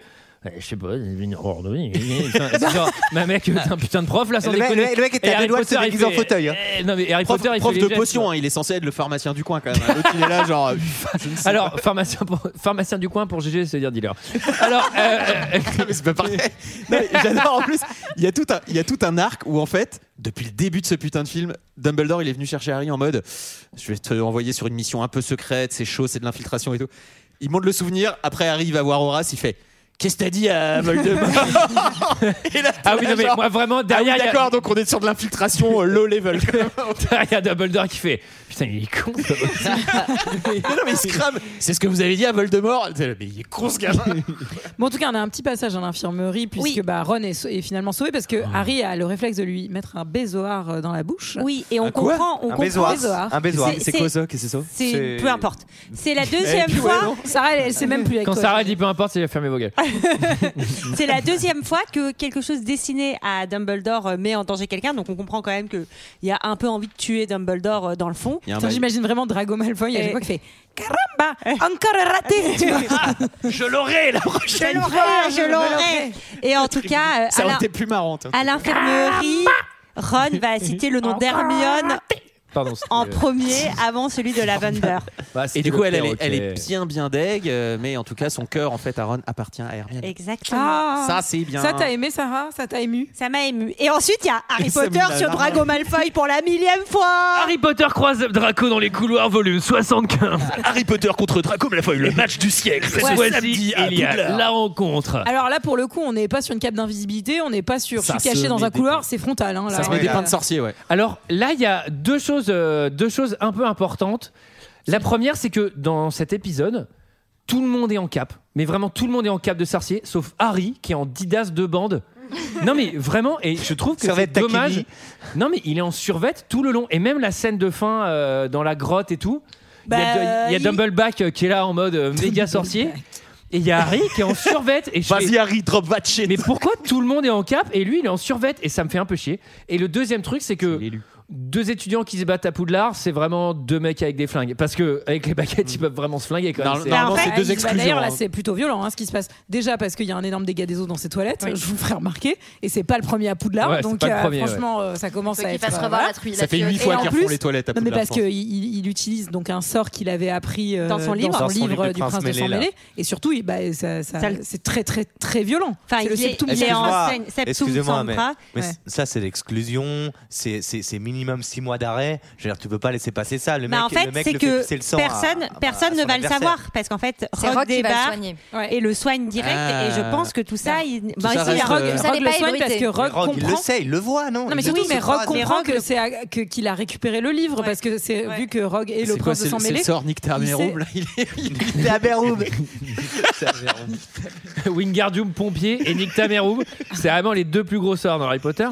A: Eh, Je sais pas, il est venu ordonner. C'est genre, ma mec, t'es un putain de prof là, sans
F: Le mec-
A: déconner.
F: le- le mec était
A: Et
F: à deux
A: Harry
F: doigts de se
A: Potter, il
F: déguiser en
A: fait,
F: fauteuil, hein.
A: eh, Non, mais Harry
K: Prof,
A: Potter, il
K: prof
A: fait
K: de
A: les gestes,
K: potion, hein, il est censé être le pharmacien du coin quand même. L'autre, il est là, genre. euh, je ne sais
A: Alors, pharmacien, pour- pharmacien du coin pour GG, c'est-à-dire dealer. Alors, euh,
K: c'est pas pareil. Non, mais J'adore en plus. Il y, a tout un, il y a tout un arc où en fait, depuis le début de ce putain de film, Dumbledore il est venu chercher Harry en mode Je vais te envoyer sur une mission un peu secrète, c'est chaud, c'est de l'infiltration et tout. Il montre le souvenir. Après, Harry va voir Horace, il fait Qu'est-ce que t'as dit à Voldemort
A: ah oui, non, mais moi vraiment, derrière. il y a-
K: ah D'accord, donc on est sur de l'infiltration euh, low level.
A: derrière, il y a Dumbledore qui fait Putain, il est con. ça.
K: Mais non, mais il se crame. C'est ce que vous avez dit à Voldemort. Mais il est con ce gamin.
I: Bon, en tout cas, on a un petit passage à l'infirmerie puisque bah, Ron est, sau- est finalement sauvé parce que
K: Ah.
I: Harry a le réflexe de lui mettre un bézoard euh, dans la bouche.
E: Oui, et on
I: Un quoi
E: comprend. On
I: Un
E: comprend
I: bézoard. Un bézoard.
E: C'est-
I: C'est
E: c'est-
I: quoi
K: ça Qu'est-ce que
E: c'est- Peu importe. C'est la deuxième
I: puis ouais,
E: fois.
I: non. Sarah, elle, elle sait même plus avec
A: Quand
I: quoi.
A: Sarah dit peu importe, c'est fermer vos gueules.
E: C'est la deuxième fois que quelque chose destiné à Dumbledore euh, met en danger quelqu'un. Donc on comprend quand même qu'il y a un peu envie de tuer Dumbledore euh, dans le fond. Bah,
K: Il y a un
I: Putain,
K: bail.
I: J'imagine vraiment Drago Malfoy à
E: Et-
I: chaque fois qui fait Caramba, encore raté tu vois.
K: Ah, Je l'aurai la
E: Je
K: prochaine
E: l'aurai,
K: fois.
E: je l'aurai. Et en tout cas, euh,
K: Ça
E: à
K: aurait
E: la-
K: été plus marrant. toi.
E: à l'infirmerie, Ron va citer le nom d'Hermione
A: Pardon. c'était-
E: en premier avant celui de Lavender.
A: Bah,
K: Et
A: c'était
K: du coup,
A: le
K: elle, elle,
A: père,
K: est,
A: ok.
K: elle est bien, bien deg, euh, mais en tout cas, son cœur, en fait, à Ron appartient à Hermione.
E: Exactement.
I: Ah.
K: Ça, c'est bien.
I: Ça t'a aimé, Sarah Ça t'a ému
E: Ça m'a ému. Et ensuite, il y a Harry
K: Et ça
E: Potter
K: m'a mis
E: sur
K: la Ah,
E: Drago Malfoy pour la millième fois.
A: euh, Harry Potter croise Draco dans les couloirs, volume 75.
K: Harry Potter contre Draco Malfoy, le match du siècle.
A: Cette fois-ci, il y a la rencontre.
I: Alors là, pour le coup, on n'est pas sur une cape d'invisibilité, on n'est pas sur
K: Ça
I: je suis caché
K: se
I: dans
K: met
I: un
K: des
I: couloir, c'est frontal. hein,
K: Ça
I: là.
K: se met des
I: Euh,
K: pains de sorcier, ouais.
A: Alors là, il y a deux choses, euh, deux choses un peu importantes. La première, c'est que dans cet épisode, tout le monde est en cap. Mais vraiment, tout le monde est en cap de sorcier, sauf Harry, qui est en Didas de bande. Non, mais vraiment, et je trouve que c'est
F: Servette Takemi.
A: dommage. Non, mais il est en survette tout le long. Et même la scène de fin euh, dans la grotte et tout. Il y a,
E: Bah,
A: il y a
E: il-
A: Dumbleback euh, qui est là en mode euh, méga sorcier. Et il y a Harry qui est en survette. Et je fais-
K: Vas-y, Harry, drop that shit.
A: mais pourquoi tout le monde est en cap et lui il est en survette et ça me fait un peu chier. Et le deuxième truc c'est que deux étudiants qui se battent à Poudlard, c'est vraiment deux mecs avec des flingues parce que avec les baguettes ils peuvent vraiment se flinguer quand même.
K: Mm. Non,
A: C'est-
K: non. Normalement,
I: bah, en
K: c'est
I: fait,
K: deux
I: bah,
K: exclusions,
I: D'ailleurs, là,
K: hein.
I: c'est plutôt violent hein, ce qui se passe. Déjà parce qu'il y a un énorme dégât des eaux dans ces toilettes, je vous ferai remarquer. Et c'est pas le premier à Poudlard.
A: Ouais, c'est
I: donc,
A: pas le
I: euh,
A: premier, ouais.
I: franchement, euh, ça commence à
J: Ceux qui
I: être.
J: passent
I: euh,
J: revoir
I: voilà.
J: la truite.
K: Ça fait huit
I: Et
K: fois
I: en
K: qu'ils
I: plus-
K: refont les toilettes à
I: Non, mais
K: Poudlard,
I: parce
K: je
I: qu'il
K: pense.
I: il, il utilise donc un sort qu'il avait appris euh,
E: Dans son livre.
F: Dans son livre
I: du prince, de sang
F: Mêlé, là.
I: mêlé. Et surtout, il- bah, ça- ça-
E: Ça le-
I: c'est très, très, très violent.
E: Enfin,
I: C'est le
E: il est-
I: septum
E: il est en
I: sempra.
E: scène- septum
F: Excusez-moi, mais,
E: sempra.
F: mais
E: Ouais.
F: ça c'est l'exclusion, c'est- c'est c'est minimum 6 mois d'arrêt. Je veux dire, tu peux pas laisser passer ça. Le
E: Bah,
F: mec,
E: en fait,
F: le mec
E: c'est
F: le
E: que
F: fait pousser le sang à-
E: personne,
F: à-
E: personne
F: à
E: ne va
F: son
E: le
F: adversaire.
E: savoir parce qu'en fait,
J: C'est
E: Rogue
J: Rogue qui va le
E: débarque
J: soigner.
I: Ouais.
E: et le soigne direct.
K: Ah.
E: Et je pense que tout ça, il... bah,
K: ça
E: si,
K: reste,
E: la Rogue-
K: euh,
I: Rogue,
J: Ça n'est
I: le
J: pas
I: soigne parce
J: ébruité.
I: que
F: Mais
I: Rogue,
F: Rogue, il le
I: comprend.
F: sait, il le voit,
I: Non
F: non
I: mais
F: Il
I: surtout,
F: le
I: mais
F: sait,
I: Rogue
F: phrase.
I: comprend
E: Rogue
I: que
E: le-
I: c'est à- que- qu'il a récupéré le livre parce que c'est vu que Rogue est le
K: C'est quoi,
I: prince de
K: c'est
I: sang
K: c'est
I: mêlé.
K: le sort Nick Tarnirum,
I: il
K: là, il est. il est-
F: C'est Aberroum.
A: Wingardium pompier et Nyctamerum, c'est vraiment les deux plus gros sorts dans Harry Potter.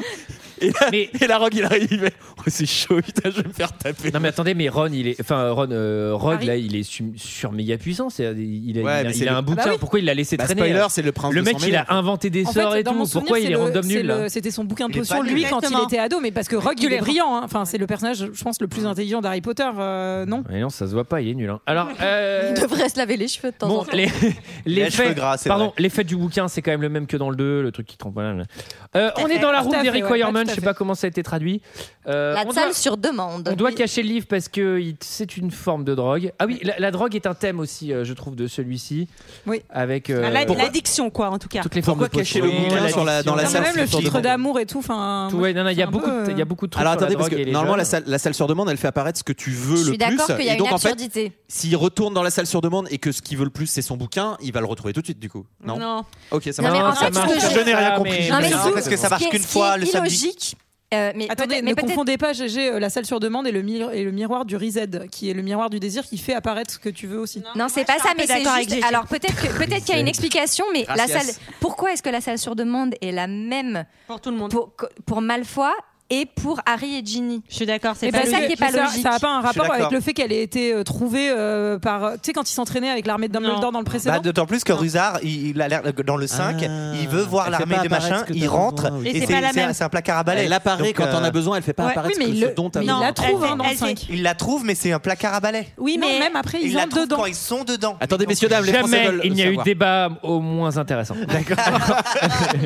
K: Et là,
A: Mais-
K: et la Rogue, il arrive. il fait, Oh, c'est chaud, putain, je vais me faire taper.
A: Non mais attendez, mais Ron il est, enfin Ron, euh, Rogue
I: Harry.
A: là il est su- sur méga puissant, c'est il a,
K: Ouais,
A: il a,
K: mais c'est
A: il a
K: le-
A: un bouquin,
I: Ah bah oui.
A: pourquoi il l'a laissé
K: Bah,
A: traîner
K: spoiler,
A: alors
K: c'est le prince
A: Le
K: de
A: mec
K: sang
A: il
K: mêlé.
A: a inventé des
I: En
A: sorts
I: fait,
A: et
I: dans
A: tout,
I: mon souvenir,
A: pourquoi il
I: c'est
A: est
I: le-
A: random
I: c'est
A: nul
I: le-
A: là
I: C'était son bouquin de
F: Il est
I: potion,
F: pas
I: lui,
F: nul.
I: quand il
E: Exactement.
I: était ado. Mais parce que Rogue, il est
E: Exactement.
I: brillant. hein. Enfin, c'est le personnage, je pense, le plus intelligent d'Harry Potter, euh, non
A: Mais non, ça se voit pas, il est nul. hein. Alors, euh,
J: Il devrait se laver les cheveux de temps en
A: bon,
J: temps.
A: les,
F: Il a les
A: les
F: cheveux
A: faits,
F: gras, c'est
A: pardon,
F: vrai.
A: les faits du bouquin, c'est quand même le même que dans le 2, le truc qui trompe. voilà, voilà. Euh, on est dans la
I: Tout à
A: route des
I: fait, ouais,
A: requirements,
I: pas
A: je
I: tout à
A: sais
I: fait.
A: pas comment ça a été traduit. Euh,
J: La
A: on,
J: salle
A: doit,
J: sur demande.
A: on doit cacher le livre parce que il- c'est une forme de drogue. Ah oui, la, la drogue est un thème aussi, euh, je trouve, de celui-ci.
I: Oui.
A: Avec euh,
E: Ah, la-
A: pourquoi-
E: L'addiction, quoi, en tout cas.
A: toutes les formes
K: Pourquoi
A: de
K: cacher le
A: potions,
K: bouquin
A: la-
K: sur la- dans la
I: Non, mais
K: salle
I: Même le
K: sur
I: filtre
K: demande
I: d'amour et tout. Enfin,
A: tout, ouais, non, non, il y a
I: c'est un
A: beaucoup,
I: peu,
A: de- il y a beaucoup de trucs.
K: Alors
A: sur la
K: attendez, parce
A: drogue et
K: que
A: les
K: normalement,
A: jeunes.
K: la salle, la salle sur demande, elle fait apparaître ce que tu veux
J: Je suis
K: le plus.
J: d'accord qu'il y a
K: et donc,
J: une
K: en fait,
J: absurdité.
K: s'il retourne dans la salle sur demande et que ce qu'il veut le plus, c'est son bouquin, il va le retrouver tout de suite, du coup. Non.
E: Non.
K: Ok, ça
J: Non,
K: marche.
J: mais en
A: ça
J: fait, ce
A: marche.
J: que je-
A: n'ai rien compris.
J: Non, mais
F: Non,
J: surtout,
F: parce que ça
J: ce qui
F: marche
J: est-
F: qu'une
J: ce qui
F: fois
J: est
F: le samedi.
J: illogique, Euh, mais
I: Attendez,
J: peut-être-
I: ne
J: mais peut-être-
I: confondez pas GG euh, la salle sur demande et le, mi- et le miroir du reset, qui est le miroir du désir qui fait apparaître ce que tu veux aussi.
J: Non, c'est pas ça, mais c'est juste. Alors peut-être que- peut-être qu'il y a une
I: Gégé.
J: explication, mais la
I: Gracias.
J: salle. Pourquoi est-ce que la salle sur demande est la même
E: pour tout le monde
J: pour, pour Malfoy et pour Harry et Ginny
E: Je suis d'accord,
I: Mais
J: c'est pas ça qui est pas
I: mais ça-
J: logique.
I: Ça n'a pas un
F: Je suis
I: rapport avec
F: d'accord.
I: le fait qu'elle ait été euh, trouvée euh, par. Tu sais, quand il s'entraînait avec l'armée de Dumbledore dans le précédent
F: Bah, D'autant plus que Ruzard, il, il a l'air dans le 5, il veut voir
K: Elle fait
F: l'armée
K: pas
F: de
K: apparaître
F: machin,
K: ce que
F: il
K: t'as
F: rentre,
K: besoin, oui.
F: et
K: Et c'est
F: c'est
K: pas la
F: c'est-
K: même.
F: c'est un placard à balais.
K: Elle apparaît
F: Donc,
K: quand on a besoin, elle fait pas Ouais, apparaître oui, ce mais que- il ce le- dont t'as mais il
F: il
K: besoin. la trouve, hein, dans le
F: le
K: cinq.
F: Il la trouve, mais c'est un placard à balais.
E: Oui,
F: mais
I: même après,
F: ils la trouvent quand ils sont dedans.
K: Attendez, messieurs, dames, Ah, les Français
A: Jamais
K: veulent
A: il n'y a eu
K: savoir.
A: débat au moins intéressant. D'accord.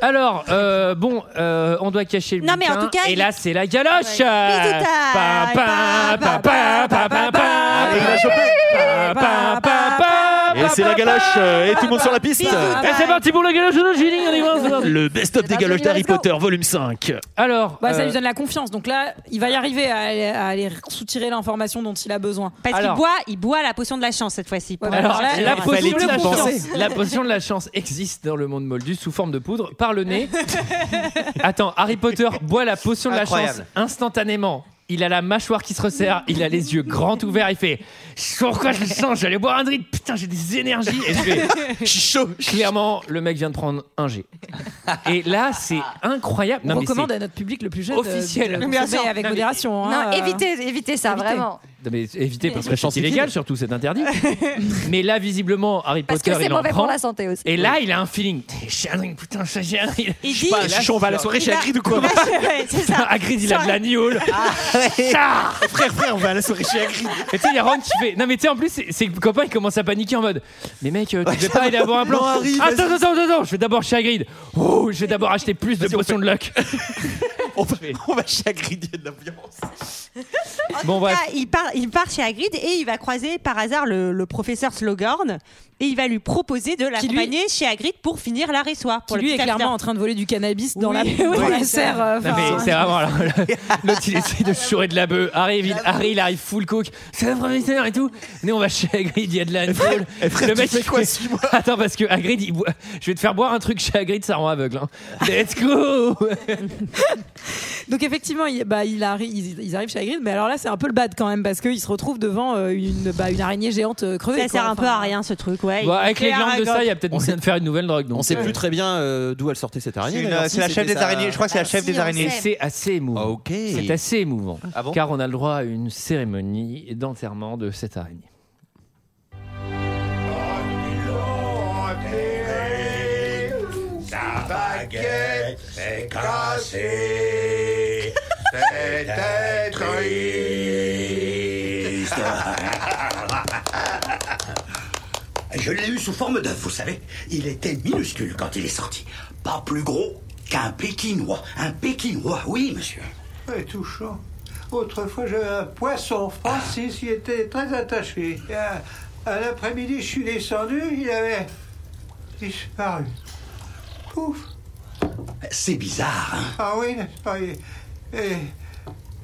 A: Alors, euh, bon, euh, on doit cacher le
E: Non, mais en
A: bouquin,
E: tout cas,
A: Et
E: il-
A: là, c'est la galoche Pa, pa, pa, pa, pa, pa, pa, pa, pa, pa, pa,
O: Et c'est la galoche euh, et tout le monde sur la piste.
A: Et c'est parti pour la galoche de nos génies, on y va, on y va.
O: Le best-of des
J: Bah,
O: galoches d'Harry Potter, volume 5.
A: Alors,
I: Bah, ça
A: euh,
I: lui donne la confiance. Donc là, il va y arriver à, aller- à aller soutirer l'information dont il a besoin.
E: Parce qu'il boit, il boit la potion de la chance cette fois-ci. Pour-
A: Alors,
I: là,
A: la,
I: il
A: potion
I: fallait
A: de la
I: y penser.
A: chance, la potion de la chance existe dans le monde Moldu sous forme de poudre par le nez. Attends, Harry Potter boit la potion de la
F: Incroyable.
A: chance instantanément. Il a la mâchoire qui se resserre, il a les yeux grands ouverts, il fait « Pourquoi je le sens J'allais boire un drink, putain j'ai des énergies !» Et je fais « Je suis chaud !» Clairement, le mec vient de prendre un G. Et là, c'est incroyable.
I: On
A: Non, mais
I: recommande
A: c'est-
I: à notre public le plus jeune.
A: Officiel.
I: euh, de
A: Bien
I: consommer
A: sûr.
I: avec
A: Non, mais-
I: modération.
J: Non,
I: hein,
E: Ah.
I: euh,
J: évitez, évitez ça, vraiment.
A: Non, mais évitez parce
K: Mais-
A: que c'est illégal surtout, c'est interdit. mais là, visiblement, Harry
J: Parce
A: Potter,
J: que c'est
A: il en
J: mauvais
A: prend.
J: pour la santé aussi.
A: Et là, il a un feeling. J'ai un drink, putain, ça, j'ai un drink.
E: Il
A: Je sais
E: dit-
A: pas,
E: Et
A: je
E: là,
A: suis chaud, on va à la soirée
E: il
A: chez
E: va-
A: Hagrid ou quoi
E: Ouais, c'est ça.
A: Hagrid, il a de la niole. Ça
O: Ah, Frère, frère, on va à la soirée chez Hagrid.
A: Et tu sais, il y a Ron qui fait. Non, mais tu sais, en plus, c'est- c'est que le copain, il commence à paniquer en mode Mais mec, euh, tu veux pas aller avoir un plan Ah,
O: Non, Harry,
A: Attends,
O: vas-y.
A: attends, attends, attends, je vais d'abord chez Hagrid. Oh, je vais d'abord acheter plus de potions de luck.
O: on, va, on va chez Hagrid, il y a de l'ambiance.
A: Bon,
E: Ah,
A: bref.
E: il, part, il part chez Hagrid et il va croiser par hasard le, le professeur Slogorn et il va lui proposer de l'accompagner chez Hagrid pour finir la résoie.
I: Qui lui est clairement en train de voler du cannabis dans la, dans la serre. euh,
A: Non, mais
I: enfin,
A: c'est vraiment là. L'autre il essaie de chourer de la bœuf. Harry, il, Harry, il arrive full coke. C'est un professeur et tout. Nous, on va chez Hagrid, il y a de la frère, Le mec, il fait- Attends, parce que Hagrid, il boit- je vais te faire boire un truc chez Hagrid, ça rend aveugle. hein. Let's go
I: Donc effectivement, il, bah, il arri- ils, ils arrivent chez Hagrid, mais alors là c'est un peu le bad quand même parce qu'ils se retrouvent devant euh, une, bah, une araignée géante euh, crevée.
E: Ça sert
I: quoi.
E: un peu
I: Enfin,
E: à rien ce truc, ouais.
A: Bon,
E: Il
A: Bah, Avec
E: fait
A: les
E: un
A: glandes de
E: ragotte.
A: ça, il y a peut-être moyen de faire une nouvelle drogue. donc.
K: On sait plus très bien euh, d'où elle sortait cette araignée.
F: C'est une-
K: d'ailleurs.
F: euh, c'est
K: Si,
F: la
K: c'était
F: chef des
K: sa-
F: araignées, je crois que c'est la
K: Ah,
F: chef
K: si,
F: des
K: on
F: araignées.
A: Et
K: sait.
A: c'est assez émouvant.
K: Ah, Ok.
A: C'est assez émouvant.
K: Ah bon
A: car on a le droit à une cérémonie d'enterrement de cette araignée.
B: Sa baguette s'est cassée. C'était triste.
L: Je l'ai eu sous forme d'œuf, vous savez. Il était minuscule quand il est sorti. Pas plus gros qu'un Pékinois. Un Pékinois, oui, monsieur.
M: Ouais, touchant. Autrefois, j'avais un poisson. Francis y était très attaché. Et à, à l'après-midi, je suis descendu, il avait disparu. Pouf
L: C'est bizarre, hein
M: Ah oui, n'est-ce pas Et, et-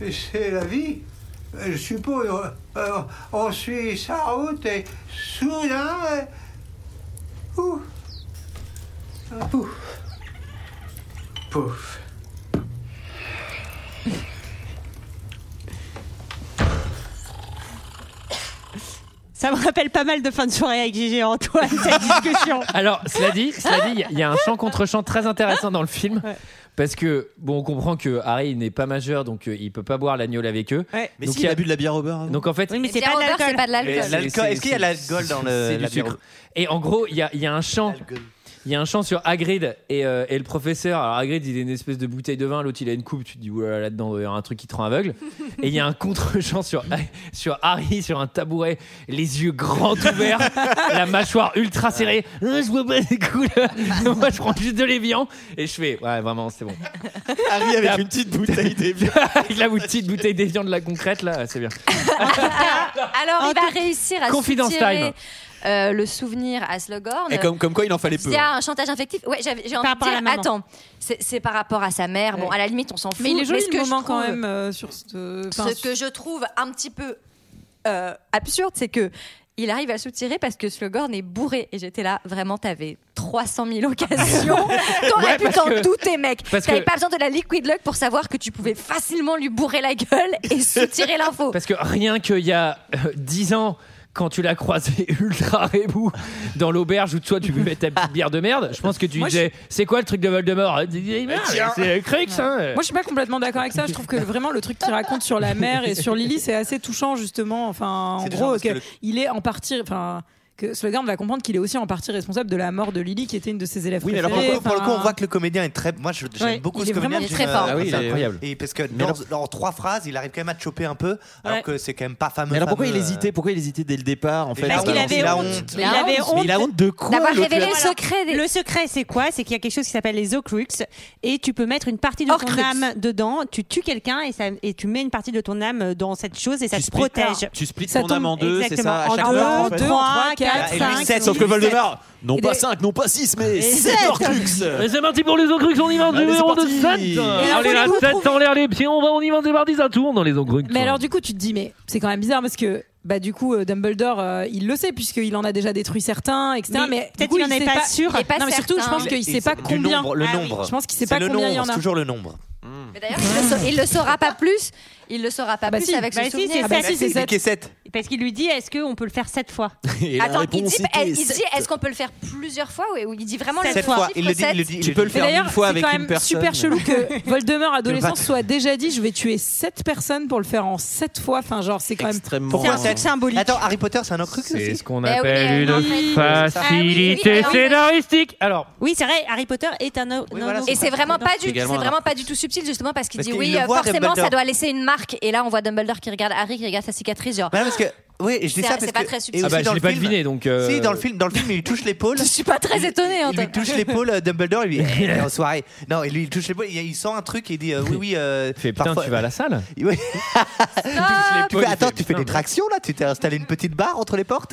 M: et c'est la vie. Je suppose, euh, on suit sa route et soudain... euh, Pouf Pouf Pouf
E: Ça me rappelle pas mal de fin de soirée avec Gégé et Antoine, cette discussion.
A: Alors, cela dit, cela dit, il y a- il y, a un chant contre chant très intéressant dans le film. Parce que, bon, on comprend que Harry il n'est pas majeur, donc euh, il peut pas boire l'agnole avec eux.
K: Mais
A: donc
K: s'il a bu de la bière au beurre. hein.
A: Donc en fait.
E: mais
J: c'est pas de l'alcool. C'est pas de l'alcool.
A: Mais c'est-
F: L'alcool-
A: c'est-
F: est-ce qu'il y a de l'alcool dans le-
A: C'est du
F: la bière au-
A: sucre. Et en gros, il y a, il y a un chant. Il y a un chant sur Hagrid et, euh, et le professeur. Alors Hagrid, il a une espèce de bouteille de vin, l'autre il a une coupe. Tu te dis, oulala, là-dedans, il doit y avoir un truc qui te rend aveugle. Et il y a un contre-chant sur, sur Harry, sur un tabouret, les yeux grands ouverts, la mâchoire ultra serrée. Ah, je vois pas les couleurs. Moi, je prends juste de l'évian et je fais, ouais, vraiment, c'est bon.
O: Harry
A: La-
O: avec une petite bouteille d'évian.
A: Avec la petite bouteille d'évian de la concrète, là, c'est bien.
J: Alors, il va réussir à
A: Confidence
J: soutirer
A: time.
J: euh, le souvenir à Slogorn.
K: Et comme, comme quoi il en fallait peu.
J: Il y a un chantage affectif. Ouais, j'avais- j'ai envie de
E: rapport à la
J: dire,
E: maman.
J: attends, c'est c'est par rapport à sa mère. Bon, à la limite, on s'en fout.
I: Mais il est joli
J: ce
I: le
J: que je
I: moment quand
J: trouve-
I: même euh, sur ce. enfin,
J: ce que je trouve un petit peu euh, absurde, c'est que il- il arrive à soutirer parce que Slogorn est bourré. Et j'étais là, vraiment, t'avais 300 000 occasions. T'aurais
A: Ouais,
J: pu
A: parce
J: t'en
A: que-
J: douter, mec.
A: parce
J: T'avais
A: que-
J: pas besoin de la liquid luck pour savoir que tu pouvais facilement lui bourrer la gueule et soutirer l'info.
A: Parce que rien qu'il y a euh, 10 ans, quand tu l'as croisé ultra rébou dans l'auberge où toi tu buvais ta petite bière de merde, je pense que tu
I: Moi,
A: disais C'est quoi le truc de Voldemort Il disait, Ah, C'est Crux, hein
I: Moi, je suis pas complètement d'accord avec ça. Je trouve que vraiment le truc qu'il raconte sur la mer et sur Lily, c'est assez touchant justement. Enfin, en
A: C'est
I: gros,
A: touchant parce
I: que
A: que le-
I: il est en partie. Enfin, que Slogan va comprendre qu'il est aussi en partie responsable de la mort de Lily, qui était une de ses élèves.
F: Oui, mais alors pour,
I: préférées.
F: le coup- pour le coup,
I: Enfin,
F: on voit que le comédien est très. Moi, je- j'aime
I: Ouais,
F: beaucoup
I: il
F: ce
I: est
F: comédien.
I: vraiment
F: d'une-
I: très fort.
K: Ah oui, il est-
F: Et parce que
K: Mais
F: dans,
K: alors-
F: dans trois phrases, il arrive quand même à te choper un peu, alors
I: Ouais.
F: que c'est quand même pas fameux.
O: Mais alors pourquoi il
F: fameux, euh,
O: hésitait Pourquoi il hésitait dès le départ en fait
F: Parce qu'il avait
O: Il a
F: honte.
O: honte.
F: Il avait
O: Mais il a honte de quoi l'autre, là
E: secret. Le secret, c'est quoi C'est qu'il y a quelque chose qui s'appelle les Ocrux et tu peux mettre une partie de ton âme dedans. Tu tues quelqu'un et, ça- et tu mets une partie de ton âme dans cette chose et ça te protège.
O: Tu splits
E: Ça
O: ton âme en
E: tombe-
O: deux, c'est ça
E: exactement.
O: à chaque
E: En
O: fois, en
E: deux,
O: fait.
E: trois,
O: Et
E: quatre,
O: lui,
E: cinq,
O: sept, Sauf
E: six,
O: que Voldemort, non
E: Et
O: pas
E: des-
O: 5, non pas 6, mais
E: Et
O: 7
E: sept.
O: Horcruxes
A: Mais c'est parti pour les Ocrux, on y va,
O: Allez,
A: du
O: c'est
A: numéro de
O: parti.
A: 7
O: Et
I: alors,
A: Allez, la
I: faut qu'on
A: 7, allez, allez, puis on va, on y va, on démarre, ça tourne dans les Ocrux.
I: Mais alors du coup, tu te dis, mais c'est quand même bizarre parce que bah du coup euh, Dumbledore euh, il le sait puisqu'il en a déjà détruit certains etc
E: Mais
I: mais,
E: peut-être
I: du coup,
E: qu'il en est
I: sait
E: pas sûr. Il est pas
I: non mais surtout je
E: certain.
I: pense qu'il
F: Il-
I: sait pas
F: du
I: combien
F: nombre, le
I: Ah oui.
F: nombre.
I: je pense qu'il sait
F: C'est
I: pas
F: le
I: combien il y
F: nombre,
I: en a
F: c'est toujours le nombre.
J: Mais D'ailleurs, il, le sa- il le saura pas plus. Il le saura pas
E: bah
J: plus
E: si,
J: avec
E: bah
J: ce
E: si,
J: souvenir.
E: c'est Ah bah sept. si, c'est
F: Il dit
E: sept.
F: qu'il est sept.
E: Parce qu'il lui dit est-ce qu'on peut le faire sept fois
O: Et la
J: Attends, il
O: réponse
J: dit,
O: était
J: elle- il dit,
O: sept.
J: est-ce qu'on peut le faire plusieurs fois ou ou il dit vraiment le
F: Sept fois.
J: chiffre
F: Il le dit, il le
J: sept
F: dit. il
O: Tu
F: le
O: peux le
F: dit.
I: Mais
O: faire
I: d'ailleurs,
O: mille fois
I: c'est
O: avec
I: quand
O: une
I: même
O: personne.
I: super chelou que Voldemort adolescent
O: Le
I: soit déjà dit je vais tuer sept personnes pour le faire en sept fois. Enfin, genre, c'est quand même
O: Extrêmement.
F: Pourquoi
I: C'est un
F: sept
I: symbolique.
F: Attends, Harry Potter, c'est un Horcrux
A: C'est
F: aussi.
A: ce qu'on
E: Eh oui,
A: appelle
E: euh,
A: une
E: non, mais-
A: facilité
E: Ah oui, oui, oui, oui.
A: scénaristique. Alors, ah
E: Oui, c'est vrai, Harry Potter est un. o- non, non,
J: Et c'est vraiment pas du, c'est
A: Également un
J: vraiment pas du tout subtil justement parce qu'il
F: Parce
J: dit
F: qu'il
J: oui
F: le
J: euh,
F: voit,
J: forcément ça
F: Dumbledore.
J: doit laisser une marque et là on voit Dumbledore qui regarde Harry qui regarde sa cicatrice genre.
F: Mais non, parce que oui, je dis
J: C'est-
F: ça parce
J: c'est
F: que
J: pas très subtil.
F: et
A: Ah
F: aussi
A: bah, je
F: dans
A: l'ai
F: le
A: pas
F: film-
A: deviné, donc, euh,
F: Si dans le film, dans le film, il lui touche l'épaule.
J: Je suis pas très étonnée. hein,
F: Il lui touche l'épaule, euh, Dumbledore, il lui dit en soirée. Non, il lui touche l'épaule, il, il sent un truc, il dit euh, oui, oui. Euh,
A: fais putain,
F: parfois-
A: tu vas à la salle
F: Il- oui. Tu
A: l'épaule,
F: fais,
A: il
F: attends,
A: fait,
F: tu fais des
A: putain.
F: tractions là Tu t'es installé une petite barre entre les portes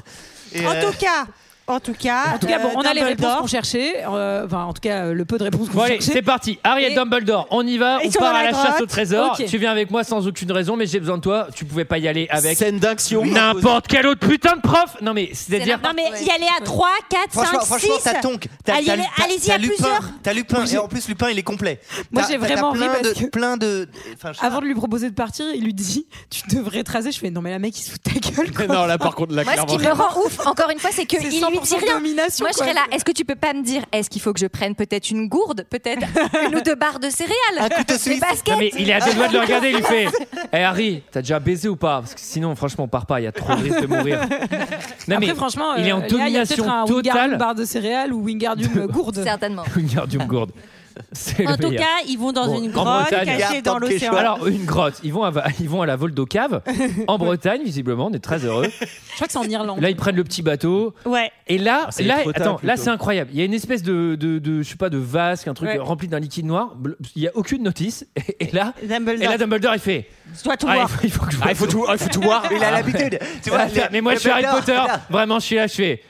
F: Et,
E: En
F: euh,
E: tout cas, en tout cas,
I: En tout cas, bon,
E: euh,
I: on a les réponses
E: Dumbledore-
I: qu'on cherchait. euh, Enfin, en tout cas, euh, le peu de réponses qu'on
A: Bon allez,
I: cherchait.
A: c'est parti. Harry et
I: Et-
A: Dumbledore, on y va.
I: Ils
A: on
I: sont
A: part
I: dans
A: à la
I: la
A: chasse
I: grotte.
A: au trésor.
I: Ok.
A: Tu viens avec moi sans aucune raison, mais j'ai besoin de toi. Tu pouvais pas y aller avec
O: Scène d'action.
A: n'importe quel autre putain de prof. Non mais c'est-à-dire
E: Non, mais y aller à 3, 4,
F: Franchement,
E: 5, 6.
F: franchement, t'as Tonk, t'as
E: Allez,
F: t'as-
E: allez-
F: t'as-
E: allez-y
F: t'as
E: à
F: Lupin,
E: plusieurs.
F: T'as Lupin, et en plus Lupin il est complet.
I: Moi,
F: T'as-
I: j'ai
F: t'as- t'as
I: vraiment ri
F: plein de,
I: parce que-
F: plein de. enfin, je-
I: Avant de lui proposer de partir, il lui dit Tu devrais tracer. Je fais Non, mais la mec, il se fout de ta gueule. Quoi.
O: Non, là par contre, la
J: Moi ce qui me rend ouf encore une fois c'est que
I: C'est
J: il lui dit
I: 100%
J: rien.
I: domination,
J: Moi je
I: quoi.
J: serais là. Est-ce que tu peux pas me dire est-ce qu'il faut que je prenne peut-être une gourde peut-être une ou deux barres de céréales
F: Un couteau
J: des
F: suisse.
J: baskets.
A: Non, mais il est à deux doigts de le regarder, il lui fait Eh Harry, t'as déjà baisé ou pas Parce que sinon, franchement, on part pas, il y a trop de risques de mourir. Non,
I: Après,
A: mais
I: franchement,
A: il est en
I: euh, Léa, il y a peut-être
A: domination
I: un Wingardium
A: totale.
I: barre de céréales ou Wingardium gourde.
J: Certainement.
A: Wingardium Gourde. C'est le
E: En tout
A: meilleur.
E: cas, ils vont dans
A: Bon,
E: une
A: en
E: grotte
A: Bretagne,
E: cachée
F: regarde,
E: dans
F: tant que
E: l'océan.
F: Quechua.
A: Alors, une grotte. Ils vont à, ils vont à la Voldocave, en Bretagne, visiblement, on est très heureux.
I: Je crois que c'est en Irlande.
A: Là, ils prennent le petit bateau.
E: Ouais.
A: Et là,
O: Ah, c'est
A: là,
O: les trottas,
A: attends, là
O: plutôt.
A: c'est incroyable. Il y a une espèce de, de, de- je sais pas, de vasque, un truc
E: Ouais.
A: rempli d'un liquide noir. Bleu- Il y a aucune notice. Et, et là, et
E: Dumbledore,
A: là, Dumbledore, il fait.
E: dois tout
A: Ah, il
E: voir.
A: faut, il faut que je
O: Ah, il faut tout, ah, il faut tout voir.
F: Il a l'habitude. Tu vois,
A: Attends,
F: le-
A: Ah, mais moi,
F: le
A: je suis Harry
F: Dumbledore,
A: Potter.
F: regarde.
A: Vraiment, je suis là, je fais.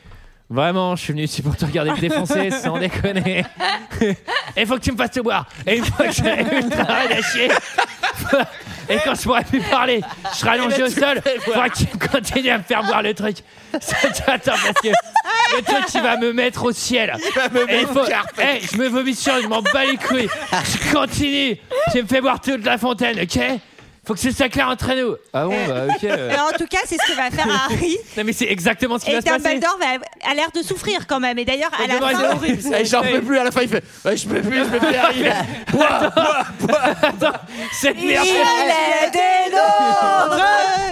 A: Vraiment, je suis venu ici pour te regarder te défoncer, sans déconner. Et faut que tu me fasses te boire. Et une fois que j'aurai eu le travail à chier, et quand je pourrai plus parler, je serai
F: Eh ben,
A: allongé au sol. Faudra que tu continues à me faire boire le truc. Ça, Attends, parce que le truc, il va me mettre au ciel. Et il faut- Eh, je me vomis sur, je m'en bats les couilles. Je continue. Tu me fais boire toute la fontaine, ok Faut que c'est ça clair entre nous. Ah
K: Eh.
A: bon, bah ok. euh.
E: Et en tout cas, c'est ce que va faire Harry.
A: Non mais c'est exactement ce qui
E: Et
A: va se passer.
E: Dumbledore va, a l'air de souffrir quand même. Et d'ailleurs, à la
A: Dumbledore,
E: fin,
A: il est horrible.
K: Eh,
O: Et j'en peux plus à la fin, il fait Ouais, je peux plus, je peux plus arriver. Bois, bois, bois.
A: Attends, cette merde.
E: est des nôtres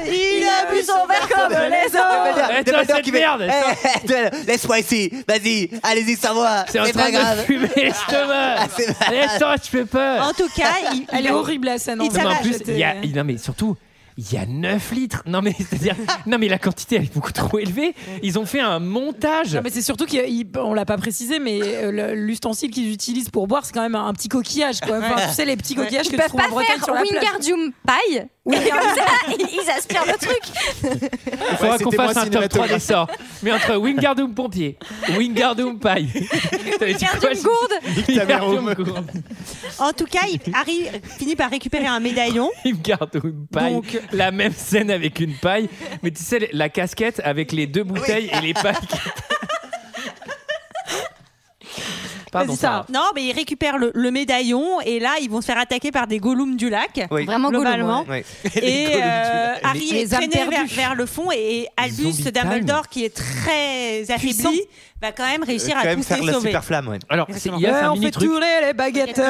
E: Il a bu son verre comme les autres
A: Attends,
F: Dumbledore
A: cette
F: qui fait,
A: merde,
F: Eh,
A: attends.
F: eh, Dumbledore, Laisse-moi ici, vas-y, allez-y sans moi.
A: C'est en
F: C'est
A: train
F: pas
A: de
F: grave.
A: fumer l'estomac.
F: c'est pas
A: Mais Attends, je fais peur.
E: En tout cas, il,
I: Elle
E: il-
I: est horrible la scène.
A: Non,
E: Il
A: mais en
E: va,
A: plus,
I: j'étais-
A: il y a, il- non mais surtout. Il y a 9 litres. Non mais c'est-à-dire, non mais la quantité elle est beaucoup trop élevée. Ils ont fait un montage.
I: Non, mais c'est surtout qu'on l'a pas précisé, mais euh, le- l'ustensile qu'ils utilisent pour boire, c'est quand même un, un petit coquillage. Quoi. Enfin, tu sais, les petits coquillages
J: Ils
I: que tu
J: peuvent
I: trouves en
J: pas
I: Bretagne sur
J: faire
I: la plage.
J: Wingardium paille. ils, ils aspirent le truc.
A: Il faudra
O: Ouais,
A: qu'on
O: c'était
A: fasse
O: moins
A: un top 3 des
O: cinématographique.
A: sorts. Mais entre Wingardium pompier, Wingardium paille, T'avais dit quoi,
J: Wingardium gourde.
A: Wingardium gourde.
E: en tout cas, il- Harry finit par récupérer un médaillon.
A: Wingardium paille,
E: Donc,
A: la même scène avec une paille. Mais tu sais, la casquette avec les deux bouteilles et les pailles. qui- Pardon,
E: Vas-y, Sarah.
A: Sarah.
E: Non, mais ils récupèrent le, le médaillon et là, ils vont se faire attaquer par des golems du lac.
F: Oui.
J: Vraiment golems,
E: globalement.
F: ouais.
E: Et
F: Ouais. Les golems du
E: euh,
F: lac.
E: Harry
J: Les
E: est
J: âmes
E: traîné vers,
J: perdues.
E: vers le fond et, et Albus
A: Zombie
E: Dumbledore, qui est très affaibli, va Euh, quand même réussir
F: Euh, quand
E: à
F: même
E: tous
F: faire
E: les
F: la
E: sauver.
F: super flamme. Ouais.
A: Alors, c'est- il y a un
I: on
A: mini
I: fait
A: truc.
I: tourner les baguettes.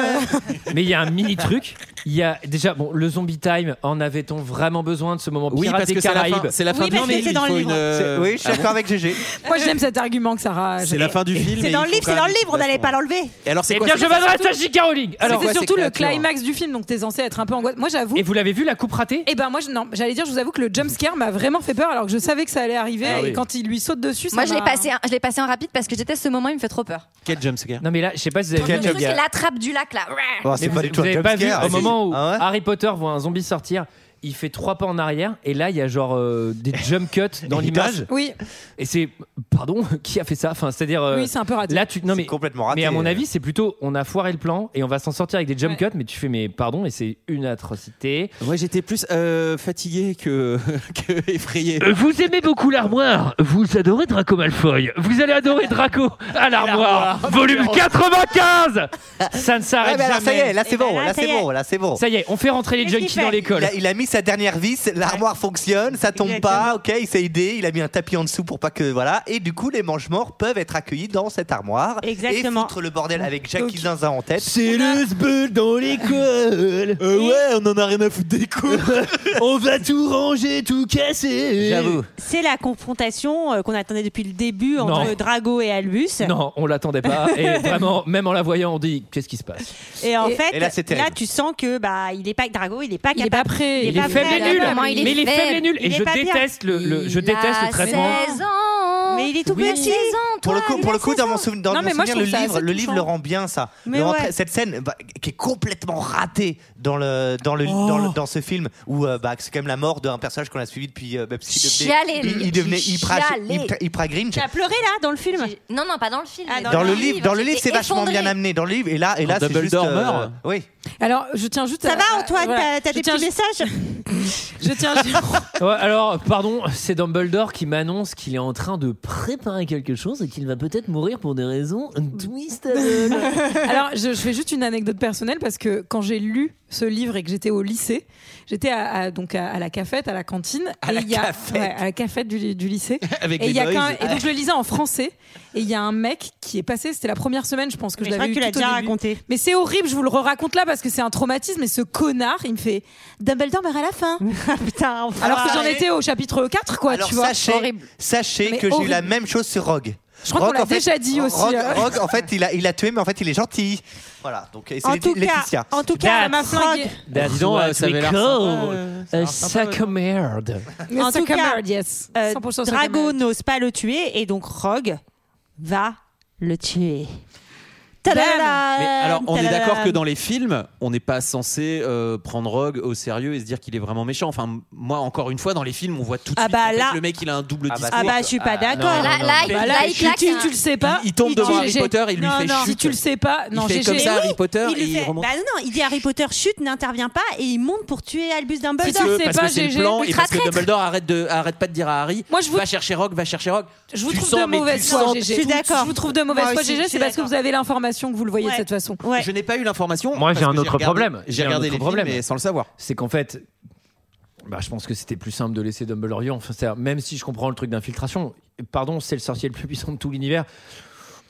A: Mais il y a un mini truc. Il y a déjà bon le zombie time. En avait-on vraiment besoin de ce moment
K: Oui,
A: pirate
K: parce
A: des
K: que c'est la fin-
A: Caraïbes
K: c'est la fin Oui, du parce que film, c'est il dans le faut livre. une, euh,
F: Oui, je suis
K: Ah
F: d'accord
K: bon
F: avec GG.
I: Moi, j'aime cet argument que Sarah.
K: C'est la fin du film.
E: C'est
K: et
E: dans
K: il
E: le
K: faut
E: livre,
K: quand
E: c'est dans le
K: même-
E: livre, on n'allait pas l'enlever.
K: Et alors, c'est
A: Eh
K: quoi
A: bien,
K: c'est-
A: je m'adresse à J.K. Rowling. Alors,
K: quoi,
I: C'était
K: ces
I: surtout le
K: créatures
I: climax du film, donc t'es censé être un peu angoissé. Moi, j'avoue.
A: et vous l'avez vu la coupe ratée
I: Eh ben moi, je- non, j'allais dire, je vous avoue que le jump scare m'a vraiment fait peur alors que je savais que ça allait arriver
K: Ah oui.
I: et quand il lui saute dessus, ça
J: Moi, je l'ai
I: m'a-
J: passé, je l'ai passé en rapide parce que j'étais ce moment, il me fait trop peur.
K: Quel jumpscare
A: Non mais là, je sais pas si vous avez
J: Je
A: vu.
J: trouve que la trappe du lac là.
F: Oh,
A: Mais
F: c'est pas
A: vous,
F: du tout
A: vous
F: un
A: avez pas vu
F: jumpscare,
A: au
F: si.
A: moment où
F: Ah ouais
A: Harry Potter voit un zombie sortir, il fait trois pas en arrière et là il y a genre euh, des jump cuts dans
F: Et il
A: l'image.
F: danse.
I: Oui,
A: Et c'est pardon, qui a fait ça Enfin, c'est-à-dire euh,
I: oui, c'est un peu raté.
A: là tu non
F: C'est
A: mais
F: complètement raté.
A: mais à mon avis, c'est plutôt on a foiré le plan et on va s'en sortir avec des jump cuts mais tu fais mais pardon et c'est une atrocité.
K: Moi, j'étais plus euh, fatigué que, que effrayé.
A: Euh, Vous aimez beaucoup l'armoire, vous adorez Draco Malfoy, vous allez adorer Draco à l'armoire, volume 95 Ça ne
F: Ah,
A: s'arrête
F: mais alors, ça y
A: jamais.
F: est, là c'est
E: Eh ben,
F: bon,
E: là,
F: là
E: ça
F: c'est
E: y est.
F: bon, là c'est bon.
A: Ça y est, on fait rentrer les
E: Qu'est-ce qu'il
A: junkies dans
E: fait
A: l'école.
F: Il a, il a mis sa dernière vis, l'armoire fonctionne, ça tombe pas, ok, il s'est aidé, il a mis un tapis en dessous pour pas que voilà, et du coup les manches morts peuvent être accueillis dans cette armoire
E: Exactement.
F: et foutre le bordel avec Jackie Zinzin en tête.
K: C'est le sbeul dans l'école. Euh, ouais, on en a rien à foutre des cours. on va tout ranger, tout casser.
F: J'avoue.
E: C'est la confrontation euh, qu'on attendait depuis le début entre
A: Non.
E: Drago et Albus.
A: Non, on l'attendait pas. Et vraiment, même en la voyant, on dit qu'est-ce qui se passe
E: Et en
I: Et-
E: fait,
F: Et là,
E: là,
F: c'est terrible.
E: tu sens que bah il est pas Drago, il est pas
I: Il est
E: capable.
I: pas prêt.
E: Il est pas
A: Faible
E: prêt.
A: et nul.
J: Vraiment, il est
A: Mais il est faible et
J: faible.
A: nul. Et
E: Il est
A: je
E: pas bien.
A: déteste le, le- je déteste le traitement.
J: 16 ans.
E: Mais il est tout
A: Oui.
E: petit.
F: Pour le coup, pour le coup, dans mon, souven- dans
I: Non,
F: mon
I: mais moi, je
F: souvenir, le
I: trouve ça
F: livre,
I: assez
F: le livre
I: touchant.
F: le rend bien ça.
E: Mais
F: Le rend
E: ouais.
F: très- Cette scène bah, qui est complètement ratée dans le dans le
I: Oh.
F: dans, le- dans ce film où euh, bah, c'est quand même la mort d'un personnage qu'on a suivi depuis. euh, bah, parce qu'il
J: Chialé,
F: il,
J: les
F: il
J: gars,
F: devenait
J: j'ai
F: hyper
J: chialé.
F: Grinch.
E: Tu as pleuré là dans le film.
J: Non, non, pas dans le film.
E: Ah,
J: mais
E: dans
F: Dans
E: le
F: le livre, dans le livre,
J: j'étais
F: c'est vachement
J: effondrée.
F: bien amené. Dans le livre, et là, et là,
K: Quand
F: c'est juste. euh,
K: Dumbledore meurt.
F: oui.
I: Alors, je tiens juste
E: Ça
I: à-
E: va
I: à-
E: Antoine,
I: voilà.
E: t'as- t'as
I: Je
E: des
I: tiens
E: petits messages
I: Je tiens
A: Ouais, alors, pardon, c'est Dumbledore qui m'annonce qu'il est en train de préparer quelque chose et qu'il va peut-être mourir pour des raisons twist.
I: Alors, je, je fais juste une anecdote personnelle parce que quand j'ai lu ce livre et que j'étais au lycée, j'étais à, à- donc à, à la cafette, à la cantine,
K: À
I: et
K: la
I: il y a-
K: cafette.
I: ouais, à la cafette du, du lycée.
K: Avec
I: et
K: les Ah.
I: il y a
K: boys.
I: quand même- et donc je le lisais en français. Et il y a un mec qui est passé. C'était la première semaine, je pense que
E: Mais
I: je
E: Je crois
I: l'avais
E: que
I: eu
E: tu l'as
I: tout au
E: déjà
I: début.
E: raconté.
I: Mais c'est horrible, je vous le raconte là parce que c'est un traumatisme. Et ce connard, il me fait Dumbledore meurt à la fin.
E: Ah Putain, enfin.
I: Alors que j'en
F: ouais.
I: étais au chapitre 4, quoi,
F: Alors
I: tu vois.
F: sachez,
I: Horrible.
F: sachez
I: Mais
F: que j'ai eu
I: horrible.
F: la même chose sur Rogue.
I: Je crois qu'on
F: Rogue,
I: l'a
F: en fait-
I: déjà dit aussi.
F: Rogue,
I: euh.
F: Rogue, en fait, il a, il a tué, mais en fait, il est gentil. Voilà. Donc, et c'est
E: En
F: Lé-
E: tout
F: Laetitia.
E: cas, en tout cas, elle
A: That's
E: m'a flingué.
K: Dis donc, euh, ça avait l'air sympa, euh, ça a l'air sympa,
A: sac à merde.
I: Mais
E: En
I: ça
E: tout cas,
I: camarade, yes.
E: Euh,
I: 100% ça
E: Drago
I: camarade.
E: n'ose pas le tuer et donc Rogue va le tuer.
I: Tadam
K: Mais
E: Euh,
K: alors, on est
E: Tadam
K: d'accord que dans les films, on n'est pas censé euh, prendre Rogue au sérieux et se dire qu'il est vraiment méchant. Enfin, m- moi, encore une fois, dans les films, on voit tout de
E: Ah
K: suite
E: bah
K: en fait,
E: là-
K: le mec, il a un double
F: Ah bah
K: discours.
E: Ah bah je suis pas
J: Là,
E: d'accord.
J: là, il-
I: Bah là,
J: là, il
I: tu,
J: claque. hein.
I: tu-
J: un-
I: tu le sais pas.
K: Il- il tombe devant
I: tue
K: Harry
I: Gégé.
K: Potter, il lui
I: Non,
K: fait
I: non,
K: chute.
I: Si tu le sais pas, non,
K: il fait comme
I: Gégé.
K: ça,
I: Mais
K: Harry
I: oui,
K: Potter,
E: Il
K: et
E: lui
K: il
E: fait-
K: remonte.
E: Bah non, non, il dit Harry Potter chute, n'intervient pas et il monte pour tuer Albus
I: Si
E: Dumbledore.
I: tu le sais
K: parce
I: pas,
K: que c'est le
I: Gégé.
K: plan et
J: Ultra
K: parce que
J: traître.
K: Dumbledore arrête de arrête pas de dire à Harry
I: Moi, je vous-
K: va chercher Rogue va chercher Rogue
I: Je vous
K: Tu
I: trouve
K: sens,
I: de
K: mais tu
I: mauvaise foi,
K: sens-
I: Gégé.
E: Je suis d'accord.
I: Je vous trouve de mauvaise
E: Moi
I: foi,
E: aussi,
I: Gégé.
E: je suis
I: C'est parce que
E: d'accord.
I: vous avez l'information que vous le voyez de
E: Ouais.
I: cette façon.
E: Ouais.
K: je n'ai pas eu l'information
A: Moi, j'ai
K: parce
A: un
K: que
A: autre
K: regardé-
A: problèmes. J'ai
K: j'ai
A: un
K: regardé
A: autre
K: les
A: problème.
K: problèmes mais sans le savoir
A: C'est qu'en fait, bah, je pense que c'était plus simple de laisser Dumbledore vivant. Enfin, c'est-à-dire, même si je comprends le truc d'infiltration, pardon, c'est le sorcier le plus puissant de tout l'univers.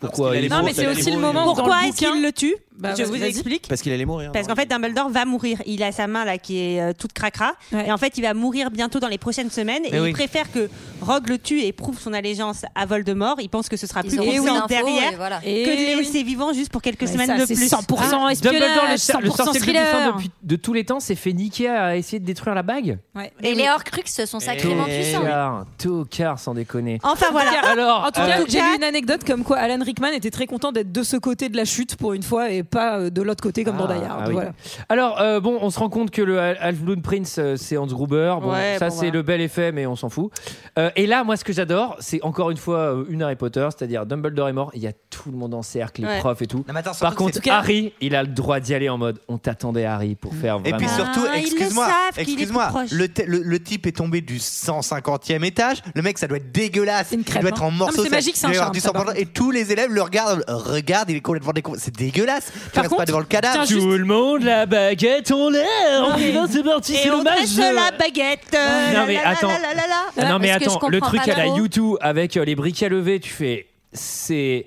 A: Pourquoi
K: Parce qu'il a les
I: Non,
K: mots,
I: mais c'est
K: t'as les
I: aussi le
K: mots,
I: moment où dans
E: Pourquoi
I: le
E: est-ce qu'il
I: bouquin-
E: le tue
I: Bah,
E: Je
I: vas-y,
E: vous
I: vas-y.
E: explique.
K: parce qu'il allait mourir
E: Parce qu'en fait, Dumbledore va mourir. Il a sa main là qui est euh, toute cracra.
I: Ouais.
E: Et en fait, il va mourir bientôt dans les prochaines semaines. et
F: Mais oui.
E: il préfère que Rogue le tue et prouve son allégeance à Voldemort. Il pense que ce sera plus
J: Ils auront ces
E: puissant
J: infos,
E: derrière
J: et voilà.
I: Et
E: que de
I: oui.
E: laisser vivant juste pour quelques
I: Mais
E: semaines
I: ça,
E: de
I: c'est
E: plus. Ah.
I: 100%
A: Dumbledore, le,
I: espionnage,
A: sor- le
I: 100%
A: sorcier le plus puissant
I: thriller.
A: depuis- de tous les temps, s'est fait niquer à essayer de détruire la bague. Eh
I: Ouais.
J: Et les Horcrux sont sacrément
K: Et-
J: puissants.
A: Tocard, tocard, sans déconner.
E: Enfin voilà.
A: Alors,
I: En tout
A: euh,
I: cas,
E: euh,
I: j'ai lu une anecdote comme quoi Alan Rickman était très content d'être de ce côté de la chute pour une fois et pas euh, de l'autre côté comme dans Die Hard.
A: Ah oui.
I: voilà.
A: Alors, euh, bon, on se rend compte que le Hal- Half Blood Prince, euh, c'est Hans Gruber. Bon,
I: Ouais,
A: ça,
I: bon,
A: c'est
I: bah.
A: le bel effet, mais on s'en fout. Euh, et là, moi, ce que j'adore, c'est encore une fois euh, une Harry Potter, c'est-à-dire Dumbledore est mort, il y a tout le monde en cercle, les
F: Ouais.
A: profs et tout.
F: Non, mais attends, surtout
A: Par
F: que
A: contre,
F: c'est- En tout cas- Mm.
A: Harry, il a le droit d'y aller en mode on t'attendait, Harry, pour faire
F: Et
A: vraiment.
F: puis surtout,
E: Ah, ils le
F: excuse-moi,
E: savent qu'il est tout
F: excuse-moi,
E: proche.
F: le, t- le- le type est tombé du 150e étage. Le mec, ça doit être dégueulasse. il
I: crêpe,
F: doit être en
I: hein.
F: morceaux.
I: Non, mais c'est
F: ça-
I: magique, c'est un
F: il doit y avoir
I: charme,
F: du
I: ça,
F: sang
I: par
F: partout. Et tous les élèves le regardent. euh, Regarde, il est complètement décon. C'est dégueulasse. Tu
I: Par
F: restes pas
I: contre,
F: devant le cadavre.
I: tiens, Tout juste-
A: le monde, la baguette en l'air.
E: Non, mais-
A: c'est parti,
E: Et on dresse la baguette. euh,
A: Non,
E: la,
A: mais
E: la, la,
A: attends.
E: la, la, la.
A: Non mais
E: Parce que je
A: attends, le
E: comprends
A: truc
E: pas
A: à la
E: trop.
A: YouTube avec euh, les briquets levés, tu fais c'est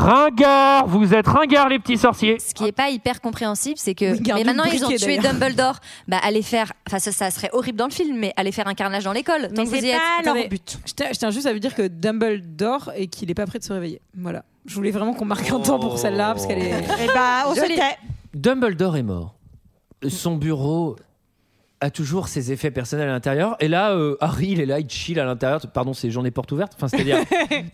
A: ringard, vous êtes ringard les petits sorciers.
J: Ce qui n'est pas hyper compréhensible, c'est que.
I: Oui, garde
J: mais maintenant,
I: le
J: ils ont
I: briquet,
J: tué
I: d'ailleurs.
J: Dumbledore. Bah, allez faire. Enfin, ça, ça serait horrible dans le film, mais allez faire un carnage dans l'école. Tant que vous y êtes.
I: Attendez, Je tiens, je tiens juste à vous dire que Dumbledore et qu'il est pas prêt de se réveiller. Voilà. Je voulais vraiment qu'on marque un temps pour celle-là parce qu'elle
A: Oh.
I: est.
E: Eh bah, on se
I: Joli.
E: tait.
A: Dumbledore est mort. Son bureau a toujours ses effets personnels à l'intérieur et là euh, Harry il est là, il chill à l'intérieur. Pardon, c'est journée porte ouverte. Enfin, c'est-à-dire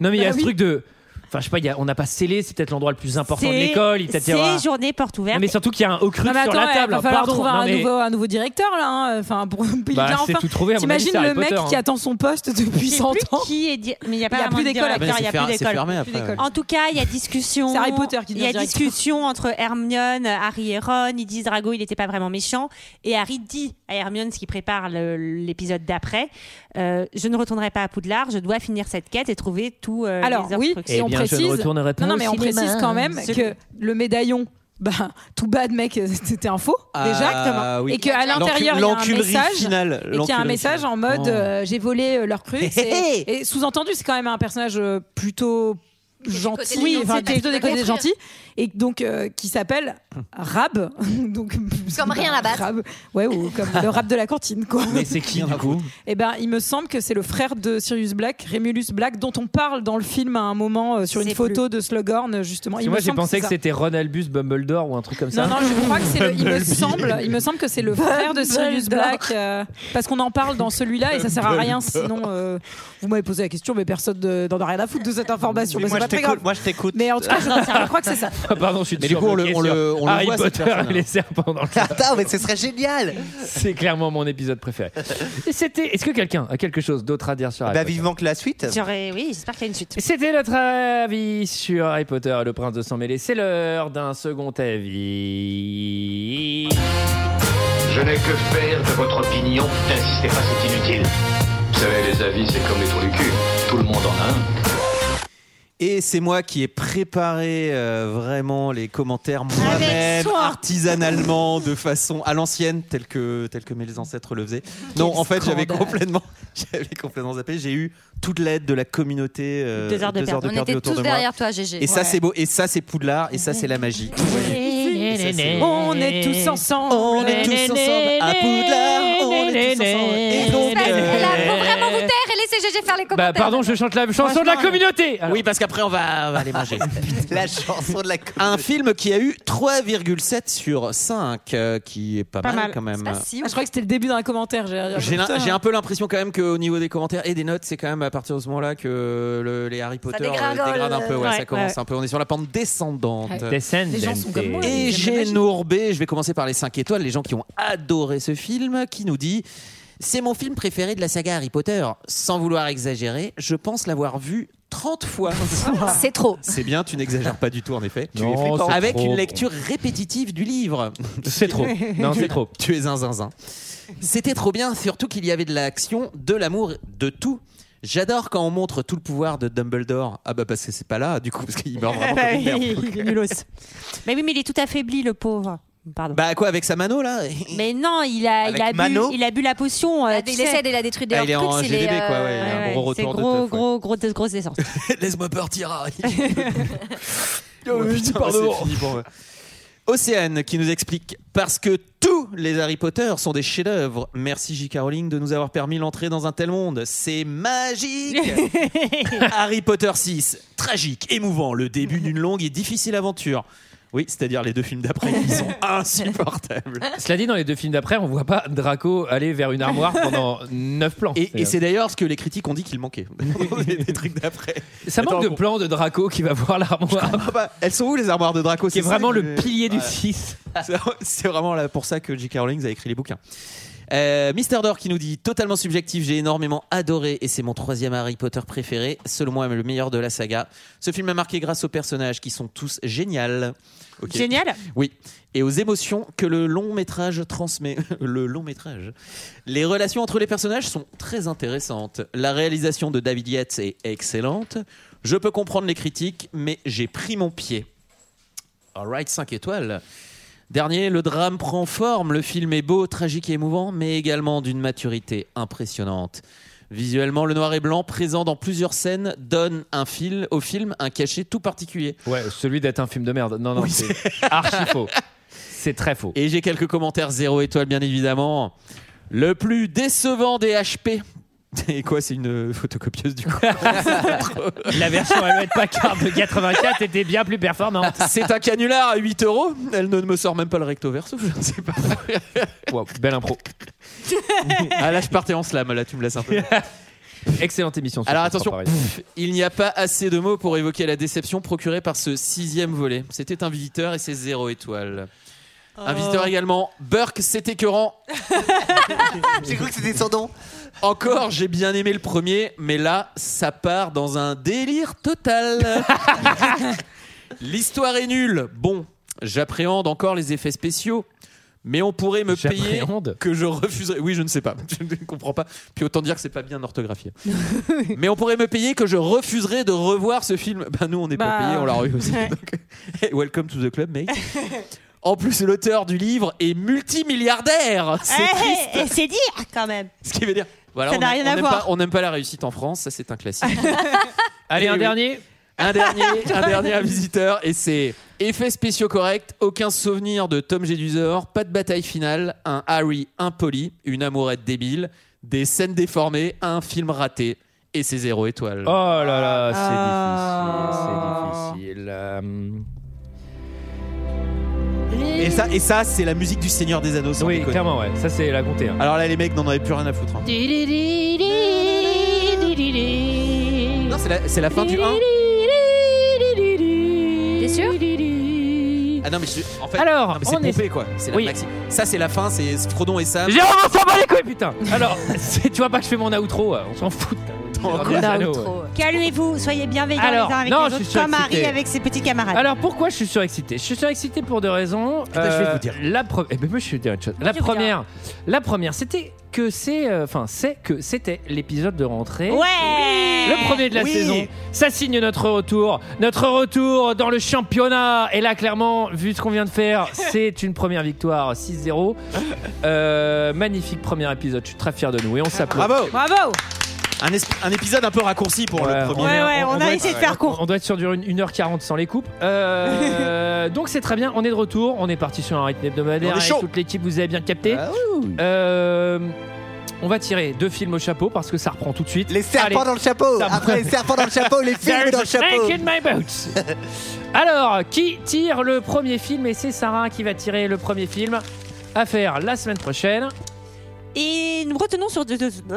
A: Non mais il y a
E: Ah
A: ce
E: oui.
A: truc de Enfin, je sais pas, il y a- on n'a pas scellé, c'est peut-être l'endroit le plus important de
E: C'est-
A: l'école. Il t'attire à-
E: C'est journée porte
A: Non,
E: ouverte.
A: mais surtout qu'il y a un haut cru
I: Non, mais
A: sur la
I: attends,
A: table.
I: Il va falloir
A: Pardon,
I: trouver
A: non,
I: un,
A: mais-
I: nouveau, un nouveau directeur là. hein. Enfin, pour il
A: Bah,
I: vient
A: c'est
I: enfin.
A: tout trouvé, à mon avis,
I: T'imagines
A: c'est Harry
I: le mec
A: Potter, hein.
I: qui attend son poste depuis
E: Je sais
I: 100 ans.
E: plus qui est di- Mais il n'y a
I: Il y
E: pas
I: a
E: vraiment
I: plus
E: de
I: d'école
K: Ah,
E: directeur,
I: après.
E: il y a plus
I: C'est fer- c'est
E: d'école.
I: fermé après, ouais.
E: En tout cas, il y a discussion.
I: C'est Harry Potter qui
E: Il
I: devient
E: y a
I: directeur.
E: discussion entre Hermione, Harry et Ron. Ils disent Drago, il n'était pas vraiment méchant. Et Harry dit à Hermione, ce qui prépare le- l'épisode d'après euh, Je ne retournerai pas à Poudlard, je dois finir cette quête et trouver tout. euh,
I: Alors
E: les
A: Eh
I: oui,
E: obstructions.
I: et on précise. non, non, mais on précise quand même
E: Celui-
I: que le médaillon. Bah, tout bad, mec, euh, c'était un faux.
K: Ah,
I: déjà,
K: oui.
I: Et qu'à
K: L'encu-
I: l'intérieur, il y a un
K: l'enculerie
I: message.
K: finale.
I: Et qu'il y a un
K: L'enculerie
I: message
K: finale.
I: en mode
K: Oh.
I: euh, j'ai volé euh, leur cruche. et et sous-entendu, c'est quand même un personnage euh, plutôt gentil.
E: des
I: Oui,
E: gentils,
I: enfin,
E: parce
I: plutôt
E: que
I: des côtés des
E: construire.
I: gentils. Et donc, euh, qui s'appelle Rab. donc,
J: Comme rien à battre.
I: Rab. Ouais, ou comme le rab de la cantine, quoi.
A: Mais c'est qui du coup
I: Eh ben, il me semble que c'est le frère de Sirius Black, Remulus Black, dont on parle dans le film à un moment euh, sur
A: Je
I: une
A: sais
I: photo de Slughorn, justement.
A: Parce
I: Il
A: que moi
I: me
A: j'ai
I: semble
A: pensé que,
I: c'est ça.
A: c'était Ron Albus Bumbledore ou un truc comme ça.
I: Non, non, je crois que c'est le. Il me semble, il me semble que c'est le frère de Sirius
A: Dumbledore.
I: Black, euh, parce qu'on en parle dans celui-là et ça sert à rien sinon. euh, vous m'avez posé la question, mais personne de- n'en a rien à foutre de cette information.
F: Mais
I: mais
F: moi,
I: c'est pas
F: je
I: très
F: t'écoute,
I: grave.
F: moi, je t'écoute.
I: Mais en tout cas, je crois que c'est ça.
A: Ah, Pardon, je suis
K: Mais du coup, on le-
A: surbloqué
K: on le-
A: sur
K: on le
A: Harry
K: voit, cette
A: Potter
K: personne,
A: et les serpents dans le
F: Attends, mais ce serait génial.
A: C'est clairement mon épisode préféré. Et C'était. Est-ce que quelqu'un a quelque chose d'autre à dire sur Harry
F: Bah,
A: Potter
F: vivement que la suite.
E: J'aurais- Oui, j'espère qu'il y a une suite.
A: C'était notre avis sur Harry Potter et le prince de sang mêlé. C'est l'heure d'un second avis.
B: Je n'ai que faire de votre opinion. N'insistez pas, c'est inutile.
D: Vous savez, les avis, c'est comme les trous du cul. Tout le monde en a un.
K: Et c'est moi qui ai préparé euh, vraiment les commentaires moi-même,
B: soin.
K: artisanalement, de façon à l'ancienne, telle que, telle que mes ancêtres le faisaient. Non,
B: Quel
K: en fait, j'avais
B: scandale.
K: complètement, j'avais complètement zappé. J'ai eu toute l'aide de la communauté. euh,
J: Deux heures de perdu. On
K: perdu
J: était
K: autour
J: tous
K: de moi.
J: derrière toi, GG.
K: Et ça,
J: Ouais.
K: c'est beau. Et ça, c'est Poudlard. Et ça, c'est la magie.
I: On est tous ensemble.
K: On est tous ensemble à Poudlard. On est tous ensemble. Et donc, euh,
J: Faut vraiment vous taire et laisser GG faire les
A: Bah,
J: commentaires.
A: pardon, je chante la chanson de la communauté.
B: euh,
K: Oui, parce qu'après, on va, on va aller manger.
F: la chanson de la communauté.
K: Un film qui a eu 3,7 sur 5, euh, qui est pas,
I: Pas mal.
K: quand
A: Bah.
K: même.
I: Ah, je crois que c'était le début d'un commentaire. J'ai
K: J'ai l'in-
I: Putain.
K: j'ai un peu l'impression quand même qu'au niveau des commentaires et des notes, c'est quand même à partir de ce moment-là que le- les Harry Potter euh,
B: dégringole.
K: dégradent un peu. Ouais,
B: Ouais,
K: ça commence
B: ouais.
K: un peu. On est sur la pente descendante.
B: Ouais. Descendente. Les gens sont comme moi, ils
K: Et
B: aiment la
K: j'ai
B: magie.
K: Nourbé, je vais commencer par les 5 étoiles, les gens qui ont adoré ce film, qui nous dit... C'est mon film préféré de la saga Harry Potter. Sans vouloir exagérer, je pense l'avoir vu 30 fois.
J: C'est trop.
K: C'est bien, tu n'exagères pas du tout en effet.
A: Non,
K: es flippant.
A: c'est
K: Avec
A: trop.
K: une lecture répétitive du livre.
A: C'est trop. Non, c'est trop.
K: Tu es un zinzin. C'était trop bien, surtout qu'il y avait de l'action, de l'amour, de tout. J'adore quand on montre tout le pouvoir de Dumbledore. Ah bah parce que c'est pas là, du coup, parce qu'il meurt vraiment comme une Oh,
I: Bah
K: merde.
E: Il est nulos. Mais oui, mais il est tout affaibli, le pauvre. Pardon.
K: Bah quoi, avec sa mano là
E: Mais non, il a,
K: Avec
E: il a,
K: Mano
E: bu, il a bu la potion. euh,
J: Bah, Il a-
E: tu
J: il
E: sais.
J: essaie de la détruire des
K: Ah, il est
J: Horcruxes,
K: en
J: est,
K: GDB, quoi,
J: euh,
K: ouais, il a un gros
E: C'est
K: retour de
E: gros,
K: teuf, ouais.
E: gros, gros, grosse, grosse essence.
K: Laisse-moi partir, Harry.
B: Oh,
K: Ouais,
B: putain,
K: putain,
B: pardon.
K: c'est fini pour moi. Océane qui nous explique parce que tous les Harry Potter sont des chefs-d'œuvre. Merci J.K. Rowling de nous avoir permis l'entrée dans un tel monde. C'est magique. Harry Potter 6, tragique, émouvant, le début d'une longue et difficile aventure. Oui, c'est-à-dire les deux films d'après qui sont insupportables.
A: Cela dit, dans les deux films d'après, on voit pas Draco aller vers une armoire pendant 9 plans.
K: Et, et c'est d'ailleurs ce que les critiques ont dit qu'il manquait. des, des trucs d'après.
A: Ça manque
K: Attends,
A: de
K: bon.
A: plans de Draco qui va voir l'armoire.
K: Ah bah, elles sont où les armoires de Draco
A: Qui est
K: C'est ça
A: vraiment
K: que-
A: le pilier du
K: Ouais.
A: 6.
K: C'est- C'est vraiment là pour ça que J.K. Rowling a écrit les bouquins. Euh, Mister Dor qui nous dit totalement subjectif, j'ai énormément adoré et c'est mon troisième Harry Potter préféré, selon moi le meilleur de la saga. Ce film m'a marqué grâce aux personnages qui sont tous géniaux. Ok.
E: Génial.
K: Oui, et aux émotions que le long métrage transmet. le long métrage. Les relations entre les personnages sont très intéressantes. La réalisation de David Yates est excellente. Je peux comprendre les critiques, mais j'ai pris mon pied. Alright, 5 étoiles. Dernier, le drame prend forme. Le film est beau, tragique et émouvant, mais également d'une maturité impressionnante. Visuellement, le noir et blanc présent dans plusieurs scènes donne un fil au film un cachet tout particulier.
A: Ouais, celui d'être un film de merde. Non, non, c'est archi faux. C'est très faux.
K: Et j'ai quelques commentaires zéro étoile, bien évidemment. Le plus décevant des HP. Et quoi, c'est une euh, photocopieuse du coup
A: La version Hewlett Packard de 84 était bien plus performante.
K: C'est un canular à 8 euros. Elle ne me sort même pas le recto verso, je ne sais pas.
A: Wow, belle impro.
K: Ah là, je partais en slam, là, tu me laisses un peu.
A: Excellente émission. sur
K: Alors
A: France
K: attention,
A: trois, pareil.
K: pff, il n'y a pas assez de mots pour évoquer la déception procurée par ce sixième volet. C'était un visiteur et c'est zéro étoile. Un
O: Oh.
K: visiteur également. Burke, c'est écœurant.
O: J'ai cru que c'était son nom.
K: Encore, j'ai bien aimé le premier, mais là, ça part dans un délire total. L'histoire est nulle. Bon, j'appréhende encore les effets spéciaux. Mais on pourrait me payer
A: J'appréhende
K: que je refuserais. Oui, je ne sais pas. Je ne comprends pas. Puis autant dire que c'est pas bien orthographié. mais on pourrait me payer que je refuserais de revoir ce film. Ben nous, on n'est
O: Bah,
K: pas payé, on l'a eu aussi.
O: ouais.
K: Donc, hey, welcome to the club, mate. En plus, l'auteur du livre est multimilliardaire. C'est
E: Eh,
K: triste.
E: eh, C'est dire quand même.
K: Ce qui veut dire. Voilà,
E: Ça
K: on
E: n'a
K: a-
E: rien
K: on
E: à
K: n'aime
E: voir.
K: pas- On n'aime pas la réussite en France, ça c'est un classique.
A: Allez,
K: Et
A: un
K: oui.
A: dernier.
K: Un dernier, un dernier à visiteur, et c'est effets spéciaux corrects, aucun souvenir de Tom Jedusor, pas de bataille finale, un Harry impoli, une amourette débile, des scènes déformées, un film raté, et c'est zéro étoile.
A: Oh là là, c'est
K: Ah.
A: difficile, c'est difficile. Euh,
K: Et ça, et ça c'est la musique du Seigneur des Anneaux,
A: Oui, clairement, ouais. Ça, c'est la comptée. hein.
K: Alors là, les mecs n'en avaient plus rien à foutre. hein. Non, c'est la, c'est la fin du 1.
J: T'es sûr
K: Ah non, mais je- en fait,
A: Alors,
K: non, mais c'est
A: on est-
K: pompé, quoi. C'est la
A: Oui.
K: maxi- Ça, c'est la fin, c'est Frodon et Sam.
A: Jérôme, on s'en bat les couilles, putain Alors, c'est- tu vois pas que je fais mon outro, euh, on s'en fout.
K: Encore
A: Des
K: un
A: anneaux,
K: outro.
A: ouais.
E: Calmez-vous, soyez bienveillants
A: Alors,
E: les uns avec
A: non,
E: les
A: je
E: autres,
A: suis
E: comme
A: surexcité.
E: Harry avec ses petits camarades.
A: Alors pourquoi je suis surexcité Je suis surexcité pour deux raisons.
K: ben, je vais vous
A: dire. La pre- eh ben, moi, je vais vous dire une chose. La
E: Je vous
A: première, la première, c'était que c'est, euh, enfin, c'est que c'était l'épisode de rentrée.
E: Ouais.
A: Le premier de la
E: Oui.
A: saison. Ça signe notre retour, notre retour dans le championnat. Et là, clairement, vu ce qu'on vient de faire, c'est une première victoire 6-0. Euh, magnifique premier épisode. Je suis très fier de nous et on s'applaudit.
K: Bravo
E: Bravo.
K: Un, es- un épisode un peu raccourci pour
A: Ouais,
K: le premier.
A: on est- doit
E: essayé
A: être-
E: de faire court.
A: On doit être sur du 1h40 sans les coupes. Euh, donc c'est très bien, on est de retour, on est parti sur un rythme hebdomadaire.
K: On est
A: avec
K: chaud. Bah
A: toute l'équipe, vous avez bien capté. Euh, on va tirer deux films au chapeau parce que ça reprend tout de suite. Les
O: serpents dans le chapeau. Après les serpents dans le chapeau, les films dans le chapeau.
A: in my boat. Alors, qui tire le premier film Et c'est Sarah qui va tirer le premier film à faire la semaine prochaine.
E: Et nous retenons sur deux. deux- Nous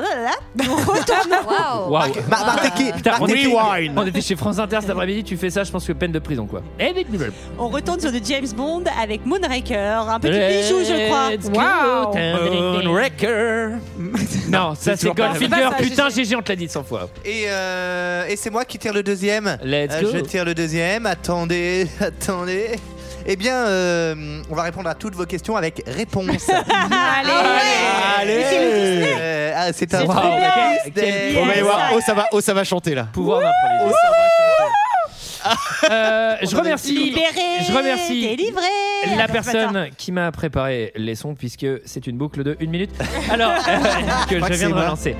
E: retenons.
A: Waouh. Putain, on,
O: Oh, Marc
A: était,
O: Rewind.
A: on était chez France Inter cet après-midi, tu fais ça, je pense que peine de prison quoi. Eh, des nouvelles.
E: On retourne sur du James Bond avec Moonraker, un petit
A: Let's
E: bijou, je crois. Ah,
A: go, Wow.
K: Euh,
A: Moonraker. Oh, Non, ça c'est
O: toujours pas la même.
A: Goldfinger,
O: C'est pas ça,
A: putain, GG, on te l'a dit 100 fois.
O: Et, euh, et c'est moi qui tire le deuxième.
A: Let's
O: Euh,
A: go.
O: Je tire le deuxième. Attendez, attendez. Eh bien, euh, on va répondre à toutes vos questions avec réponse.
A: Ah,
E: Allez,
O: Allez Euh, ah, C'est un
A: trop
O: vrai
A: bien.
O: Baptiste
A: Quel-
O: Day.
A: quel- On va y voir.
O: Oh,
A: Oh,
O: ça va, oh, ça va chanter là.
A: Pouvoir d'improviser. Euh, je remercie,
E: Libéré,
A: je remercie
E: délivré.
A: la
E: Attends, attends.
A: personne qui m'a préparé les sons puisque c'est une boucle de une minute. Alors euh, que
O: crois que c'est
A: je viens de
O: moi.
A: relancer.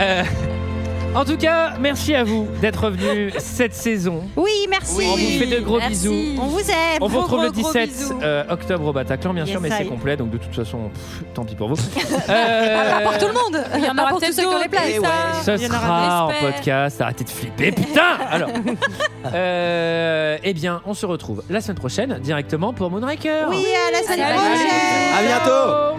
A: Euh, En tout cas, merci à vous d'être venus cette saison.
E: Oui, merci.
A: On vous fait de gros
E: Merci.
A: bisous.
E: On vous aime.
A: On vous
E: Gros,
A: retrouve le
E: gros, gros
A: 17
E: bisous.
A: euh, octobre au Bataclan, bien
E: Yes,
A: sûr, mais
E: I.
A: c'est complet, donc de toute façon, pff, tant pis pour vous. Euh,
E: Pas Ah bah, pour tout le monde.
I: Il y en
E: Pas
I: aura
E: pour tous
I: peut-être
E: ceux qui ont les
I: d'autres.
E: places.
I: Eh ouais.
A: Ce
E: Il y en aura,
A: sera en
E: j'espère.
A: podcast. Arrêtez de flipper, putain Alors, euh, eh bien, on se retrouve la semaine prochaine directement pour Moonraker.
E: Oui, à la semaine
A: Salut.
E: prochaine.
A: À bientôt.